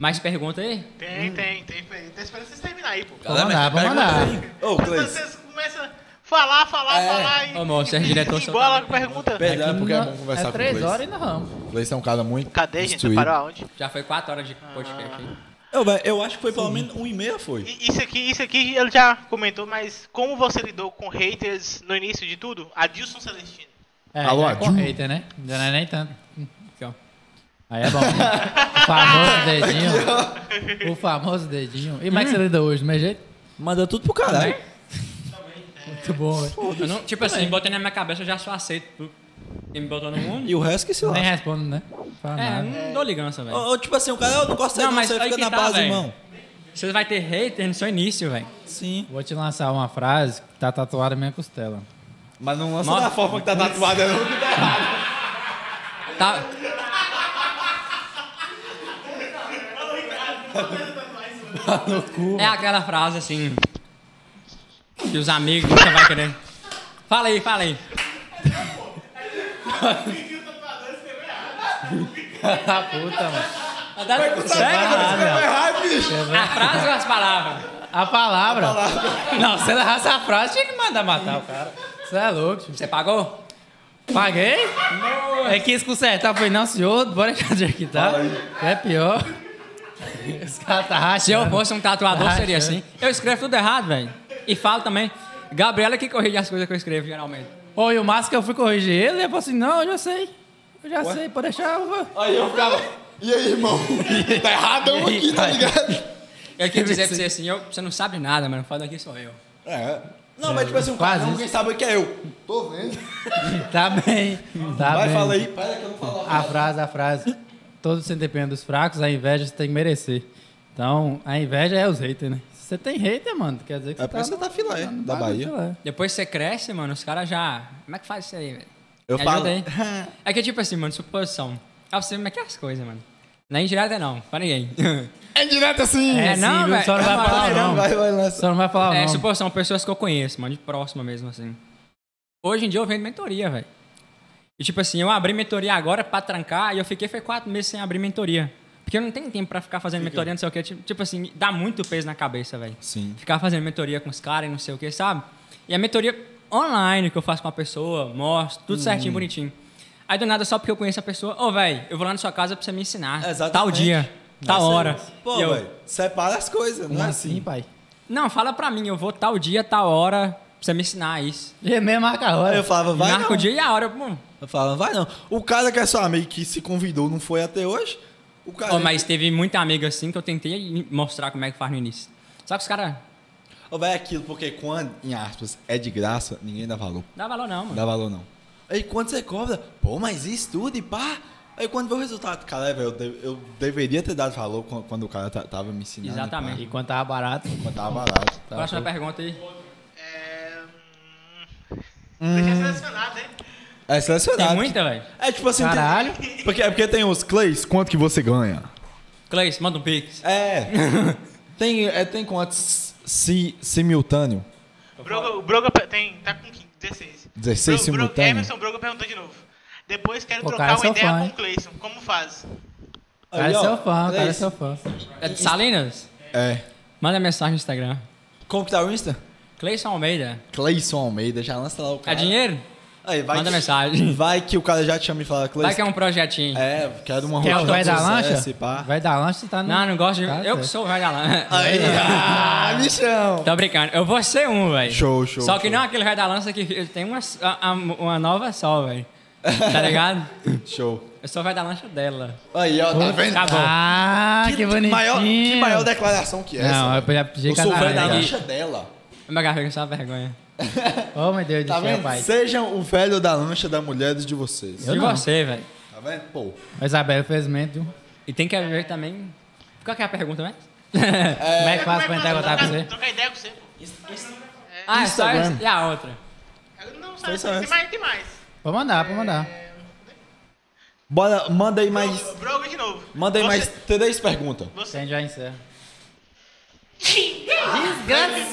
B: Mais pergunta aí?
A: Hum.
D: Tem, tem, tem. Tem Tô esperando vocês terminarem aí, pô.
A: é
C: Vamos mandar, vamos mandar.
A: Ô,
D: Quando
A: Cleice,
D: vocês começam a falar, falar,
A: É.
D: falar e.
B: Ô, moço, é diretor, só
D: Embola
B: tá-
D: com pergunta.
A: perdão, porque é
C: Não,
A: bom conversar com o
C: três
A: Cleice.
C: horas e não ramo.
A: O Cleice é um cara muito
D: Cadê, gente? Você
A: destruído.
D: parou aonde?
B: Já foi quatro horas de podcast aqui.
A: Eu, velho, eu acho que foi pelo menos um e meia, foi.
D: I- Isso aqui, isso aqui ele já comentou, mas como você lidou com haters no início de tudo? Adilson Celestino.
C: É,
A: Alô,
C: já é com
A: Adil?
C: hater, né? Já não é nem tanto.
B: Aqui, ó.
C: Aí é bom. O famoso dedinho. o famoso dedinho. E como é que você lida hoje? Do meu jeito?
A: Manda tudo pro caralho.
B: Né?
C: Muito bom, velho.
B: Eu não- tipo assim, botei na minha cabeça, eu já só aceito. tudo. Ele me botou no mundo.
A: E o resto que se
C: Nem
A: lá.
C: respondo, né? Fala
B: É, eu
C: nada.
B: não dou ligança, velho.
A: Ou tipo assim, o cara, eu não gosto
B: Não,
A: não,
B: mas
A: você
B: aí
A: fica
B: que
A: na
B: tá,
A: base,
B: velho.
A: irmão.
B: Você vai ter hater no seu início, velho.
A: Sim.
C: Vou te lançar uma frase que tá tatuada na minha costela.
A: Mas não lança
B: Nossa.
A: da forma que tá tatuada, não, que tá errado.
B: Tá. É aquela frase assim. Que os amigos nunca vai querer. Fala aí, fala aí.
C: Ah, puta, mano.
B: Sério?
A: Vai errar, bicho.
B: A frase ou as palavras?
C: A palavra. Não, se ele errasse a frase, tinha que mandar matar o cara. Você é louco, tio.
B: Você pagou?
C: Paguei? É quis consertar, foi não, senhor. Bora que onde é que tá. É pior. Esse cara tá
B: Se eu
C: rachando.
B: fosse um tatuador,
C: Ah,
B: seria
C: é.
B: assim. Eu escrevo tudo errado, velho. E falo também. Gabriela é que corrige as coisas que eu escrevo, geralmente.
C: Ô, e o Márcio que eu fui corrigir ele, ele falou assim, não, eu já sei. Eu já sei, pode deixar. Eu vou.
A: Aí eu ficava, e aí, irmão? tá erradão aqui, tá ligado?
B: Eu quis dizer pra você assim, eu, você não sabe de nada, mano. Fala daqui sou eu.
A: É. Não, mas tipo assim, o
C: Quase
A: cara,
C: isso.
A: ninguém sabe o que é eu. Tô vendo.
C: Tá bem, tá
A: Vai,
C: bem.
A: fala aí. Para que eu não falo.
C: A frase, a frase. Todos se dependem dos fracos, a inveja você tem que merecer. Então, a inveja é os haters, né? Se você tem hater, mano, quer dizer que
A: É
C: você tá...
A: porque você tá filé,
C: no- no
A: da
C: bagulho,
A: Bahia.
C: filé.
B: Depois você cresce, mano, os caras já. Como é que faz isso aí, velho?
A: Eu
B: Me
A: falo.
B: ajuda aí. É que tipo assim, mano, suposição. É pra você como é que é as coisas, mano. Não é indireta, não, pra ninguém.
A: É direto assim.
B: É,
C: sim,
B: não,
C: viu?
B: velho.
C: Só não vai
B: É,
C: falar,
B: vai,
C: não.
A: Vai, vai, lança.
C: Só não vai falar,
B: é,
C: não.
B: suposição, pessoas que eu conheço, mano, de próxima mesmo, assim. Hoje em dia eu vendo mentoria, velho. E tipo assim, eu abri mentoria agora pra trancar e eu fiquei foi quatro meses sem abrir mentoria. Porque eu não tenho tempo pra ficar fazendo mentoria, não sei o quê. Tipo, tipo assim, dá muito peso na cabeça, velho.
A: Sim.
B: Ficar fazendo mentoria com os caras e não sei o que, sabe? E a mentoria online que eu faço com a pessoa, mostro, tudo
C: Hum.
B: certinho, bonitinho. Aí do nada, só porque eu conheço a pessoa, ô, velho, eu vou lá na sua casa pra você me ensinar.
A: Exatamente. é
B: Tal dia, tal Tá hora.
A: Pô,
B: E eu,
A: velho, separa as coisas, não
C: Como
A: é
C: assim,
A: assim.
C: pai?
B: Não, fala pra mim, eu vou tal dia, tal hora pra você me ensinar isso.
C: E é mesmo marca a hora.
A: Aí eu falava, vai
B: Marca
A: não.
B: o dia e a hora. eu, Bom,
A: Eu falava, vai não. O cara que é seu amigo que se convidou não foi até hoje. O cara.
B: Ô, mas teve muita amiga assim que eu tentei mostrar como é que faz no início. Só que os caras.
A: Ô, vai aquilo, porque quando, em aspas, é de graça, ninguém dá valor.
B: Dá valor não, mano.
A: Dá valor não. Aí quando você cobra, pô, mas isso tudo e pá. Aí quando vê o resultado, cara, velho, eu, de- eu deveria ter dado valor quando quando o cara ta- tava me ensinando.
B: Exatamente.
A: pá.
C: E quando tava barato...
A: Quando tava tá. barato.
B: Próxima pergunta aí.
D: É. hum, Deixa né? selecionado, hein?
A: É selecionado.
B: Tem muita, velho.
A: É tipo assim,
C: Caralho.
A: Tem, porque, é porque tem os Clays, quanto que você ganha?
B: Cleis, manda um pix.
A: É. tem, é, tem quantos si, simultâneo?
D: Broga, o Broga pe- tem, tá com 15, 16.
A: 16
D: Bro- Bro-
A: simultâneo.
D: Emerson Broga perguntou de novo. Depois quero
C: Pô,
D: trocar
C: cara,
D: uma
C: sou
D: ideia
C: fã,
D: com
C: hein?
D: o Cleison. Como faz?
C: O cara
A: Aí,
C: é
A: ó,
C: seu fã, o cara é
A: três.
C: seu fã.
B: É de Salinas?
A: É.
B: Manda mensagem no Instagram.
A: Como que tá o Insta?
B: Cleison Almeida.
A: Cleison Almeida, já lança lá o
B: É
A: cara.
B: dinheiro?
A: Aí, vai
B: Manda
A: que-
B: mensagem.
A: Vai que o cara já te chama e fala,
B: Vai que é
A: Cleison.
B: um projetinho.
A: É, quero uma
C: Quer o
A: rotina
C: vai
A: de
C: da
A: sucesso e
C: lancha?
A: pá.
C: Vai da lancha, você tá no...
B: Não, não gosto de.
C: Tá
B: eu que
C: certo.
B: sou o velho da lança.
A: Aí, ah, bichão.
B: Tô brincando. Eu vou ser um, velho.
A: Show, show,
B: Só que
A: show.
B: não é aquele velho da lança que tem uma, a- a- uma nova só, velho. Tá ligado?
A: Show.
B: Eu sou o velho da lancha dela.
A: Aí, ó, tá vendo?
B: Acabou.
C: Ah, que, bonitinho.
A: Maior, que maior declaração que essa.
C: Não, é eu
A: velho.
C: já pedi
A: eu sou o é
C: cada
A: velho da
C: vez.
A: lancha dela.
B: Eu me agarrei com essa tá vergonha.
C: Oh, meu Deus do
A: Tá
C: céu,
A: vendo?
C: pai.
A: Sejam o velho da lancha da mulher de vocês.
C: Eu
B: de
C: não.
B: você, velho.
A: Tá vendo? Pô.
C: A Isabela fez medo.
B: E tem que ver também. Qual que é a pergunta, né?
C: Como é que
D: Como
C: faz pra entrar em
D: eu
C: contato com você?
D: trocar- Trocar ideia com você. pô.
B: ah, é só
A: Instagram.
B: essa. E a outra?
D: Eu Não
A: Foi
D: sabe.
A: só
D: Tem
A: essa.
D: mais, tem mais.
C: Vou mandar, vou mandar.
A: Bora, manda aí mais.
D: Broga- Broga de novo.
A: Manda aí
D: Você-
A: mais três perguntas.
C: Isso aí já encerra.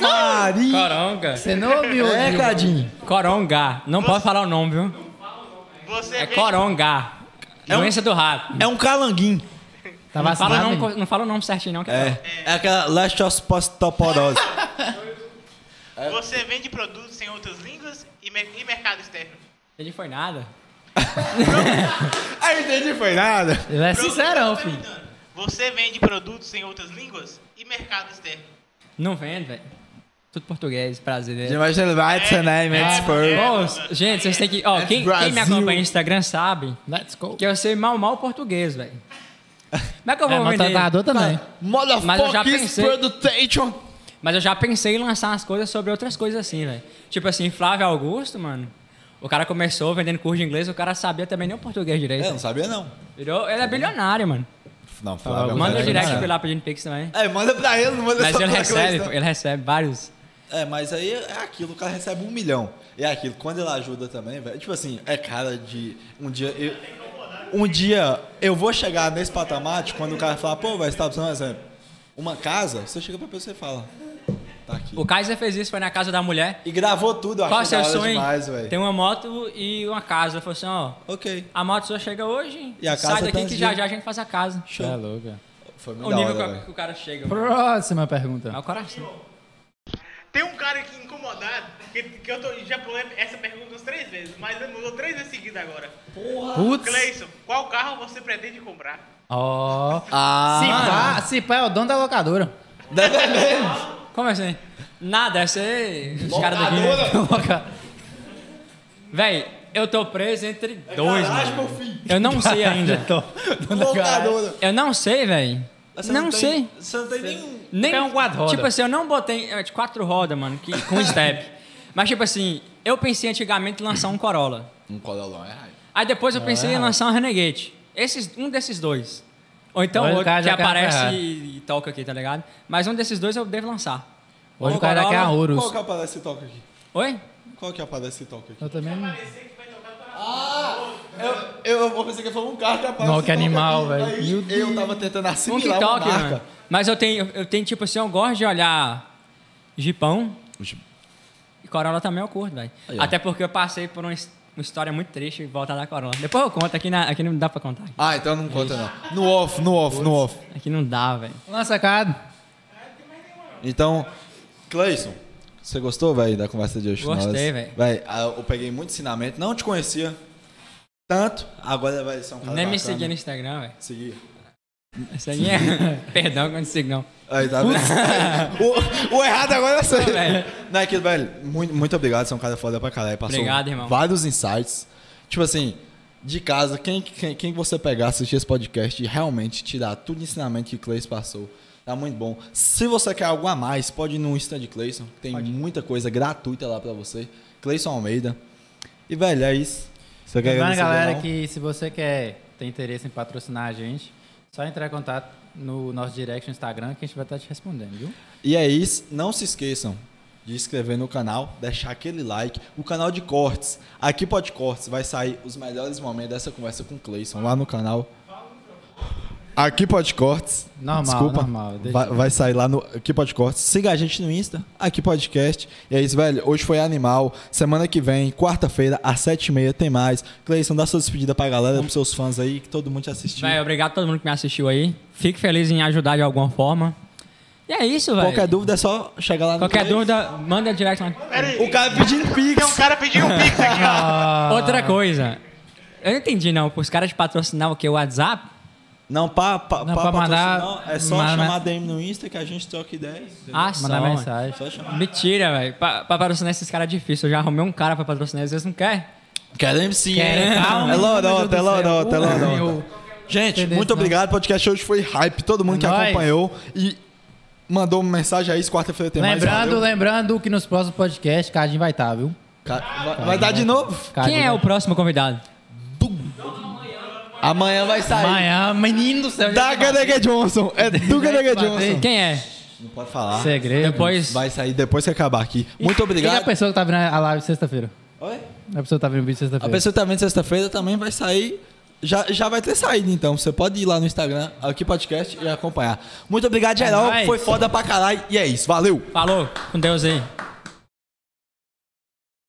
A: Mari.
B: Coronga.
C: Você não ouviu?
A: É,
C: viu?
A: Cadinho.
B: Coronga. Não pode falar o nome, viu?
D: Você
B: É
D: vem-
B: coronga.
A: É um-
B: Doença do rato.
A: É um calanguinho.
C: Tá
B: Não fala, o
C: vacinado?
B: nome,
C: hein?
B: co- não fala o nome certinho, não. Que é.
A: É. É aquela lastiosporose.
D: Você vende produtos em outras línguas e, mer- e mercado externo.
B: Ele foi nada.
A: Aí entendi, foi nada.
C: Ele é
D: Pronto,
C: sincerão,
D: tô
C: filho.
D: perguntando. Você vende produtos em outras línguas e mercado externo.
B: Não vende, velho. Tudo português, brasileiro. Ah,
A: Imagina, vai, né, Tsanai,
D: Max
A: É.
D: Pearl.
B: Ô, s- gente, vocês têm que. Ó, quem, quem me
A: Brasil.
B: acompanha no Instagram sabe
C: Let's go.
B: que eu sei mal, mal português, velho. Como é que eu
C: É
B: vou vender?
C: maltratador também.
B: Mas eu já
A: Motherfuckers
B: pensei.
A: Production.
B: Mas eu já pensei em lançar umas coisas sobre outras coisas assim, velho. Tipo assim, Flávio Augusto, mano. O cara começou vendendo curso de inglês, o cara sabia também nem o português direito. assim.
A: Eu não sabia, não.
B: Virou, ele é bilionário, mano.
A: Não, Flávio. é um
B: Tá, Manda
A: cara
B: direct
A: que
B: pra ele
A: não
B: lá pedindo pix também.
A: é. É, manda pra ele, não manda
B: Mas
A: só
B: ele
A: pra
B: recebe,
A: Cleiton.
B: ele recebe vários.
A: É, mas aí é aquilo, o cara recebe um milhão. E é aquilo, quando ele ajuda também, velho. Tipo assim, é cara de. Um dia. Eu, um dia eu vou chegar nesse patamar de quando o cara falar, pô, velho, você tá precisando, por exemplo, uma casa, você chega pra pessoa e fala. Tá aqui.
B: O Kaiser fez isso, foi na casa da mulher.
A: E gravou tudo, eu
B: Qual é
A: acho que
B: seu
A: da hora
B: sonho?
A: demais, velho.
B: Tem uma moto e uma casa. Falou assim, ó,
A: Ok.
B: a moto só chega hoje,
A: E a
B: sai
A: casa
B: daqui
A: tá
B: que já
A: dia.
B: já a gente faz a casa.
A: Show.
C: Tá louca.
A: Foi muito
B: O
A: da
B: nível
A: hora,
B: que, o-
A: velho.
B: que o cara chega. mano.
C: Próxima
B: É
C: pergunta.
B: o coração.
D: Tem um cara aqui incomodado, que, que eu tô, já pulei essa pergunta umas três vezes, mas ele mudou três vezes seguida agora.
C: Putz.
D: Cleison, qual carro você pretende comprar?
C: Ó. Se
A: Ah,
C: pá, se pá é o dono da locadora.
B: Como assim? Nada, é ser os caras daqui. Né? Véi, eu tô preso entre
C: É
B: dois,
A: Caralho,
B: mano.
A: meu filho.
B: Eu não sei
A: é
B: ainda.
C: Então-
A: tá? Locadora.
B: Eu não sei, véi.
A: Você
B: Não,
A: tem-
B: sei.
A: Você não tem nenhum.
B: Nem,
C: É um quatro rodas.
B: Tipo assim, eu não botei é, de quatro rodas, mano, que, com step. Mas tipo assim, eu pensei antigamente em lançar um Corolla.
A: Um codolão, é raio.
B: Aí depois eu pensei
C: Ah.
B: em lançar um Renegade. Esses, um desses dois. Ou então
C: Olha o
B: outro
C: cara
B: que
C: já quer
B: aparece
C: ferrar.
B: e, e toca aqui, tá ligado? Mas um desses dois eu devo lançar.
C: Hoje
B: Ô,
C: o cara
B: Corolla,
C: quer a Horus.
A: Qual que aparece e toca aqui?
B: Oi?
A: Qual que aparece e toca aqui?
C: Eu também não.
A: Eu, eu vou pensar que falou um carro que aparece.
C: Não, que
A: e toca
C: animal,
A: aqui.
C: velho.
A: Aí
C: Meu
A: Eu
C: Deus.
A: tava tentando
B: Um
C: é
A: assimilar uma
B: TikTok,
A: marca.
B: mano. Mas eu tenho, eu tenho, tipo assim, eu gosto de olhar Jipão e Corolla também eu curto, velho.
A: Aí, ó.
B: Até porque eu passei por uma, his- uma história muito triste voltar da Corolla. Depois eu conto, aqui, na- aqui não dá pra contar.
A: Ah, então não conta não. No off, no off, no off.
B: Aqui não dá, velho.
C: Lança card.
A: Então, Cleison, você gostou, velho, da conversa de hoje? com
B: Gostei,
A: nós?
B: velho.
A: Velho, ah, eu peguei muito ensinamento, não te conhecia tanto. Agora, velho, são cara
B: Nem me
A: bacana.
B: seguir no Instagram, velho.
A: Seguir.
B: Isso aí é... Perdão, que eu não te sigo, não.
A: Aí, tá vendo? o, o errado agora é você.
B: velho.
A: Não, é que, velho, muito, muito obrigado, você é um cara foda pra caralho. Passou
B: Obrigado, irmão.
A: vários insights. Tipo assim, de casa, quem, quem, quem você pegar, assistir esse podcast e realmente tirar tudo de ensinamento que o Cleison passou. Tá muito bom. Se você quer algo a mais, pode ir no Insta de Cleison. que Tem muita coisa gratuita lá pra você. Cleison Almeida. E, velho, é isso. Você quer
C: Lembrando,
A: agradecer,
C: galera,
A: Leonel?
C: que se você quer ter interesse em patrocinar a gente, só entrar em contato no nosso direct no Instagram que a gente vai estar te respondendo, viu?
A: E é isso. Não se esqueçam de inscrever no canal, deixar aquele like. O canal de cortes. Aqui pode cortes. Vai sair os melhores momentos dessa conversa com o Cleison lá no canal. Aqui pode cortes.
C: Normal,
A: Desculpa.
C: normal, deixa.
A: Vai, vai sair lá no Aqui pode cortes. Siga a gente no Insta, Aqui Podcast. E é isso, velho. Hoje foi animal. Semana que vem, quarta-feira, às sete e meia, tem mais. Cleison, dá sua despedida pra galera, pros seus fãs aí, que todo mundo te assistiu.
B: Véi, obrigado a todo mundo que me assistiu aí. Fico feliz em ajudar de alguma forma. E é isso, velho.
A: Qualquer dúvida é só chegar lá no
B: Qualquer
A: Cleison.
B: dúvida, manda direto lá.
D: Pera aí.
A: O cara pedindo pix.
D: Tem um cara pedindo um pix aqui, ó.
B: Outra coisa. Eu não entendi, não. Os caras de patrocinar o quê? O WhatsApp?
A: Não, pra, pra,
C: Não,
A: pra
C: pra mandar-
A: patrocinar, é só
C: mandar-
A: chamar DM no Insta que a gente troca ideia. entendeu?
B: Ah,
C: Mandar
B: só, mano.
C: mensagem.
A: Só chamar.
B: Mentira, velho. Pra, pra patrocinar esses caras é difícil. Eu já arrumei um cara pra patrocinar, às vezes não quer.
A: Queremos sim, hein?
C: Querem, calma,
A: É
C: meu Deus do
A: lorota, é
C: céu.
A: lorota, é
C: Porra,
A: lorota.
C: meu.
A: Gente,
C: Entendeu
A: muito
C: isso,
A: obrigado. O podcast hoje foi hype. Todo mundo que
C: É nóis.
A: acompanhou e mandou uma mensagem aí. Quarta-feira tem mais.
C: lembrando, né?
A: valeu.
C: lembrando que nos próximos podcasts, Cadinho vai estar, viu?
A: Ca- vai- Vai dar de novo?
C: Tá,
B: Quem é o próximo convidado?
A: Amanhã vai sair.
C: tá. Amanhã, menino do céu. tá.
A: Da Gadega Johnson. É do Gadega
C: bater.
A: Johnson.
B: Quem é?
A: Não pode falar.
C: Segredo.
B: Depois.
A: Vai sair depois que acabar aqui. Muito
C: Quem é a
A: obrigado.
C: pessoa que tá vendo a live sexta-feira?
A: Oi?
C: A pessoa que tá vendo o vídeo
A: A
C: sexta-feira.
A: pessoa que tá vendo sexta-feira também vai sair. Já, já vai ter saído, então. Você pode ir lá no Instagram, aqui podcast e acompanhar. Muito obrigado, geral.
C: nóis.
A: Foi foda pra caralho. E é isso. Valeu!
B: Falou. Com Deus aí.